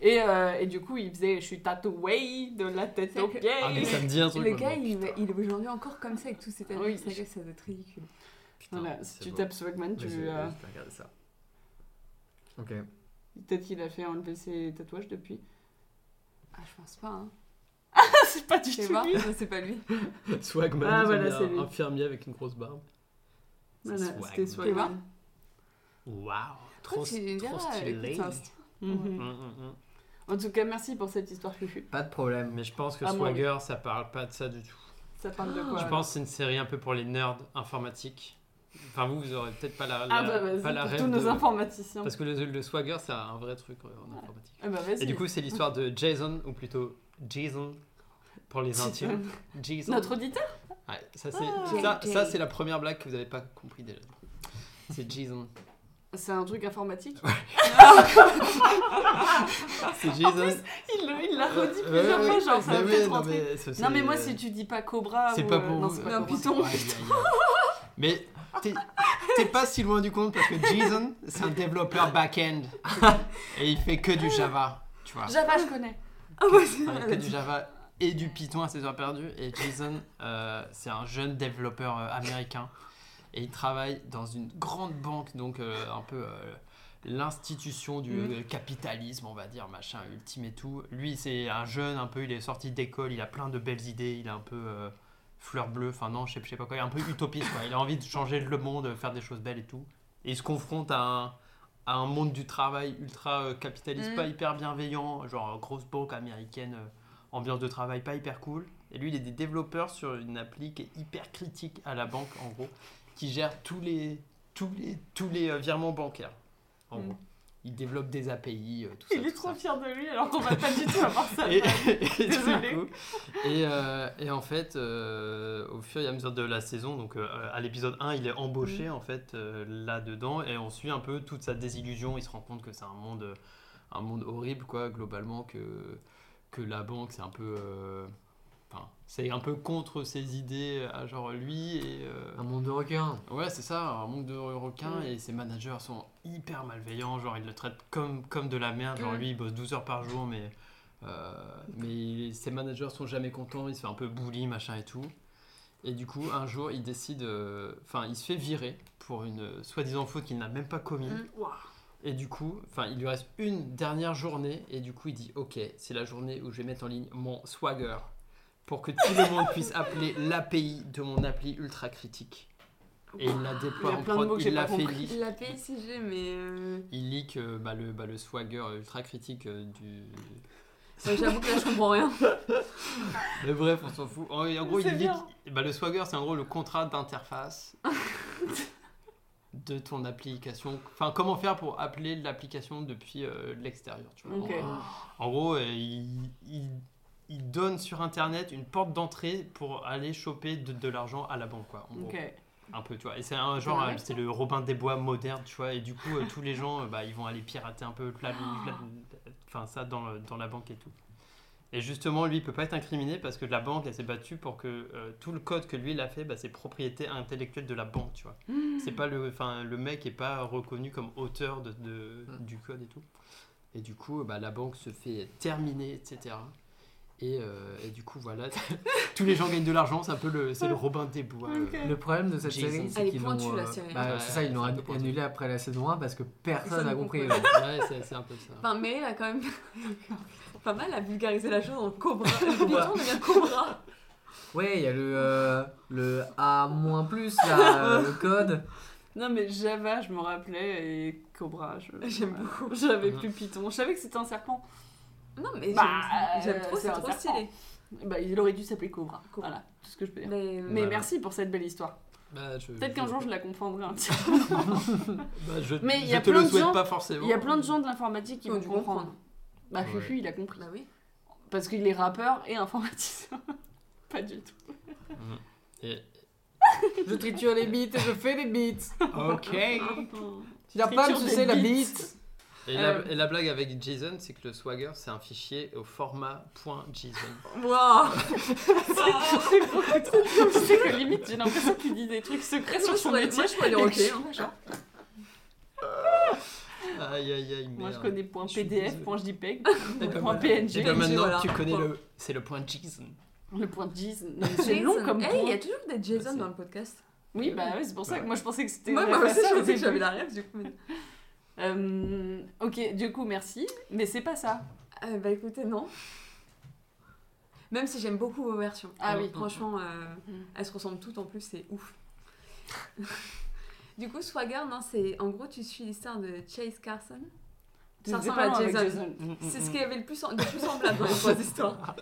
Speaker 2: Et, euh, et du coup, il faisait Je suis tatoué de la tête
Speaker 4: C'est
Speaker 2: aux
Speaker 4: que-
Speaker 2: pieds.
Speaker 3: Ah, mais ça me dit un truc.
Speaker 4: Le
Speaker 3: maintenant.
Speaker 4: gars, il, il est aujourd'hui encore comme ça avec tous ses tatouages.
Speaker 2: Oui.
Speaker 4: Ça, ça doit être ridicule.
Speaker 3: Putain,
Speaker 2: Voilà, si
Speaker 3: c'est
Speaker 2: tu
Speaker 3: beau.
Speaker 2: tapes Swagman, tu.
Speaker 5: Mais je-
Speaker 2: euh,
Speaker 5: je vais regarder ça. Ok.
Speaker 2: Peut-être qu'il a fait enlever ses tatouages depuis. (laughs)
Speaker 4: Ah, je pense pas. Hein.
Speaker 2: c'est pas du
Speaker 4: Tu
Speaker 2: tout
Speaker 4: vois
Speaker 2: lui.
Speaker 4: C'est pas lui.
Speaker 3: (laughs) Swagman,
Speaker 2: Ah,
Speaker 3: ils ont
Speaker 2: voilà,
Speaker 3: mis
Speaker 2: c'est
Speaker 3: un
Speaker 2: lui.
Speaker 3: infirmier avec une grosse barbe. C'est
Speaker 2: Voilà,
Speaker 3: Swagman.
Speaker 2: c'était
Speaker 4: Tu vois
Speaker 2: Swagman.
Speaker 3: Waouh,
Speaker 4: Toi,
Speaker 3: trop,
Speaker 4: tu verras,
Speaker 3: trop stylé.
Speaker 4: écoute, c'est un st-
Speaker 2: Mhm.
Speaker 3: Mm, mm, mm.
Speaker 2: En tout cas, merci pour cette histoire fufu.
Speaker 5: Pas de problème.
Speaker 3: Mais je pense que
Speaker 2: Ah, moi,
Speaker 3: Swagger, ça parle pas de ça du tout.
Speaker 2: Ça parle de quoi
Speaker 3: Je
Speaker 2: alors
Speaker 3: pense que c'est une série un peu pour les nerds informatiques. Enfin, vous, vous aurez peut-être pas la, la-
Speaker 2: Ah bah vas-y,
Speaker 3: pas la
Speaker 2: pour
Speaker 3: rêve
Speaker 2: tous nos
Speaker 3: de-
Speaker 2: informaticiens.
Speaker 3: Parce que le, le Swagger, c'est un vrai truc euh, en informatique.
Speaker 2: Ah bah vas-y.
Speaker 3: Et du coup, c'est l'histoire de Jason, ou plutôt Jason pour les intimes.
Speaker 2: (laughs)
Speaker 3: Jason.
Speaker 2: Notre auditeur
Speaker 3: Ouais, ça, c'est, ça,
Speaker 4: Ah.
Speaker 3: ça, c'est la première blague que vous n'avez pas compris déjà. C'est Jason.
Speaker 2: C'est un truc informatique
Speaker 3: C'est Jason.
Speaker 2: (laughs) Il le- il l'a redit
Speaker 3: Ouais,
Speaker 2: Ah, plusieurs
Speaker 3: ouais,
Speaker 2: fois,
Speaker 3: ouais.
Speaker 2: genre ça
Speaker 3: Mais
Speaker 2: va
Speaker 3: oui,
Speaker 2: peut-être
Speaker 3: non,
Speaker 2: rentrer.
Speaker 3: mais ça,
Speaker 2: Non mais moi,
Speaker 3: euh,
Speaker 2: si tu dis pas Cobra
Speaker 3: C'est
Speaker 2: ou,
Speaker 3: pas
Speaker 2: euh,
Speaker 3: pour
Speaker 2: Non,
Speaker 3: vous.
Speaker 2: c'est
Speaker 3: c'est
Speaker 2: pas pour
Speaker 3: pas pour
Speaker 2: Python.
Speaker 3: vous. Aïe, aïe, aïe. Mais t'es- t'es pas si loin du compte parce que Jason, c'est un
Speaker 2: (laughs)
Speaker 3: développeur back-end. Et il fait que du Java, tu vois.
Speaker 2: Java, je connais.
Speaker 4: Ah, ouais, c'est
Speaker 3: Il fait que du Java et du Python à ses heures perdues. Et Jason, euh, c'est un jeune développeur euh, américain. Et il travaille dans une grande banque, donc euh, un peu euh, l'institution du
Speaker 2: Mhm.
Speaker 3: euh, capitalisme, on va dire, machin, ultime et tout. Lui, c'est un jeune, un peu, il est sorti d'école, il a plein de belles idées, il est un peu euh, fleur bleue, enfin non, je sais, je sais pas quoi, il est un peu utopiste, quoi. Il a envie de changer le monde, euh, faire des choses belles et tout. Et et ils se confrontent à un, à un monde du travail ultra euh, capitaliste,
Speaker 2: Mm.
Speaker 3: pas hyper bienveillant, genre euh, grosse banque américaine, euh, ambiance de travail pas hyper cool. Et lui, il est des développeurs sur une appli qui est hyper critique à la banque, en gros, qui gère tous les, tous les, tous les euh, virements bancaires. En
Speaker 2: Mm.
Speaker 3: gros. Il développe des API, euh, tout ça.
Speaker 2: Il est
Speaker 3: tout
Speaker 2: trop
Speaker 3: ça
Speaker 2: fier de lui alors qu'on va pas du tout avoir (laughs) ça.
Speaker 3: et, (laughs) et du
Speaker 2: Désolée.
Speaker 3: coup- et, euh, et en fait, euh, au fur et à mesure de la saison, donc euh, à l'épisode 1, il est embauché
Speaker 2: Mm.
Speaker 3: en fait euh, là-dedans et on suit un peu toute sa désillusion. Il se rend compte que c'est un monde, euh, un monde horrible quoi, globalement que que la banque c'est un peu, euh, enfin c'est un peu contre ses idées, euh, genre lui et euh,
Speaker 5: Un monde de requins.
Speaker 3: Ouais, c'est ça, un manque de requins
Speaker 2: Mm.
Speaker 3: et ses managers sont hyper malveillants, genre ils le traitent comme, comme de la merde, genre
Speaker 2: Mm.
Speaker 3: lui il bosse 12 heures par jour mais, euh, mais il- ses managers sont jamais contents, il se fait un peu bully, machin et tout. Et du coup, un jour, il décide, euh, enfin, il se fait virer pour une euh, soi-disant faute qu'il n'a même pas commise.
Speaker 4: Mm.
Speaker 3: Et du coup, enfin, il lui reste une dernière journée et du coup, il dit OK, c'est la journée où je vais mettre en ligne mon swagger pour que tout
Speaker 2: (laughs)
Speaker 3: le monde puisse appeler l'API de mon appli ultra critique. Et il la déploie
Speaker 2: Il y a
Speaker 3: en
Speaker 2: plein de
Speaker 3: prod,
Speaker 2: mots que j'ai
Speaker 3: il la
Speaker 2: pas
Speaker 3: fait
Speaker 2: compris.
Speaker 3: leak.
Speaker 4: La PICG, mais. euh,
Speaker 3: Il leak euh, bah, le, bah, le swagger ultra critique euh, du.
Speaker 4: (laughs) ouais, J'avoue que là, je comprends rien.
Speaker 3: (laughs) Mais bref, on s'en fout. En, en gros,
Speaker 2: C'est
Speaker 3: il leak.
Speaker 2: bien.
Speaker 3: Bah, le swagger, c'est en gros le contrat
Speaker 4: (laughs)
Speaker 3: d'interface de ton application. Enfin, comment faire pour appeler l'application depuis euh, l'extérieur, tu vois.
Speaker 2: Ok.
Speaker 4: oh.
Speaker 3: En gros, euh, il, il- il donne sur Internet une porte d'entrée pour aller choper de, de l'argent à la banque, quoi. en gros.
Speaker 2: Ok.
Speaker 3: Un peu, tu vois. Et c'est un genre,
Speaker 4: Ouais.
Speaker 3: euh, c'est le Robin des Bois moderne, tu vois. Et du coup, euh, tous les gens, euh, bah, ils vont aller pirater un peu la- la- enfin, ça dans, le- dans la banque et tout. Et justement, lui, il peut pas être incriminé parce que la banque, elle s'est battue pour que euh, tout le code que lui, il a fait, bah, c'est propriété intellectuelle de la banque, tu vois. C'est pas le, enfin, le mec est pas reconnu comme auteur de, de- du code et tout. Et du coup, bah, la banque se fait terminer, etc. Et, euh, et du coup, voilà, tous les gens gagnent de l'argent, c'est un peu le, c'est le Robin des Bois. euh,
Speaker 2: Ok.
Speaker 5: Le problème de cette
Speaker 3: Jason.
Speaker 5: série,
Speaker 4: Elle
Speaker 5: c'est
Speaker 4: est
Speaker 5: qu'ils
Speaker 4: pointue,
Speaker 5: l'ont.
Speaker 4: la
Speaker 5: euh,
Speaker 4: série, hein.
Speaker 5: bah,
Speaker 3: Ouais,
Speaker 5: c'est ça, ils l'ont
Speaker 3: c'est un peu
Speaker 5: ad-
Speaker 3: pointu.
Speaker 5: annulé après la saison 1 parce que personne
Speaker 4: Personne
Speaker 5: n'a
Speaker 4: ne
Speaker 5: compris. euh,
Speaker 4: comprenait.
Speaker 5: ouais.
Speaker 3: Ouais, c'est- c'est un peu ça.
Speaker 4: Enfin, mais elle a quand même (laughs) pas mal à vulgariser la chose
Speaker 2: (laughs)
Speaker 4: en cobra. Bientôt, on devient cobra.
Speaker 5: Ouais, il y a le, euh, le A moins plus (laughs) là, euh, le code.
Speaker 2: Non mais Java, je me rappelais et Cobra, je...
Speaker 4: J'aime
Speaker 2: beaucoup. J'avais
Speaker 3: Mhm.
Speaker 2: plus Python. Je savais que c'était un serpent.
Speaker 4: Non, mais
Speaker 2: Bah,
Speaker 4: j'aime- j'aime
Speaker 2: euh,
Speaker 4: trop,
Speaker 2: c'est
Speaker 4: c'est
Speaker 2: un
Speaker 4: trop
Speaker 2: serpent.
Speaker 4: stylé.
Speaker 2: Bah, il aurait dû s'appeler Cobra.
Speaker 4: Cobra.
Speaker 2: Voilà, tout ce que je peux dire.
Speaker 4: Mais, euh,
Speaker 2: Mais
Speaker 3: Voilà.
Speaker 2: merci pour cette belle histoire.
Speaker 3: Bah, je-
Speaker 2: Peut-être
Speaker 3: je-
Speaker 2: qu'un jour je la comprendrai un petit
Speaker 3: Bah, je,
Speaker 2: Mais il y
Speaker 3: je
Speaker 2: a
Speaker 3: te
Speaker 2: plein
Speaker 3: le
Speaker 2: de
Speaker 3: souhaite
Speaker 2: gens-
Speaker 3: pas forcément.
Speaker 2: Il y a plein de gens de l'informatique qui
Speaker 4: Qui ont
Speaker 2: vont
Speaker 4: dû
Speaker 2: comprendre.
Speaker 4: comprendre.
Speaker 2: Bah,
Speaker 3: Ouais.
Speaker 2: Fufu, il a compris.
Speaker 4: bah oui.
Speaker 2: Parce qu'il est rappeur et informaticien. (laughs) Pas du tout.
Speaker 3: Et-
Speaker 5: Je triture les bits et je fais les bits.
Speaker 3: Ok.
Speaker 2: (laughs)
Speaker 5: Tu n'as pas à me
Speaker 2: Triture des
Speaker 5: sucer la
Speaker 2: bits.
Speaker 5: bite.
Speaker 3: Et, la,
Speaker 2: Euh.
Speaker 3: et la blague avec JSON, c'est que le Swagger, c'est un fichier au format .json.
Speaker 2: (laughs)
Speaker 4: Waouh
Speaker 2: C'est beaucoup trop. Tu sais que limite, j'ai l'impression qu'il dit des trucs secrets sur son
Speaker 4: Moi, je
Speaker 2: métier. (laughs)
Speaker 4: pourrais dire ok. hein.
Speaker 3: Aïe aïe aïe.
Speaker 2: Moi, je
Speaker 3: merde.
Speaker 2: connais point
Speaker 3: Je suis
Speaker 2: .pdf,
Speaker 3: désolé.
Speaker 2: point
Speaker 4: (laughs)
Speaker 2: .jpeg,
Speaker 3: Et ben
Speaker 2: point
Speaker 3: voilà.
Speaker 2: .png.
Speaker 3: Et ben maintenant,
Speaker 4: voilà.
Speaker 3: tu connais
Speaker 2: Point.
Speaker 3: le. C'est le point JSON.
Speaker 2: Le point JSON. Non, mais C'est long
Speaker 4: Jason.
Speaker 2: comme
Speaker 4: Hey, il y
Speaker 2: point.
Speaker 4: a toujours des Jason dans le podcast.
Speaker 2: Oui, bah ouais, c'est pour ça que moi, je pensais que c'était.
Speaker 4: Moi,
Speaker 2: vrai
Speaker 4: moi
Speaker 2: pas
Speaker 4: aussi,
Speaker 2: ça
Speaker 4: bah, je
Speaker 2: au
Speaker 4: pensais que
Speaker 2: début.
Speaker 4: j'avais la rêve du coup. mais-
Speaker 2: Euh, ok, du coup, merci, mais c'est pas ça.
Speaker 4: Euh, bah écoutez, non. Même si j'aime beaucoup vos versions.
Speaker 2: Ah oui.
Speaker 4: Franchement, euh,
Speaker 2: Mm.
Speaker 4: elles se ressemblent toutes en plus, c'est ouf. (laughs) du coup, Swagger, non, c'est. En gros, tu suis l'histoire de Chase Carson.
Speaker 2: C'était
Speaker 4: Ça ressemble à
Speaker 2: loin avec
Speaker 4: Jason.
Speaker 3: C'est
Speaker 4: C'est
Speaker 2: Mm,
Speaker 4: ce qu'il y avait le plus en- de plus semblable dans les trois histoires.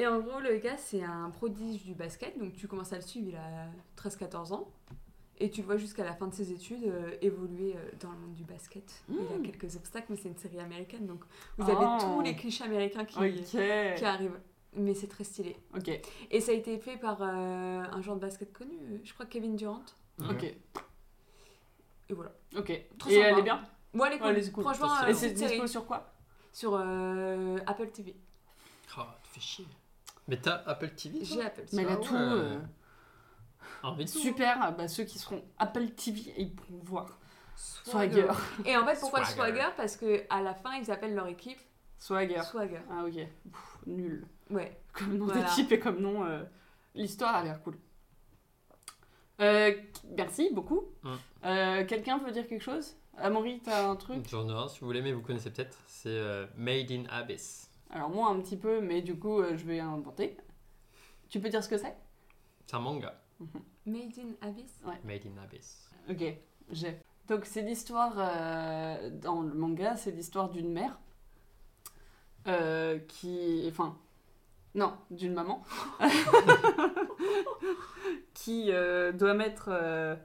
Speaker 4: Et en gros, le gars, c'est un prodige du basket. Donc, tu commences à le suivre, il a 13-14 ans. Et tu le vois jusqu'à la fin de ses études euh, évoluer euh, dans le monde du basket. Il a quelques obstacles, mais c'est une série américaine. Donc, vous avez
Speaker 2: Mm. Oh.
Speaker 4: tous les clichés américains qui, qui
Speaker 2: Ok,
Speaker 4: arrivent. Mais c'est très stylé.
Speaker 2: ok,
Speaker 4: Et ça a été fait par euh, un joueur de basket connu, euh, je crois Kevin Durant.
Speaker 2: ok,
Speaker 4: Et voilà.
Speaker 2: ok.
Speaker 4: Trop
Speaker 2: Et
Speaker 4: sympa.
Speaker 2: elle est bien.
Speaker 4: Moi, elle est cool.
Speaker 2: Ouais, elle est cool.
Speaker 4: Franchement,
Speaker 3: Ça, c'est-
Speaker 4: euh,
Speaker 2: Et Ah, c'est
Speaker 4: petite série
Speaker 2: dispo sur quoi
Speaker 4: sur euh, Apple TV.
Speaker 3: Oh, tu fais chier. Mais t'as Apple TV toi
Speaker 4: J'ai Apple TV.
Speaker 2: Mais elle a
Speaker 3: ouais.
Speaker 2: tout. euh,
Speaker 3: Ah, mais tout.
Speaker 2: Super, bah, ceux qui seront Apple TV, ils pourront voir.
Speaker 4: Swagger.
Speaker 2: Swagger.
Speaker 4: Et en fait, pourquoi
Speaker 3: Swagger.
Speaker 4: Swagger, Parce que à la fin, ils appellent leur équipe
Speaker 2: Swagger.
Speaker 4: Swagger.
Speaker 2: Ah, ok. Pff, nul.
Speaker 4: Ouais.
Speaker 2: Comme nom
Speaker 4: Voilà.
Speaker 2: d'équipe et comme nom. euh, L'histoire a l'air cool. Euh, merci beaucoup.
Speaker 3: Mm.
Speaker 2: Euh, Quelqu'un veut dire quelque chose Amaury, t'as un truc
Speaker 3: J'en ai un si vous voulez, mais vous connaissez peut-être. C'est euh, Made in Abyss.
Speaker 2: Alors moi un petit peu, mais du coup euh, je vais inventer. Tu peux dire ce que c'est
Speaker 3: C'est un manga.
Speaker 4: Made in Abyss.
Speaker 3: Made in Abyss.
Speaker 2: Ok, j'ai. Donc c'est l'histoire, euh, dans le manga, c'est l'histoire d'une mère euh, qui... Enfin, non, d'une
Speaker 4: (laughs)
Speaker 2: maman qui euh, doit mettre... euh,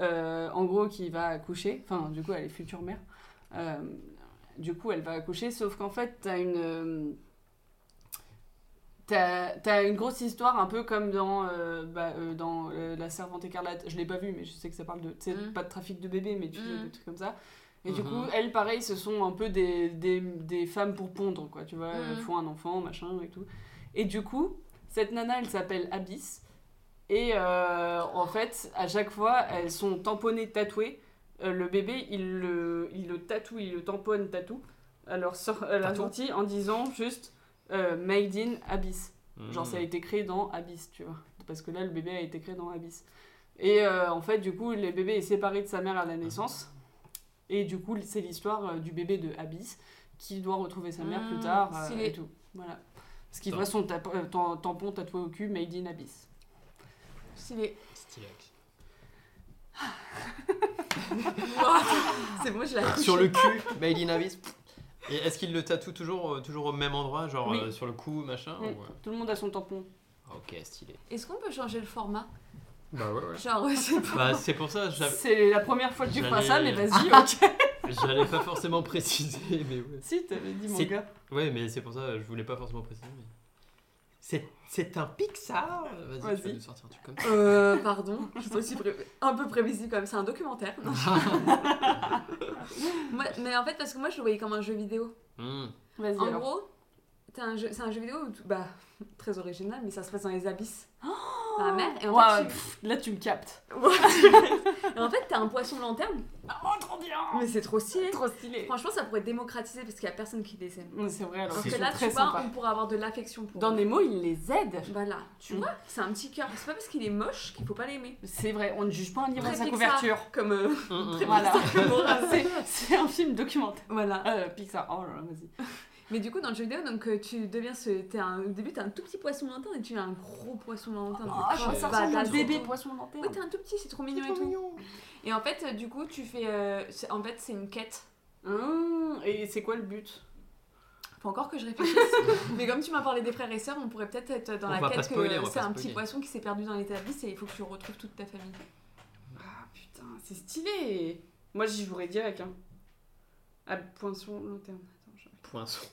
Speaker 2: euh, en gros, qui va accoucher. Enfin, du coup, elle est future mère. Euh, du coup, elle va accoucher, sauf qu'en fait, t'as une... euh, T'as t'as une grosse histoire, un peu comme dans, euh, bah, euh, dans euh, La Servante écarlate. Je l'ai pas vu, mais je sais que ça parle de. Tu sais,
Speaker 4: Mm.
Speaker 2: pas de trafic de bébés, mais tu sais,
Speaker 4: Mm.
Speaker 2: des trucs comme ça. Et du
Speaker 3: Mhm.
Speaker 2: coup, elles, pareil, ce sont un peu des, des, des femmes pour pondre, quoi. Tu vois, elles
Speaker 4: Mhm.
Speaker 2: font un enfant, machin et tout. Et du coup, cette nana, elle s'appelle Abyss. Et euh, en fait, à chaque fois, elles sont tamponnées, tatouées. Euh, le bébé, il le, il le tatoue, il le tamponne, tatoue. Alors, sort, à la
Speaker 3: Tatoue.
Speaker 2: sortie, en disant juste euh, Made in Abyss. Genre, ça a
Speaker 3: Mm.
Speaker 2: été créé dans Abyss, tu vois. Parce que là, le bébé a été créé dans Abyss. Et euh, en fait, du coup, le bébé est séparé de sa mère à la naissance. Et du coup, c'est l'histoire euh, du bébé de Abyss qui doit retrouver sa mère plus
Speaker 4: Mmh,
Speaker 2: tard euh,
Speaker 4: stylé.
Speaker 2: et tout. Voilà. Parce qu'il voit son tap- euh, tam- tampon tatoué au cul, Made in Abyss.
Speaker 4: (laughs) Stylé.
Speaker 3: Stylax.
Speaker 4: C'est moi, je la
Speaker 3: (laughs)
Speaker 4: touche.
Speaker 3: Sur le cul, Bailey Navis. Et est-ce qu'il le tatoue toujours, euh, toujours au même endroit, genre
Speaker 2: Oui.
Speaker 3: euh, sur le cou, machin
Speaker 2: Mm.
Speaker 3: ou, euh, ah,
Speaker 2: Tout le monde a son tampon.
Speaker 3: Ok, stylé.
Speaker 4: Est-ce qu'on peut changer le format
Speaker 3: Bah ouais, ouais.
Speaker 4: Genre, c'est
Speaker 3: Bah c'est pour ça, j'avais-
Speaker 2: C'est la première fois que tu feras ça, mais
Speaker 3: J'allais-
Speaker 2: vas-y,
Speaker 4: Ah,
Speaker 2: ok.
Speaker 3: j'allais pas forcément préciser, mais ouais.
Speaker 2: si, t'avais dit, mon
Speaker 3: C'est-
Speaker 2: gars.
Speaker 3: Ouais, mais c'est pour ça, je voulais pas forcément préciser. Mais... C'est, c'est un Pixar Vas-y, tu vas
Speaker 2: Vas-y.
Speaker 3: nous sortir un truc comme ça.
Speaker 4: (laughs) Euh, pardon, je suis aussi pré- un peu prévisible comme c'est un documentaire. Non. (laughs) Moi- mais en fait, parce que moi je le voyais comme un jeu vidéo.
Speaker 3: Hmm.
Speaker 2: Vas-y,
Speaker 4: En
Speaker 2: alors.
Speaker 4: gros, t'as un jeu- c'est un jeu vidéo où tu- bah, très original, mais ça se passe dans les abysses. Dans la mer, et en
Speaker 2: Ouah,
Speaker 4: fait, tu-
Speaker 2: pff, là, tu me captes.
Speaker 4: (laughs) et en fait, t'as un poisson lanterne.
Speaker 2: Oh, trop bien
Speaker 4: Mais c'est Ah, trop stylé.
Speaker 2: Trop stylé.
Speaker 4: Franchement, ça pourrait démocratiser parce qu'il y a personne qui les aime.
Speaker 2: Mm, C'est vrai, alors.
Speaker 4: Alors
Speaker 2: ils
Speaker 4: que
Speaker 2: sont
Speaker 4: là, tu
Speaker 2: très
Speaker 4: vois,
Speaker 2: sympas.
Speaker 4: on pourrait avoir de l'affection pour
Speaker 2: Dans
Speaker 4: eux.
Speaker 2: Nemo, il les aide.
Speaker 4: Voilà, tu
Speaker 2: Mm.
Speaker 4: vois, c'est un petit cœur. C'est pas parce qu'il est moche qu'il faut pas l'aimer.
Speaker 2: C'est vrai, on ne juge pas un livre à
Speaker 4: Très
Speaker 2: sa
Speaker 4: Pixar,
Speaker 2: couverture.
Speaker 4: Comme. euh, (laughs)
Speaker 3: Hmm, hmm.
Speaker 4: très
Speaker 2: Voilà.
Speaker 4: Pixar, comme Horace.
Speaker 2: C'est- (laughs) C'est un film documentaire.
Speaker 4: Voilà.
Speaker 2: Euh, Pixar, oh là là, vas-y.
Speaker 4: Mais du coup, dans le jeu vidéo, donc euh, tu deviens ce. t'es un- au début, t'es un tout petit poisson lanterne et tu es un gros poisson euh, lanterne.
Speaker 2: Ah,
Speaker 3: je vois ça
Speaker 2: ressemble à
Speaker 4: Badass.
Speaker 2: un bébé poisson lanterne.
Speaker 4: Oui, t'es un tout petit, c'est trop mignon et tout. Et en fait, euh, du coup, tu fais. euh, c'est- en fait, c'est une quête.
Speaker 2: Hum, et c'est quoi le but
Speaker 4: Faut encore que je réfléchisse. Mais comme tu m'as parlé des frères et sœurs, on pourrait peut-être être dans
Speaker 3: On
Speaker 4: la
Speaker 3: va pas
Speaker 4: quête
Speaker 3: spoiler, on
Speaker 4: que
Speaker 3: va
Speaker 4: c'est
Speaker 3: pas
Speaker 4: un petit
Speaker 3: spoiler.
Speaker 4: poisson qui s'est perdu dans l'établissement et il faut que tu retrouves toute ta famille.
Speaker 2: Ah putain, c'est stylé Moi j'y jouerais direct. Hein. Ah, poisson lanterne. Attends, j'arrive.
Speaker 3: Poinçon.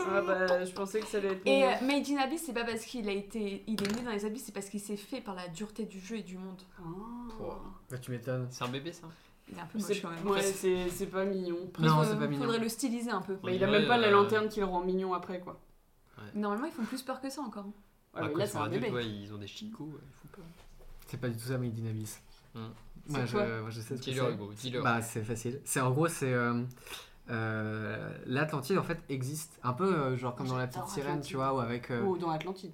Speaker 2: Ah bah, je pensais que ça allait être.
Speaker 4: Et
Speaker 2: mignon.
Speaker 4: euh, Made in Abyss, c'est pas parce qu'il a été. Il est né dans les abysses, c'est parce qu'il s'est fait par la dureté du jeu et du monde.
Speaker 2: Ah.
Speaker 5: Bah, tu m'étonnes.
Speaker 3: C'est un bébé ça
Speaker 4: Il est un peu moche
Speaker 2: C'est
Speaker 4: quand même.
Speaker 2: ouais, c'est c'est pas mignon.
Speaker 5: Non,
Speaker 4: Faudrait-
Speaker 5: c'est pas mignon.
Speaker 4: Faudrait le styliser un peu.
Speaker 3: On
Speaker 2: Bah, il a
Speaker 3: dirait,
Speaker 2: même pas la
Speaker 3: euh,
Speaker 2: lanterne qui le rend mignon après quoi.
Speaker 4: Normalement, ils font plus peur que ça encore. hein.
Speaker 2: Ouais,
Speaker 3: bah,
Speaker 2: mais
Speaker 3: quand
Speaker 2: là
Speaker 3: ils
Speaker 2: c'est
Speaker 3: sont
Speaker 2: un
Speaker 3: adultes,
Speaker 2: bébé.
Speaker 3: ouais, ils ont des chicots. Ouais, ils font peur.
Speaker 5: C'est pas du tout ça, mais Dinamis.
Speaker 3: Hmm.
Speaker 5: Moi,
Speaker 2: C'est
Speaker 5: je,
Speaker 2: quoi
Speaker 5: moi, je sais ce que
Speaker 3: Dis-leur,
Speaker 5: c'est.
Speaker 3: Hugo, dis-leur.
Speaker 5: Bah, c'est facile. C'est en gros, c'est. euh, euh, L'Atlantide en fait existe un peu euh, genre comme dans la petite
Speaker 2: J'adore
Speaker 5: sirène, tu
Speaker 2: l'Atlantide.
Speaker 5: vois, ou avec. euh,
Speaker 2: Ou dans Atlantide.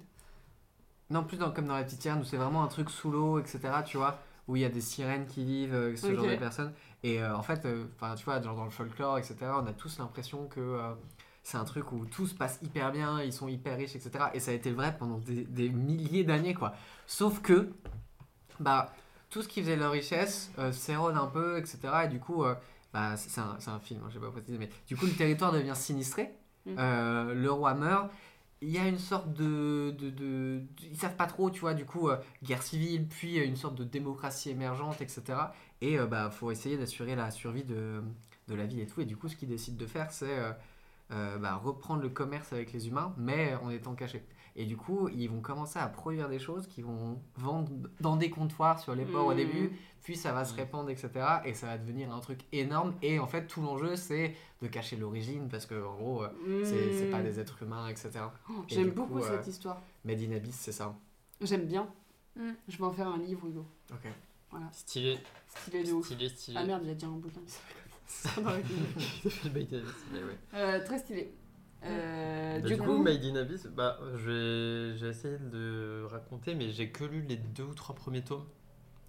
Speaker 5: Non, plus dans, comme dans la petite sirène où c'est vraiment un truc sous l'eau, etc. Tu vois, où il y a des sirènes qui vivent, euh, ce genre
Speaker 2: Ok.
Speaker 5: de personnes. Et euh, en fait, euh, 'fin, tu vois, genre dans le folklore, etc., on a tous l'impression que euh, c'est un truc où tout se passe hyper bien, ils sont hyper riches, etc. Et ça a été vrai pendant des, des milliers d'années, quoi. Sauf que, bah, tout ce qui faisait leur richesse euh, s'érode un peu, etc. Et du coup, euh, bah, c'est c'est un, c'est un film, hein, j'ai pas précisé, mais du coup, le territoire devient sinistré,
Speaker 2: Mm.
Speaker 5: euh, le roi meurt. Il y a une sorte de, de, de- de- Ils savent pas trop, tu vois, du coup, euh, guerre civile, puis euh, une sorte de démocratie émergente, etc. Et euh, bah, faut essayer d'assurer la survie de, de la ville et tout. Et du coup, ce qu'ils décident de faire, c'est euh, euh, bah, reprendre le commerce avec les humains, mais en étant cachés. Et du coup, ils vont commencer à produire des choses qu'ils vont vendre dans des comptoirs sur les ports au
Speaker 2: Mhm.
Speaker 5: début, puis ça va se
Speaker 3: Mhm.
Speaker 5: répandre, etc. Et ça va devenir un truc énorme. Et en fait, tout l'enjeu, c'est de cacher l'origine, parce que en gros, euh, c'est c'est
Speaker 2: Hmm.
Speaker 5: pas des êtres humains, etc.
Speaker 2: Oh,
Speaker 5: Et
Speaker 2: J'aime
Speaker 5: du coup,
Speaker 2: beaucoup
Speaker 5: euh,
Speaker 2: cette histoire.
Speaker 5: Made in Abyss, c'est ça.
Speaker 2: J'aime bien.
Speaker 4: Mm.
Speaker 2: Je vais en faire un livre, Hugo.
Speaker 5: Ok.
Speaker 3: Stylé,
Speaker 2: Stylé de ouf.
Speaker 3: stylé, stylé.
Speaker 2: Ah merde, il a déjà un bouquin. (laughs)
Speaker 3: (laughs) J'ai fait le Made in Abyss. mais ouais.
Speaker 2: Euh, très stylé. Euh,
Speaker 3: Bah,
Speaker 2: du coup,
Speaker 3: Made in Abyss, bah, j'ai j'ai essayé de raconter, mais j'ai que lu les deux ou trois premiers tomes.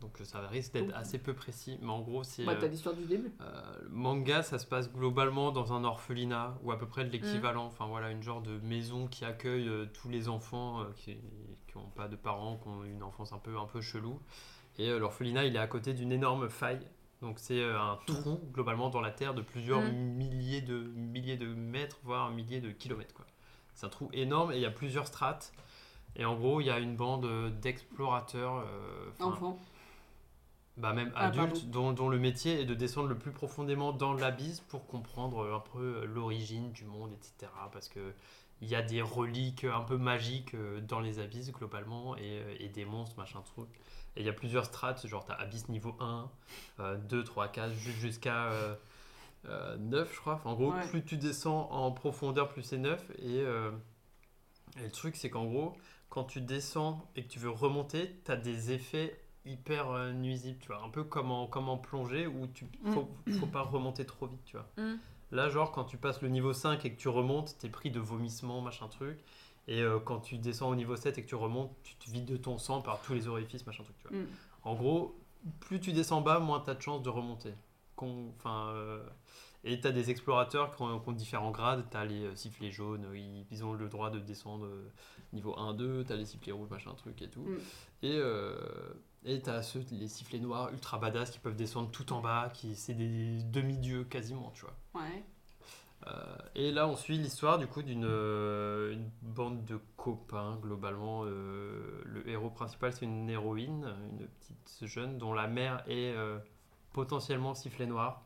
Speaker 3: Donc ça risque d'être assez peu précis. Mais en gros, c'est.
Speaker 2: bah,
Speaker 3: euh,
Speaker 2: t'as l'histoire du début.
Speaker 3: Euh, le manga, ça se passe globalement dans un orphelinat ou à peu près de l'équivalent. Enfin voilà, une genre de maison qui accueille euh, tous les enfants euh, qui n'ont pas de parents, qui ont une enfance un peu, un peu chelou. Et euh, l'orphelinat, il est à côté d'une énorme faille. Donc c'est euh, un trou globalement dans la terre de plusieurs
Speaker 4: Mhm.
Speaker 3: milliers, de, milliers de mètres, voire milliers de kilomètres. quoi. C'est un trou énorme et il y a plusieurs strates. Et en gros, il y a une bande euh, d'explorateurs, euh, 'fin,
Speaker 2: Enfant.
Speaker 3: bah même
Speaker 2: Ah,
Speaker 3: adultes, dont, dont le métier est de descendre le plus profondément dans l'abysse pour comprendre euh, un peu euh, l'origine du monde, etc. Parce que il y a des reliques un peu magiques euh, dans les abysses globalement et, euh, et des monstres, machin truc. Et il y a plusieurs strates, genre t'as abysse niveau 1, euh, 2, 3, 4, ju- jusqu'à euh, euh, 9 je crois. Enfin, en gros,
Speaker 2: Ouais.
Speaker 3: plus tu descends en profondeur, plus c'est 9. Et, euh, et le truc c'est qu'en gros, quand tu descends et que tu veux remonter, t'as des effets hyper euh, nuisibles, tu vois. Un peu comme en, comme en plongée où tu faut, faut pas remonter trop vite, tu vois.
Speaker 4: Mm.
Speaker 3: Là, genre, quand tu passes le niveau 5 et que tu remontes, t'es pris de vomissements, machin truc. Et euh, quand tu descends au niveau 7 et que tu remontes, tu te vides de ton sang par tous les orifices, machin truc, tu vois.
Speaker 2: Mm.
Speaker 3: En gros, plus tu descends bas, moins t'as de chances de remonter. Qu'on- Enfin, euh, et t'as des explorateurs qui ont, qui ont différents grades. T'as les euh, sifflets jaunes, ils, ils ont le droit de descendre euh, niveau 1, 2. T'as les sifflets rouges, machin truc et tout.
Speaker 2: Mm.
Speaker 3: Et euh, et t'as ceux, les sifflets noirs ultra badass qui peuvent descendre tout en bas, qui c'est des demi-dieux quasiment, tu vois.
Speaker 2: Ouais.
Speaker 3: Et là, on suit l'histoire du coup d'une euh, une bande de copains. Globalement, euh, le héros principal, c'est une héroïne, une petite jeune dont la mère est euh, potentiellement sifflet noir.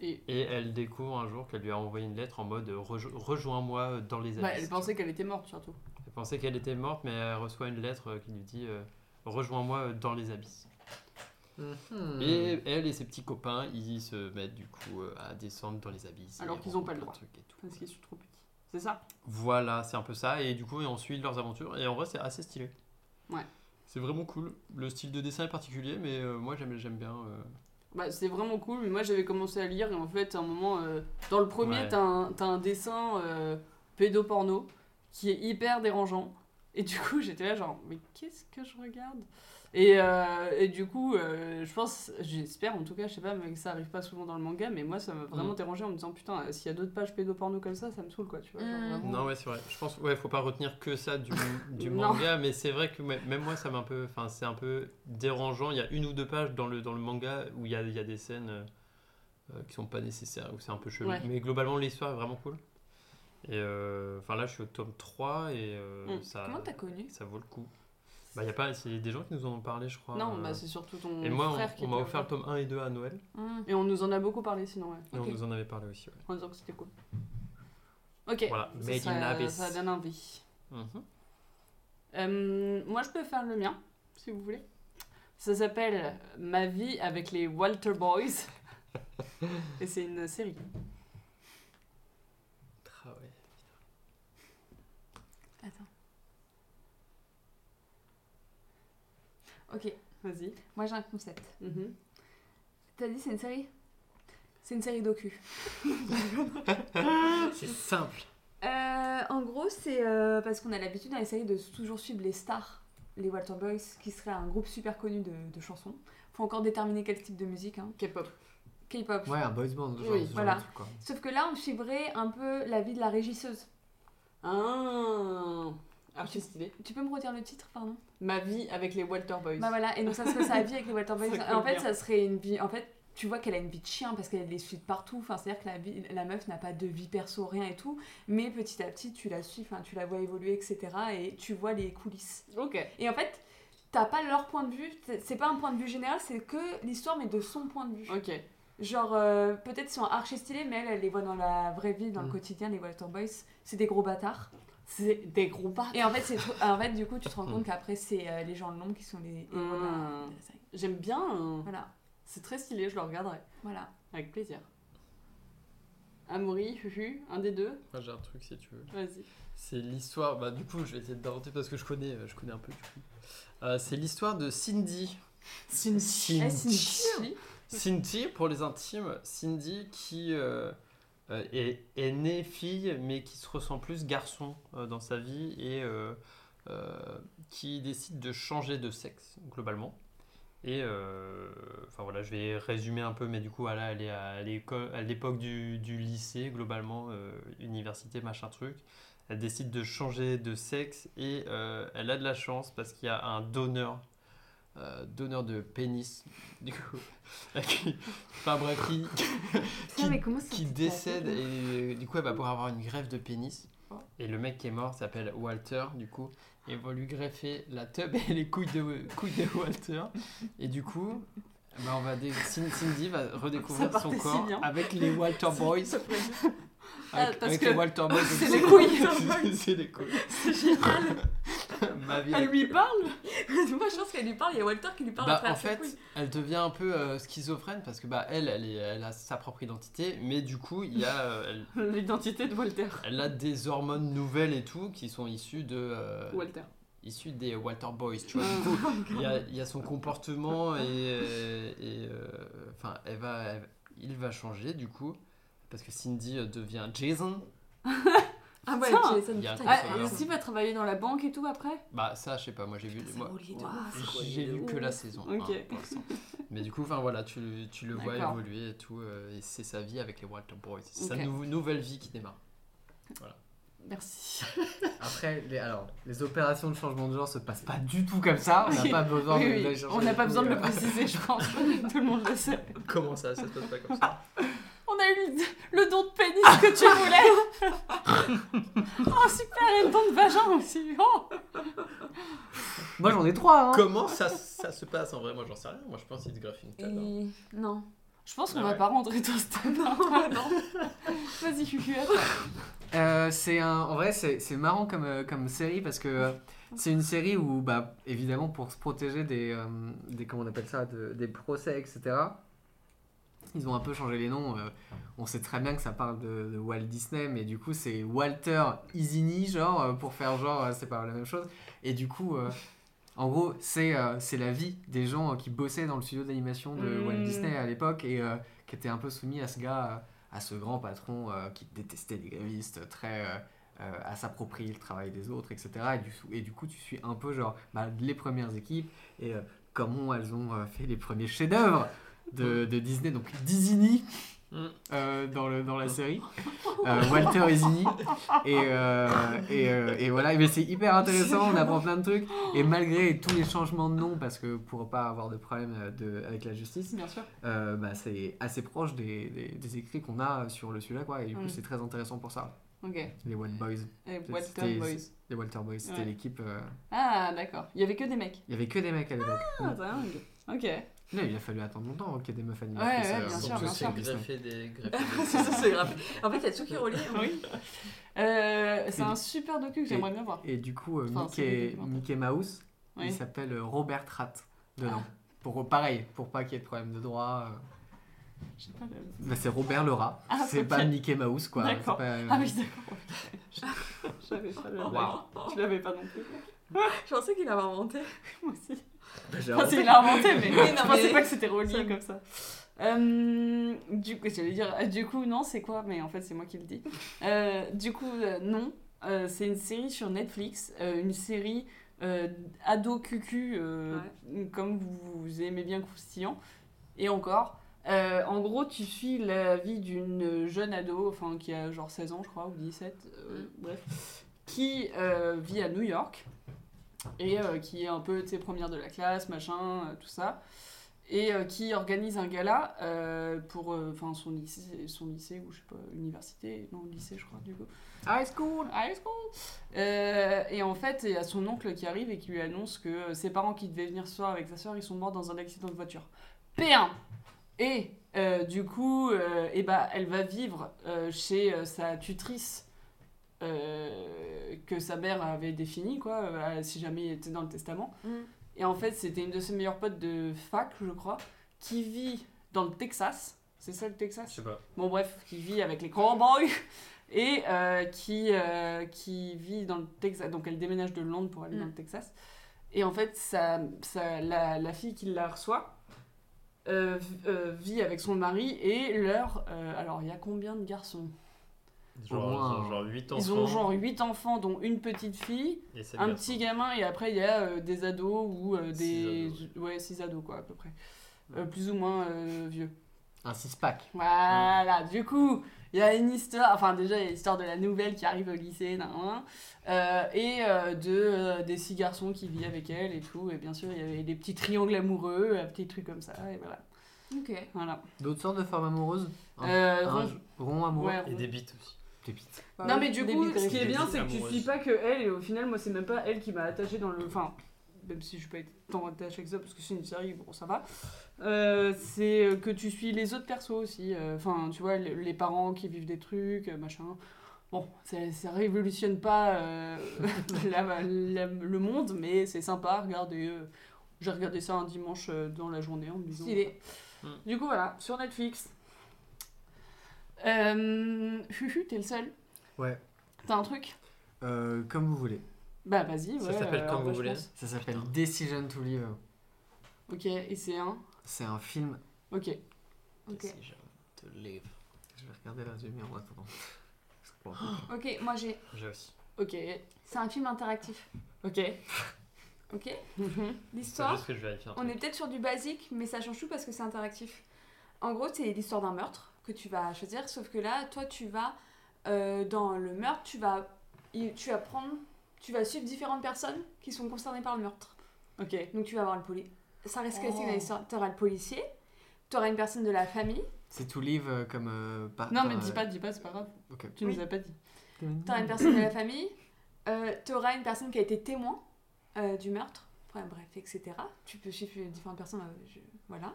Speaker 2: Et-
Speaker 3: elle découvre un jour qu'elle lui a envoyé une lettre en mode euh, Rejo- rejoins-moi euh, dans les
Speaker 2: Bah,
Speaker 3: abysses.
Speaker 2: elle pensait qu'elle était morte surtout.
Speaker 3: Elle pensait qu'elle était morte, mais elle reçoit une lettre euh, qui lui dit euh, rejoins-moi euh, dans les abysses.
Speaker 2: Hmm. Mmh.
Speaker 5: Mhm.
Speaker 3: Et elle et ses petits copains, ils se mettent du coup euh, à descendre dans les abysses. et
Speaker 2: Alors qu'ils ont pas le
Speaker 3: rencontrent plein de trucs et tout.
Speaker 2: Parce qu'ils sont trop petits. C'est ça
Speaker 3: Voilà, c'est un peu ça. Et du coup, on suit leurs aventures. Et en vrai, c'est assez stylé.
Speaker 2: Ouais.
Speaker 3: C'est vraiment cool. Le style de dessin est particulier, mais euh, moi, j'aime j'aime bien. euh.
Speaker 2: Bah, c'est vraiment cool, mais moi j'avais commencé à lire et en fait, à un moment, euh, dans le premier,
Speaker 3: Ouais.
Speaker 2: t'as un, t'as un dessin euh, pédoporno qui est hyper dérangeant. Et du coup, (laughs) j'étais là, genre, mais qu'est-ce que je regarde et, euh, et du coup, euh, je pense, j'espère en tout cas, je sais pas, mais ça arrive pas souvent dans le manga, mais moi ça m'a vraiment
Speaker 3: Mm.
Speaker 2: dérangé en me disant, putain, euh, s'il y a d'autres pages pédoporno comme ça, ça me saoule quoi, tu vois. genre,
Speaker 4: Mm.
Speaker 2: vraiment.
Speaker 3: Non, ouais, c'est vrai. Je pense, ouais, faut pas retenir que ça du,
Speaker 2: (laughs)
Speaker 3: du
Speaker 2: Non.
Speaker 3: manga, mais c'est vrai que ouais, même moi, ça m'a un peu. Enfin, c'est un peu dérangeant. Il y a une ou deux pages dans le, dans le manga où il y a, il y a des scènes euh, euh, qui sont pas nécessaires, où c'est un peu chelou.
Speaker 2: Ouais.
Speaker 3: Mais globalement, l'histoire est vraiment cool. Et euh, enfin, là, je suis au tome 3 et euh,
Speaker 2: Mm.
Speaker 3: ça,
Speaker 4: Comment t'as connu
Speaker 3: ça vaut le coup. Bah, y a pas, c'est des gens qui nous en ont parlé, je crois.
Speaker 2: Non,
Speaker 3: euh,
Speaker 2: bah c'est surtout ton
Speaker 3: Et moi,
Speaker 2: frère
Speaker 3: on,
Speaker 2: qui
Speaker 3: on m'a
Speaker 2: était-
Speaker 3: offert le tome 1 et 2 à Noël.
Speaker 4: Mm.
Speaker 2: Et on nous en a beaucoup parlé sinon, ouais.
Speaker 3: Et on
Speaker 4: Ok.
Speaker 3: nous en avait parlé aussi. ouais.
Speaker 2: En disant que c'était cool. Ok.
Speaker 3: Voilà,
Speaker 2: Ça,
Speaker 3: Made in
Speaker 2: ça-
Speaker 3: Abyss.
Speaker 2: ça donne envie.
Speaker 3: Mhm.
Speaker 2: Euh, moi, je peux faire le mien, si vous voulez. Ça s'appelle Ma vie avec les Walter
Speaker 3: (laughs)
Speaker 2: Boys. Et c'est une série.
Speaker 3: Ah ouais.
Speaker 4: Ok,
Speaker 2: Vas-y.
Speaker 4: moi j'ai un concept.
Speaker 2: Mhm.
Speaker 4: T'as dit c'est une série C'est une série docu.
Speaker 5: C'est simple.
Speaker 4: Euh, en gros, c'est euh, parce qu'on a l'habitude dans les séries de toujours suivre les stars, les Walter Boys, qui serait un groupe super connu de, de chansons. Faut encore déterminer quel type de musique, hein.
Speaker 2: K-pop.
Speaker 4: K-pop.
Speaker 5: Ouais, un boys band. Genre,
Speaker 2: Oui,
Speaker 5: ce genre
Speaker 4: voilà.
Speaker 5: de truc, quoi.
Speaker 4: Sauf que là, on suivrait un peu la vie de la régisseuse.
Speaker 2: Ah, archi stylé.
Speaker 4: Tu peux me redire le titre, pardon
Speaker 2: Ma vie avec les Walter Boys.
Speaker 4: Bah voilà, et donc ça serait sa vie avec
Speaker 2: (laughs)
Speaker 4: les Walter Boys.
Speaker 2: Ça
Speaker 4: Et en
Speaker 2: colle
Speaker 4: fait,
Speaker 2: bien.
Speaker 4: ça serait une vie. En fait, tu vois qu'elle a une vie de chien parce qu'elle les suit de partout. Enfin, c'est-à-dire que la, vie- la meuf n'a pas de vie perso, rien et tout. Mais petit à petit, tu la suis, enfin, tu la vois évoluer, etc. Et tu vois les coulisses.
Speaker 2: Ok.
Speaker 4: Et en fait, t'as pas leur point de vue. C'est- C'est pas un point de vue général, c'est que l'histoire, mais de son point de vue.
Speaker 2: Ok.
Speaker 4: Genre, euh, peut-être ils sont archi stylés, mais elle, elle les voit dans la vraie vie, dans le
Speaker 5: Mm.
Speaker 4: quotidien, les Walter Boys. C'est des gros bâtards.
Speaker 2: C'est des gros bâtards.
Speaker 4: Et en fait, c'est trop- en fait du coup, tu te rends compte qu'après, c'est euh, les gens de l'ombre qui sont les héros de la-
Speaker 2: Mm.
Speaker 4: de la série.
Speaker 2: J'aime bien. euh,
Speaker 4: Voilà,
Speaker 2: C'est très stylé, je le regarderai.
Speaker 4: voilà.
Speaker 2: Avec plaisir. Amaury, Fufu, un des deux.
Speaker 3: Moi, j'ai un truc si tu veux.
Speaker 2: Vas-y.
Speaker 3: C'est l'histoire. Bah, du coup, je vais essayer d'inventer parce que je connais, euh, je connais un peu. Du coup. Euh, c'est l'histoire de Cindy. Cindy.
Speaker 4: Eh, c'est une chien.
Speaker 3: Cindy, pour les intimes, Cindy qui euh, euh, est, est née fille, mais qui se ressent plus garçon euh, dans sa vie et euh, euh, qui décide de changer de sexe, globalement. Et euh, enfin voilà, je vais résumer un peu, mais du coup, voilà, elle est à l'école- à l'époque du, du lycée, globalement, euh, université, machin truc. Elle décide de changer de sexe et euh, elle a de la chance parce qu'il y a un donneur euh, donneur de pénis, (laughs) du coup, qui, enfin bref, qui, (laughs)
Speaker 4: Putain, mais comment ça
Speaker 3: qui
Speaker 4: t'est
Speaker 3: décède
Speaker 4: arrivé
Speaker 3: et euh, du coup elle va pouvoir avoir une greffe de pénis. Et le mec qui est mort s'appelle Walter, du coup, et vont lui greffer la tub et les couilles de, couilles de Walter. Et du coup, bah, on va dé- Cin- Cindy va redécouvrir
Speaker 2: Ça
Speaker 3: son
Speaker 2: partait si
Speaker 3: corps
Speaker 2: bien.
Speaker 3: avec les Walter Boys.
Speaker 2: Ah,
Speaker 3: Avec,
Speaker 2: parce
Speaker 3: avec
Speaker 2: que
Speaker 3: les Walter Boys.
Speaker 2: c'est les couilles.
Speaker 3: C'est- C'est les couilles. (laughs) Ma vie avec-
Speaker 2: Elle lui parle
Speaker 4: Moi, je pense qu'elle lui parle, il y a Walter qui lui parle
Speaker 3: Bah,
Speaker 4: après.
Speaker 3: en fait, elle devient un peu euh, schizophrène parce que bah elle, elle, est- elle a sa propre identité, mais du coup, il y a, euh, elle,
Speaker 2: L'identité de Walter.
Speaker 3: elle a des hormones nouvelles et tout qui sont issues de euh,
Speaker 2: Walter.
Speaker 3: issues des Walter Boys, tu vois. Du coup,
Speaker 2: Ah. (laughs)
Speaker 3: il y a, il y a son comportement et, euh, et, euh, enfin, elle va, elle- il va changer du coup parce que Cindy euh, devient Jason.
Speaker 4: Ah ouais,
Speaker 2: Putain.
Speaker 4: Jason,
Speaker 3: Il y a un
Speaker 4: putain,
Speaker 2: Ah,
Speaker 3: Ça
Speaker 2: et
Speaker 3: va.
Speaker 2: Steve va travailler dans la banque et tout après
Speaker 3: Bah ça, je sais pas, moi j'ai vu, moi, j'ai
Speaker 2: de
Speaker 3: vu que
Speaker 2: ouf.
Speaker 3: la saison. un,
Speaker 2: Ok.
Speaker 3: pour l'instant. Mais du coup, enfin voilà, tu, le- tu le vois
Speaker 2: D'accord.
Speaker 3: évoluer et tout, euh, et c'est sa vie avec les Walter Boys, c'est
Speaker 2: Ok.
Speaker 3: sa nou- nouvelle vie qui démarre.
Speaker 2: Merci.
Speaker 5: Après, les, alors, les opérations de changement de genre se passent pas du tout comme ça. On n'a
Speaker 2: Oui.
Speaker 5: pas besoin
Speaker 2: Oui,
Speaker 5: de-
Speaker 2: oui,
Speaker 5: d'aller chercher
Speaker 2: On n'a
Speaker 5: les
Speaker 2: pas besoin de
Speaker 5: couilles,
Speaker 2: le préciser, je pense. Tout le monde le sait.
Speaker 3: Comment ça, ça se passe pas
Speaker 2: (laughs)
Speaker 3: comme ça
Speaker 2: On a eu le, le don de pénis que tu voulais. oh super, et le don de vagin aussi. Oh.
Speaker 5: euh. Moi, j'en ai trois. Hein.
Speaker 3: Comment ça, ça se passe en vrai Moi j'en sais rien, moi je pense qu'il te graffe une tête. hein.
Speaker 4: Il- Non.
Speaker 2: Je pense qu'on
Speaker 3: Ah
Speaker 2: va
Speaker 3: ouais.
Speaker 2: pas rentrer dans ce thème. Vas-y, Cucu, à toi.
Speaker 5: Euh, c'est un, en vrai, c'est c'est marrant comme, euh, comme série parce que euh, c'est une série où, bah, évidemment, pour se protéger des, euh, des comment on appelle ça, de- des procès, etc. Ils ont un peu changé les noms. euh, on sait très bien que ça parle de, de Walt Disney, mais du coup, c'est Walter Isini, genre, euh, pour faire genre, euh, c'est pas la même chose. Et du coup, euh, en gros, c'est euh, c'est la vie des gens euh, qui bossaient dans le studio d'animation de
Speaker 2: Mm.
Speaker 5: Walt Disney à l'époque et euh, qui étaient un peu soumis à ce gars. euh, à ce grand patron euh, qui détestait les grévistes, très euh, euh, à s'approprier le travail des autres, etc. Et du, sou- et du coup, tu suis un peu genre bah, les premières équipes et euh, comment elles ont euh, fait les premiers chefs-d'œuvre
Speaker 2: Mm.
Speaker 5: de, de Disney, donc Disney
Speaker 3: Mm.
Speaker 5: euh, dans, le, dans la
Speaker 2: Mm.
Speaker 5: série, Euh, Walter Disney. Et, euh, et, euh, et voilà, mais c'est hyper intéressant, on apprend plein de trucs. Et malgré tous les changements de nom, parce que pour pas avoir de problème euh, de, avec la justice,
Speaker 2: Bien sûr.
Speaker 5: euh, bah, c'est assez proche des, des- des écrits qu'on a sur le sujet quoi et du coup
Speaker 2: Mm.
Speaker 5: c'est très intéressant pour ça
Speaker 2: Ok.
Speaker 5: les White Boys
Speaker 2: Et
Speaker 5: C'était-
Speaker 2: Walter Boys.
Speaker 5: les Walter Boys c'était
Speaker 2: Ouais.
Speaker 5: l'équipe euh,
Speaker 2: Ah, d'accord. Il y avait que des mecs.
Speaker 5: il y avait que des mecs à l'époque
Speaker 2: Ah, dingue. Ok.
Speaker 5: Là, il a fallu attendre longtemps qu'il y ait des meufs animées
Speaker 2: Ouais,
Speaker 5: parce que
Speaker 2: ouais,
Speaker 5: ça-
Speaker 2: bien
Speaker 5: ça-
Speaker 2: sûr,
Speaker 5: ça-
Speaker 3: Surtout
Speaker 2: bien
Speaker 5: ça-
Speaker 3: c'est
Speaker 2: sûr.
Speaker 5: ça-
Speaker 3: greffé des
Speaker 2: (laughs)
Speaker 3: greffes.
Speaker 4: C'est ça, euh, (laughs) c'est grave. En fait, il y a tout qui est relié. hein.
Speaker 2: Oui. Euh, c'est
Speaker 5: Et-
Speaker 2: un super docu que j'aimerais bien voir.
Speaker 5: et du coup euh,
Speaker 2: Enfin, c'est des
Speaker 5: Mickey,
Speaker 2: documentaires.
Speaker 5: Mickey Mouse
Speaker 2: Oui.
Speaker 5: il s'appelle euh, Robert Ratt dedans
Speaker 2: Ah.
Speaker 5: pour euh, pareil pour pas qu'il y ait de problème de droit euh,
Speaker 2: Je sais pas le-
Speaker 5: bah, c'est Robert le rat
Speaker 2: Ah,
Speaker 5: c'est
Speaker 2: ok.
Speaker 5: pas Mickey Mouse quoi c'est
Speaker 2: D'accord.
Speaker 5: pas- euh,
Speaker 2: Ah oui, d'accord. ok. Je- (laughs) J'avais pas le.
Speaker 5: Waouh.
Speaker 2: Je l'avais pas non plus.
Speaker 4: Je pensais qu'il avait inventé.
Speaker 2: (laughs) Moi aussi.
Speaker 5: J'ai
Speaker 2: Enfin,
Speaker 5: inventé.
Speaker 2: c'est- il l'a inventé, mais
Speaker 4: Oui, non,
Speaker 2: je pensais
Speaker 4: mais-
Speaker 2: pas que c'était
Speaker 4: ça-
Speaker 2: relié comme ça. Euh, du coup, j'allais dire, euh, du coup, non, c'est quoi Mais en fait, c'est moi qui le dis. Euh, du coup, euh, non, Euh, c'est une série sur Netflix, euh, une série euh, ado cucu, euh, comme vous, vous aimez bien croustillant, et encore. Euh, en gros, tu suis la vie d'une jeune ado, enfin qui a genre 16 ans, je crois, ou 17, euh,
Speaker 4: Mm.
Speaker 2: bref, qui euh, vit à New York et euh, qui est un peu, tu sais, première de la classe, machin, euh, tout ça, et euh, qui organise un gala euh, pour, euh, enfin, son lycée, son lycée ou je sais pas, université, non, lycée, je crois, du coup.
Speaker 5: high school
Speaker 2: High school. Euh, et en fait, il y a son oncle qui arrive et qui lui annonce que euh, ses parents qui devaient venir ce soir avec sa soeur, ils sont morts dans un accident de voiture. P1 Et euh, du coup, euh, eh ben, elle va vivre euh, chez euh, sa tutrice euh, que sa mère avait définie, quoi, euh, si jamais il était dans le testament.
Speaker 4: Mm.
Speaker 2: Et en fait, c'était une de ses meilleures potes de fac, je crois, qui vit dans le Texas. C'est ça le Texas
Speaker 3: Je sais pas.
Speaker 2: bon bref, qui vit avec les cowboys (laughs) et euh, qui, euh, qui vit dans le Texas. Donc elle déménage de Londres pour aller dans
Speaker 4: Mm.
Speaker 2: le Texas. Et en fait, sa- sa- la, la fille qui la reçoit euh, v- euh, vit avec son mari et leur... euh, alors, il y a combien de garçons
Speaker 5: Au
Speaker 3: Genre,
Speaker 5: moins,
Speaker 3: ils ont genre 8 enfants.
Speaker 2: Ils ont genre 8 enfants, dont une petite fille,
Speaker 3: et sept
Speaker 2: un
Speaker 3: garçons.
Speaker 2: petit gamin, et après, il y a euh, des ados ou euh, des...
Speaker 3: Six ados,
Speaker 2: ouais, 6 ados, quoi, à peu près. Euh, plus ou moins euh, vieux.
Speaker 5: un six pack
Speaker 2: Voilà, du coup, Il y a une histoire, enfin déjà, il y a l'histoire de la nouvelle qui arrive au lycée, nan, nan, euh, et euh, de, euh, des six garçons qui vivent avec elle et tout. Et bien sûr, il y avait des petits triangles amoureux, euh, petits trucs comme ça, et voilà.
Speaker 4: Ok.
Speaker 2: voilà.
Speaker 5: D'autres sortes de femmes amoureuses Un-
Speaker 2: Euh,
Speaker 5: un
Speaker 2: Ron-
Speaker 5: Rond amoureux
Speaker 2: ouais,
Speaker 3: Et
Speaker 2: Ron-
Speaker 3: des bites aussi.
Speaker 5: Des bites.
Speaker 4: Bah
Speaker 2: Non
Speaker 4: oui.
Speaker 2: mais du
Speaker 1: Des
Speaker 2: coup,
Speaker 1: bites
Speaker 2: ce qui est
Speaker 3: grises.
Speaker 2: bien,
Speaker 3: Des
Speaker 2: c'est que tu
Speaker 3: amoureuses.
Speaker 2: suis pas que elle, et au final, moi, c'est même pas elle qui m'a attaché dans le... Enfin, même si je suis pas tant attachée que ça, parce que c'est une série, bon, ça va. Euh, c'est euh, que tu suis les autres persos aussi. euh, Enfin, tu vois, le- les parents qui vivent des trucs, euh, machin. Bon, ça, ça révolutionne pas euh, (laughs) la- la- le monde, mais c'est sympa à regarder. euh. J'ai regardé ça un dimanche euh, dans la journée en me disant...
Speaker 4: Stylé.
Speaker 3: Hmm.
Speaker 2: Du coup, voilà, sur Netflix. Euh, Fufu, t'es le seul
Speaker 5: Ouais.
Speaker 2: T'as un truc
Speaker 5: Euh, comme vous voulez.
Speaker 2: bah vas-y, ouais.
Speaker 3: Ça s'appelle
Speaker 2: euh,
Speaker 3: Quand
Speaker 2: bah,
Speaker 3: vous
Speaker 2: je
Speaker 3: voulez.
Speaker 2: pense.
Speaker 5: Ça s'appelle
Speaker 3: Putain.
Speaker 5: Decision to Live.
Speaker 2: Ok, et c'est un.
Speaker 5: C'est un film.
Speaker 2: Ok.
Speaker 4: Ok.
Speaker 3: Si je te lève.
Speaker 5: Je vais regarder le résumé en attendant.
Speaker 4: Ok, moi j'ai.
Speaker 3: J'ai aussi.
Speaker 2: Ok.
Speaker 4: C'est un film interactif.
Speaker 2: Ok.
Speaker 4: Ok.
Speaker 2: Mhm.
Speaker 3: C'est
Speaker 4: L'histoire.
Speaker 3: juste que Mm-hmm. je vérifie un
Speaker 4: On
Speaker 3: truc.
Speaker 4: est peut-être sur du basique, mais ça change tout parce que c'est interactif. En gros, c'est l'histoire d'un meurtre que tu vas choisir, sauf que là, toi, tu vas euh, dans le meurtre, tu vas, il- tu vas prendre, tu vas suivre différentes personnes qui sont concernées par le meurtre.
Speaker 2: ok.
Speaker 4: Donc, tu vas avoir le policier. Ça reste classique dans
Speaker 2: Oh.
Speaker 4: l'histoire. Tu auras le policier, tu auras une personne de la famille,
Speaker 5: C'est to Live euh, comme. euh, par-
Speaker 2: Non,
Speaker 5: par,
Speaker 2: mais dis
Speaker 5: euh,
Speaker 2: pas, dis pas, c'est pas grave.
Speaker 5: Ok.
Speaker 2: Tu
Speaker 4: Oui.
Speaker 2: nous as pas dit.
Speaker 4: tu auras une personne de la famille, tu auras une personne qui a été témoin euh, du meurtre, enfin, bref, etc. Tu peux suivre différentes personnes, euh, je- voilà.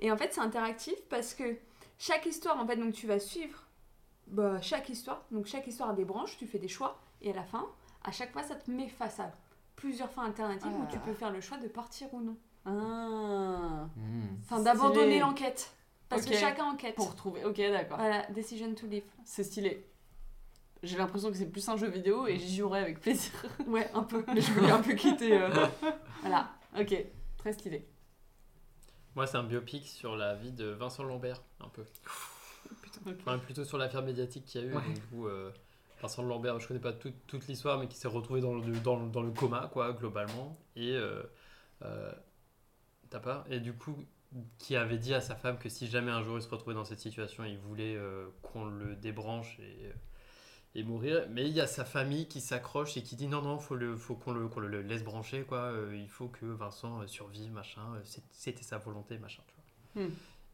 Speaker 4: Et en fait, c'est interactif parce que chaque histoire, en fait, donc tu vas suivre bah, chaque histoire. Donc chaque histoire a des branches, tu fais des choix, et à la fin, à chaque fois, ça te met face à plusieurs fins alternatives où tu
Speaker 2: Ah.
Speaker 4: peux faire le choix de partir ou non.
Speaker 2: Ah.
Speaker 5: Hmm.
Speaker 4: Enfin,
Speaker 2: Stylé.
Speaker 4: d'abandonner l'enquête. Parce
Speaker 2: Ok.
Speaker 4: que chacun enquête.
Speaker 2: Pour trouver. Ok, d'accord.
Speaker 4: Voilà, decision
Speaker 2: (laughs)
Speaker 4: to live.
Speaker 2: C'est stylé. J'ai l'impression que c'est plus un jeu vidéo et j'y jouerai avec plaisir. (laughs)
Speaker 4: Ouais, un peu.
Speaker 2: Mais je voulais un peu quitter.
Speaker 3: (laughs)
Speaker 2: euh.
Speaker 4: voilà.
Speaker 2: Ok. Très stylé.
Speaker 3: Moi, c'est un biopic sur la vie de Vincent Lambert, un peu. Enfin, plutôt sur l'affaire médiatique qu'il y a eu.
Speaker 5: Ouais.
Speaker 3: donc, du coup, euh, Vincent Lambert, je connais pas toute, toute l'histoire, mais qui s'est retrouvé dans le, dans, le- dans le coma, quoi, globalement. Et. euh, euh, T'as pas Et du coup, qui avait dit à sa femme que si jamais un jour il se retrouvait dans cette situation, il voulait euh, qu'on le débranche et, euh, et mourir. Mais il y a sa famille qui s'accroche et qui dit non, non, faut, le, faut qu'on le, qu'on le laisse brancher, quoi. Euh, il faut que Vincent euh, survive, machin. Euh, c'est- C'était sa volonté, machin, tu vois.
Speaker 2: Hmm.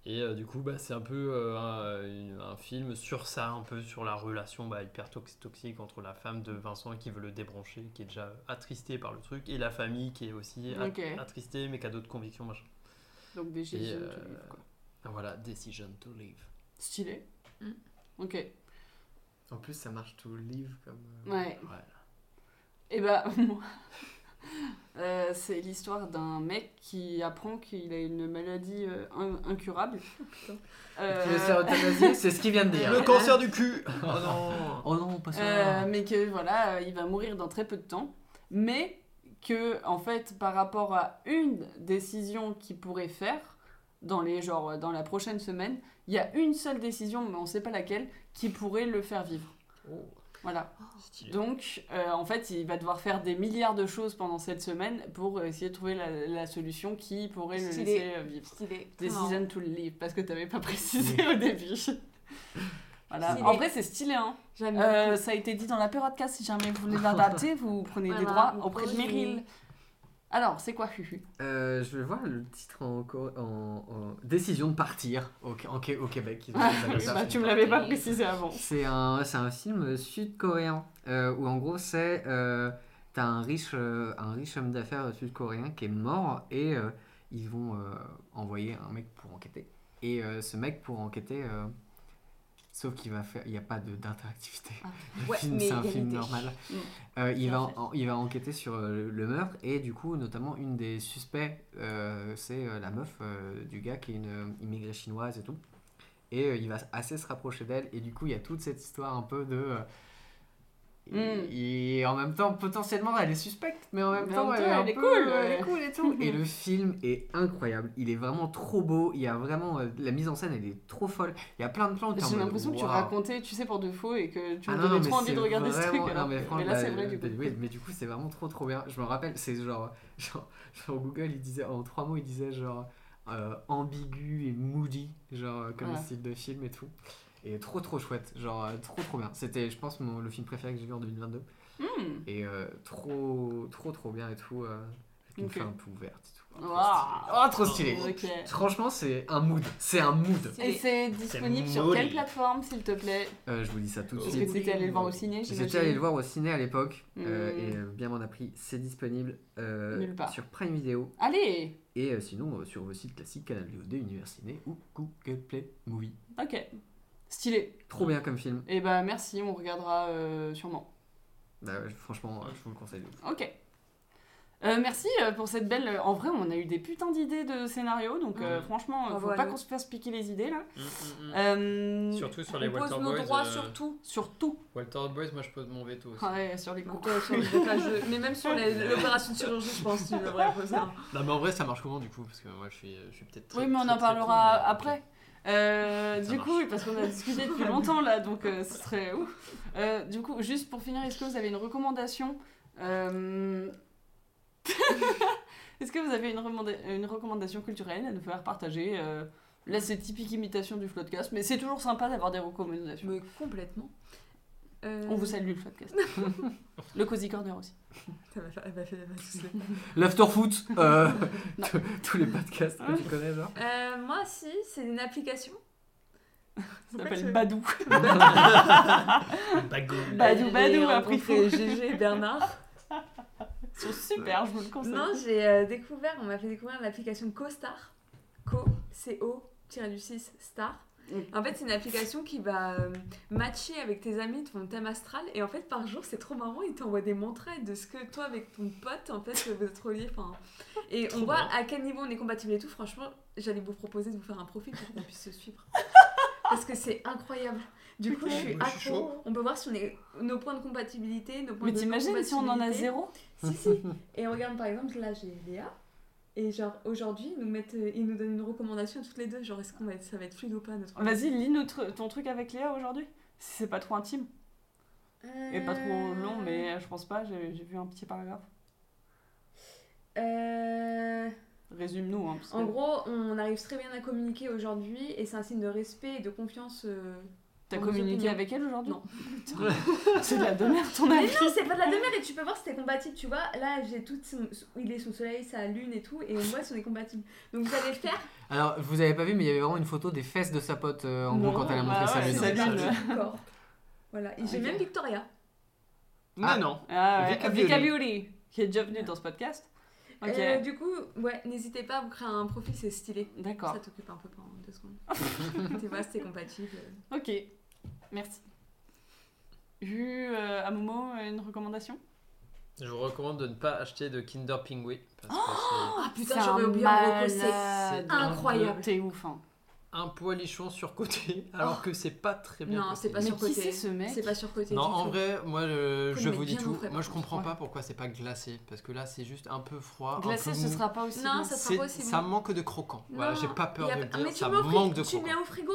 Speaker 3: Et euh, du coup, bah, c'est un peu euh, un, une- un film sur ça, un peu sur la relation bah, hyper tox- toxique entre la femme de Vincent qui veut le débrancher, qui est déjà attristée par le truc, et la famille qui est aussi at-
Speaker 2: Ok.
Speaker 3: attristée, mais qui a d'autres convictions, machin.
Speaker 2: Donc des
Speaker 3: Et,
Speaker 2: G.I. Joe,
Speaker 3: euh,
Speaker 2: tout le livre, quoi.
Speaker 3: Voilà, Decision to Leave.
Speaker 2: Stylé.
Speaker 4: Mm.
Speaker 2: Ok.
Speaker 5: En plus, ça marche to Live comme. euh,
Speaker 2: Ouais.
Speaker 3: Ouais.
Speaker 2: Et bah, (laughs) moi, euh, c'est l'histoire d'un mec qui apprend qu'il a une maladie euh, in- incurable. Euh,
Speaker 5: Tu veux se faire euthanasier C'est ce qu'il vient de dire.
Speaker 3: Le cancer du cul Oh non
Speaker 5: (laughs) Oh non, pas ça.
Speaker 2: euh, mais que voilà, euh, il va mourir dans très peu de temps. Mais que, en fait, par rapport à une décision qu'il pourrait faire, dans, les, genre, euh, dans la prochaine semaine, il y a une seule décision, mais on sait pas laquelle, qui pourrait le faire vivre. Voilà. Donc, euh, en fait, il va devoir faire des milliards de choses pendant cette semaine pour essayer de trouver la, la solution qui pourrait le
Speaker 4: Stylé.
Speaker 2: laisser euh, vivre.
Speaker 4: Stylé.
Speaker 2: Decision to live, parce que t'avais pas précisé au début. voilà.
Speaker 4: Stylé.
Speaker 2: En vrai, c'est stylé, hein.
Speaker 4: J'aime
Speaker 2: Euh,
Speaker 4: beaucoup.
Speaker 2: ça a été dit dans la période casse, si jamais vous voulez (laughs) l'adapter, vous prenez des droits
Speaker 4: Voilà, vous
Speaker 2: auprès de
Speaker 4: prenez-
Speaker 2: Meryl. Alors, c'est quoi, Fufu
Speaker 5: Euh, je vais voir le titre en, cor- en- en- décision de partir au, au- au Québec.
Speaker 2: (laughs)
Speaker 5: Ils ont appelé ça comme ça.
Speaker 2: Bah, Tu me l'avais pas précisé avant.
Speaker 5: C'est un, c'est un film sud-coréen euh, où en gros c'est euh, t'as un riche euh, un riche homme d'affaires sud-coréen qui est mort et euh, ils vont euh, envoyer un mec pour enquêter et euh, ce mec pour enquêter euh, sauf qu'il va faire il n'y a pas de d'interactivité (laughs) le
Speaker 4: Ah, Ouais,
Speaker 5: film
Speaker 4: mais
Speaker 5: c'est un
Speaker 4: il y a
Speaker 5: film
Speaker 4: des-
Speaker 5: normal
Speaker 2: Mm.
Speaker 5: Euh, il
Speaker 2: Bien
Speaker 5: va
Speaker 2: fait.
Speaker 5: en- il va enquêter sur euh, le, le meurtre et du coup notamment une des suspects euh, c'est euh, la meuf euh, du gars qui est une euh, immigrée chinoise et tout et euh, il va assez se rapprocher d'elle et du coup il y a toute cette histoire un peu de euh,
Speaker 2: Mm.
Speaker 5: et en même temps potentiellement elle est suspecte mais en même
Speaker 2: Mais en
Speaker 5: temps,
Speaker 2: même
Speaker 5: elle,
Speaker 2: temps,
Speaker 5: est un
Speaker 2: elle est
Speaker 5: peu,
Speaker 2: cool,
Speaker 5: euh, elle est
Speaker 2: ouais.
Speaker 5: cool et tout (laughs) et le film est incroyable il est vraiment trop beau il y a vraiment euh, la mise en scène elle est trop folle il y a plein de plans où t'es en
Speaker 2: J'ai
Speaker 5: mode,
Speaker 2: l'impression que tu
Speaker 5: waouh.
Speaker 2: racontais, tu sais, pour de faux et que tu me
Speaker 5: Ah non,
Speaker 2: donnais
Speaker 5: non,
Speaker 2: trop
Speaker 5: mais
Speaker 2: envie de
Speaker 5: c'est
Speaker 2: regarder ce truc.
Speaker 5: vraiment-
Speaker 2: alors
Speaker 5: non, mais
Speaker 2: que- mais
Speaker 5: franchement,
Speaker 2: là, c'est
Speaker 5: bah,
Speaker 2: vrai, du coup.
Speaker 5: bah, oui, mais du coup, c'est vraiment trop trop bien. Je me rappelle, c'est genre, (laughs) genre, genre Google, il disait en trois mots, il disait genre euh, ambigu et moody, genre euh, comme
Speaker 2: Ouais.
Speaker 5: style de film et tout. Et trop trop chouette, genre euh, trop trop bien. C'était, je pense, mon- le film préféré que j'ai vu en 2022.
Speaker 2: Hmm.
Speaker 5: Et euh, trop trop trop bien et tout. euh, avec une
Speaker 2: Ok.
Speaker 5: fin un peu ouverte et tout.
Speaker 2: Waouh.
Speaker 5: Oh, trop stylé.
Speaker 2: Ok.
Speaker 5: Franchement, c'est un mood. C'est un mood.
Speaker 2: Et c'est disponible sur
Speaker 3: molly.
Speaker 2: quelle plateforme, s'il te plaît
Speaker 5: Euh, je vous dis ça tout de
Speaker 2: Parce
Speaker 5: suite.
Speaker 2: que t'étais allé le voir au ciné,
Speaker 5: J'étais allé le
Speaker 2: j'imagine.
Speaker 5: voir au ciné à l'époque euh,
Speaker 2: Mm.
Speaker 5: et euh, bien m'en a pris. C'est disponible euh,
Speaker 2: Nulle part.
Speaker 5: sur Prime Video
Speaker 2: Allez
Speaker 5: et euh, sinon euh, sur vos sites classiques Canal VOD, Univers Ciné ou Google Play Movie.
Speaker 2: Ok. Stylé.
Speaker 5: Trop bien comme film.
Speaker 2: Et bah merci, on regardera euh, sûrement.
Speaker 5: Bah ouais, franchement, euh, je vous le conseille. de ouf.
Speaker 2: Ok. Euh, merci euh, pour cette belle. En vrai, on a eu des putains d'idées de scénario, donc euh, franchement, euh,
Speaker 4: Mm. Bravo
Speaker 2: faut
Speaker 4: à
Speaker 2: pas
Speaker 4: nous.
Speaker 2: qu'on se fasse piquer les idées là.
Speaker 3: Mm, mm, mm.
Speaker 2: Euh,
Speaker 3: Surtout sur les
Speaker 4: On
Speaker 3: Walter
Speaker 4: pose
Speaker 3: Boys.
Speaker 4: nos droits
Speaker 3: euh,
Speaker 4: sur tout.
Speaker 2: Surtout.
Speaker 3: Walter Boys, moi je pose mon veto aussi.
Speaker 2: Ah ouais, sur les coups.
Speaker 4: Sur le dopage, euh, mais même sur (laughs) les- l'opération de chirurgie, je pense, tu devrais poser un.
Speaker 3: Non, mais en vrai, ça marche comment du coup Parce que moi je suis,
Speaker 5: euh,
Speaker 3: je suis peut-être.
Speaker 2: Oui,
Speaker 3: très,
Speaker 2: mais on
Speaker 3: très,
Speaker 2: en
Speaker 3: très con,
Speaker 2: parlera
Speaker 3: mais-
Speaker 2: après. Euh,
Speaker 3: Ça
Speaker 2: du
Speaker 3: marche.
Speaker 2: coup, oui, parce qu'on a discuté
Speaker 3: (laughs)
Speaker 2: depuis longtemps là, donc euh, ce serait ouf. Euh, du coup, juste pour finir, est-ce que vous avez une recommandation euh, (laughs) Est-ce que vous avez une, remanda- une recommandation culturelle à nous faire partager euh, Là, c'est typique imitation du Floodcast, mais c'est toujours sympa d'avoir des recommandations.
Speaker 4: Mais complètement. Euh,
Speaker 2: On vous salue le
Speaker 3: (laughs)
Speaker 2: Floodcast. le Cozy Corner aussi.
Speaker 4: Ça va faire- elle va faire- elle va tousser.
Speaker 5: L'afterfoot,
Speaker 2: (laughs)
Speaker 5: euh, (laughs)
Speaker 2: Non.
Speaker 5: tous- tous les podcasts que tu connais, genre.
Speaker 4: Euh, moi, si, c'est une application.
Speaker 2: Ça s'appelle Badou.
Speaker 3: Bago.
Speaker 4: Ah.
Speaker 2: Badou, Badou,
Speaker 4: J'ai
Speaker 2: après
Speaker 4: rencontré GG et Bernard.
Speaker 2: Ils sont super, je vous le conseille.
Speaker 4: non, j'ai euh, découvert, on m'a fait découvrir l'application CoStar. Co, C-O, tiré du 6, Star.
Speaker 2: Mm.
Speaker 4: En fait, c'est une application qui va euh, matcher avec tes amis ton thème astral. Et en fait, par jour, c'est trop marrant. Ils t'envoient des montrailles de ce que toi, avec ton pote, en fait, vous êtes reliés. Enfin, et on voit à quel niveau on est compatible et tout. Franchement, j'allais vous proposer de vous faire un profil pour qu'on puisse
Speaker 2: (laughs)
Speaker 4: se suivre. Parce que c'est incroyable. Du coup, je suis
Speaker 3: Moi, je suis
Speaker 4: accro. On peut voir si on est, nos points de compatibilité, nos points
Speaker 2: Mais
Speaker 4: de
Speaker 2: t'imagines si on en a
Speaker 4: non-compatibilité.
Speaker 2: zéro
Speaker 4: Si, si. Et regarde, par exemple, là, j'ai Léa. Et genre, aujourd'hui, ils nous, mettent, euh, ils nous donnent une recommandation toutes les deux. Genre, est-ce qu'on va être, ça va être fluide ou pas notre
Speaker 2: Vas-y, lis notre, ton truc avec Léa aujourd'hui. Si c'est pas trop intime et pas trop
Speaker 4: Mmh.
Speaker 2: long, mais je pense pas, j'ai j'ai vu un petit paragraphe.
Speaker 4: Euh,
Speaker 2: Résume-nous. Hein, parce que-
Speaker 4: En gros, on arrive très bien à communiquer aujourd'hui et c'est un signe de respect et de confiance. euh.
Speaker 2: t'as
Speaker 4: en
Speaker 2: communiqué
Speaker 4: opinion.
Speaker 2: avec elle aujourd'hui
Speaker 4: Non.
Speaker 2: (laughs) Putain, C'est de la demeure ton
Speaker 4: Mais (laughs)
Speaker 2: avis.
Speaker 4: non, c'est pas de la demeure et tu peux voir si t'es compatible, tu vois. Là, j'ai tout. Son... Il est son soleil, sa lune et tout, et on voit si on est compatible. Donc, vous allez le faire.
Speaker 5: Alors, vous avez pas vu, mais il y avait vraiment une photo des fesses de sa pote euh, en
Speaker 2: Non,
Speaker 5: gros quand elle a montré
Speaker 2: bah
Speaker 5: sa
Speaker 2: ouais,
Speaker 5: bite.
Speaker 2: c'est bien.
Speaker 4: C'est du corps. Voilà. Et j'ai
Speaker 2: Ok.
Speaker 4: même Victoria.
Speaker 3: Non,
Speaker 5: Ah.
Speaker 3: non.
Speaker 2: Ah ouais,
Speaker 3: Vika
Speaker 2: Vika
Speaker 3: Violi.
Speaker 2: Violi, qui est déjà venue dans ce podcast. Ok,
Speaker 4: Euh, du coup, ouais, n'hésitez pas à vous créer un profil, c'est stylé.
Speaker 2: d'accord.
Speaker 4: Ça t'occupe un peu pendant deux secondes. (laughs) tu vois, c'était compatible.
Speaker 2: Ok, merci. Vu euh, à Momo, une recommandation
Speaker 3: Je vous recommande de ne pas acheter de Kinder Pingui. Parce que
Speaker 4: Ah
Speaker 2: C'est
Speaker 4: putain,
Speaker 2: un
Speaker 4: j'aurais oublié un
Speaker 2: malade.
Speaker 4: reco, c'est
Speaker 3: C'est
Speaker 4: incroyable.
Speaker 2: T'es ouf, hein.
Speaker 3: c'est un poilichon surcoté, (laughs) alors que c'est pas très bien.
Speaker 4: Non,
Speaker 3: coté.
Speaker 4: c'est pas
Speaker 2: Mais
Speaker 4: surcoté.
Speaker 2: qui c'est ce mec
Speaker 4: C'est pas surcoté.
Speaker 3: Non,
Speaker 4: du
Speaker 3: en
Speaker 4: tout.
Speaker 3: vrai, moi euh,
Speaker 4: Faut
Speaker 3: je
Speaker 4: le
Speaker 3: vous
Speaker 4: mettre
Speaker 3: dis
Speaker 4: bien au
Speaker 3: tout.
Speaker 4: frais,
Speaker 3: Moi je
Speaker 4: par
Speaker 3: comprends
Speaker 2: contre.
Speaker 3: pas pourquoi c'est pas glacé. Parce que là c'est juste un peu froid. un
Speaker 2: Glacé,
Speaker 3: peu
Speaker 2: ce
Speaker 3: mou.
Speaker 2: sera pas aussi.
Speaker 4: Non,
Speaker 2: bien.
Speaker 4: ça sera
Speaker 3: C'est-
Speaker 4: pas aussi
Speaker 3: Ça
Speaker 4: bon.
Speaker 3: manque de croquant. Voilà,
Speaker 4: Non,
Speaker 3: j'ai pas peur
Speaker 4: y a-
Speaker 3: de le
Speaker 4: ah,
Speaker 3: dire.
Speaker 4: mais tu
Speaker 3: Ça
Speaker 4: le mets au frigo,
Speaker 3: manque de
Speaker 4: Tu le
Speaker 3: croquant.
Speaker 4: mets au frigo.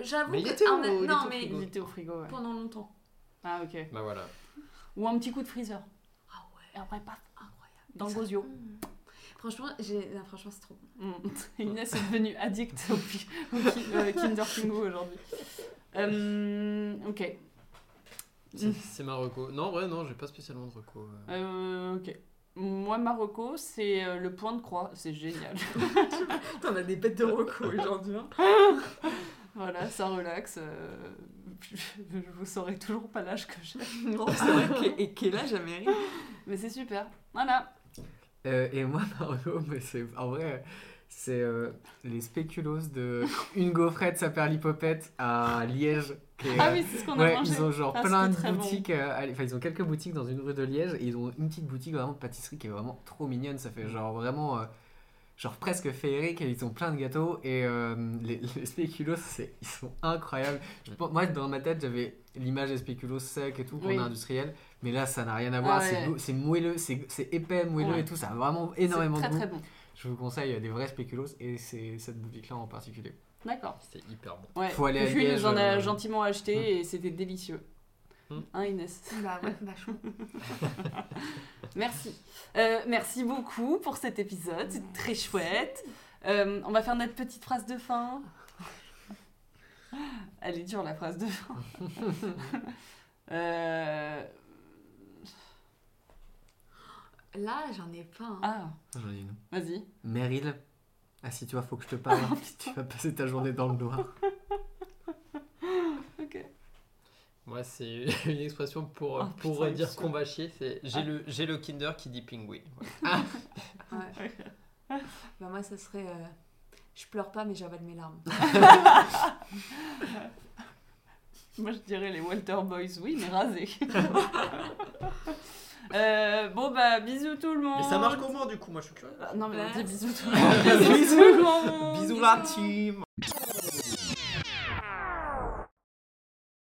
Speaker 4: J'avoue.
Speaker 3: Mais il
Speaker 4: que-
Speaker 3: était
Speaker 4: ah,
Speaker 3: au-
Speaker 4: on a-
Speaker 3: il était
Speaker 4: Non,
Speaker 3: au
Speaker 4: mais
Speaker 2: Il était au frigo, ouais.
Speaker 4: pendant longtemps.
Speaker 2: Ah, ok.
Speaker 3: Bah voilà.
Speaker 2: Ou un petit coup de freezer.
Speaker 4: Ah ouais,
Speaker 2: Et après, paf,
Speaker 4: incroyable.
Speaker 2: dans le gosio.
Speaker 4: Mm. Franchement, j'ai. non, franchement, c'est trop bon.
Speaker 2: Mm. (laughs) Inès est devenue addict au, pi- au ki-
Speaker 4: (laughs)
Speaker 2: euh, Kinder Pingu aujourd'hui. Euh, ok. Mm.
Speaker 3: C'est- C'est ma reco. Non, en vrai, non, j'ai pas spécialement de reco. euh.
Speaker 2: Euh, ok. Moi, Marocco, c'est euh, le point de croix. C'est génial.
Speaker 4: (laughs) T'en as des bêtes de recours aujourd'hui. hein.
Speaker 2: (laughs) voilà, ça relaxe. euh, je vous saurai toujours pas l'âge que j'ai.
Speaker 4: (laughs) Non, c'est vrai. que- Et qu'elle a jamais ri.
Speaker 2: Mais c'est super. Voilà.
Speaker 5: Euh, et moi, (laughs) Margot, mais c'est en vrai, c'est euh, les spéculoos de une gaufrette, sa perlipopette à Liège. qui est,
Speaker 2: Ah
Speaker 5: euh,
Speaker 2: oui, c'est ce qu'on
Speaker 5: ouais,
Speaker 2: a mangé.
Speaker 5: ils ont genre
Speaker 2: Ah,
Speaker 5: plein
Speaker 2: c'était
Speaker 5: de
Speaker 2: très bon.
Speaker 5: boutiques. euh, à- Enfin, ils ont quelques boutiques dans une rue de Liège et ils ont une petite boutique vraiment de pâtisserie qui est vraiment trop mignonne. Ça fait genre vraiment. euh, Genre presque féerique, et ils ont plein de gâteaux, et euh, les, (laughs) les spéculoos, c'est- ils sont incroyables. Je pense- moi, dans ma tête, j'avais l'image des spéculoos secs et tout, qu'on
Speaker 2: Oui.
Speaker 5: a industriel, mais là, ça n'a rien à voir.
Speaker 2: Ah
Speaker 5: c'est
Speaker 2: ouais.
Speaker 5: mou- C'est moelleux, c'est c'est épais, moelleux
Speaker 2: Ouais.
Speaker 5: et tout, ça a vraiment
Speaker 2: C'est
Speaker 5: énormément
Speaker 2: très
Speaker 5: de goût.
Speaker 2: très bon.
Speaker 5: Je vous conseille euh, des vrais spéculoos et c'est cette boutique-là en particulier.
Speaker 2: D'accord.
Speaker 3: C'était hyper bon.
Speaker 2: Ouais.
Speaker 5: Faut aller à
Speaker 2: Puis,
Speaker 5: Liège,
Speaker 2: nous en a
Speaker 5: euh,
Speaker 2: gentiment acheté
Speaker 5: hmm.
Speaker 2: et c'était délicieux.
Speaker 3: Hmm.
Speaker 2: Hein, Inès
Speaker 4: Bah ouais, vachement.
Speaker 2: Merci. Euh, merci beaucoup pour cet épisode, c'est très chouette. Euh, on va faire notre petite phrase de fin. Elle est dure la phrase de
Speaker 5: (laughs)
Speaker 2: fin. Euh,
Speaker 4: Là, j'en ai pas. hein.
Speaker 2: Ah,
Speaker 5: J'en ai une.
Speaker 2: vas-y.
Speaker 5: Meryl. Ah si tu vois, faut que je te parle. (laughs) tu vas passer ta journée dans le noir.
Speaker 3: Moi, c'est (laughs) une expression pour,
Speaker 2: Oh,
Speaker 3: pour
Speaker 2: putain,
Speaker 3: dire
Speaker 2: il Ah. me
Speaker 3: qu'on va chier, c'est j'ai le, j'ai le Kinder qui dit pingouin. Voilà.
Speaker 4: Ouais. bah, moi, ça serait. euh, Je pleure pas, mais j'avale mes larmes.
Speaker 2: Moi, je dirais les Walter Boys, oui, mais rasés.
Speaker 5: (laughs)
Speaker 2: Euh, bon, bah, bisous tout le monde.
Speaker 3: Mais ça marche comment du coup Moi, je suis curieux.
Speaker 2: (laughs) Ah, Non, mais on dit bisous tout le monde.
Speaker 5: Bisous.
Speaker 2: Bisous tout le monde.
Speaker 5: Bisous la team.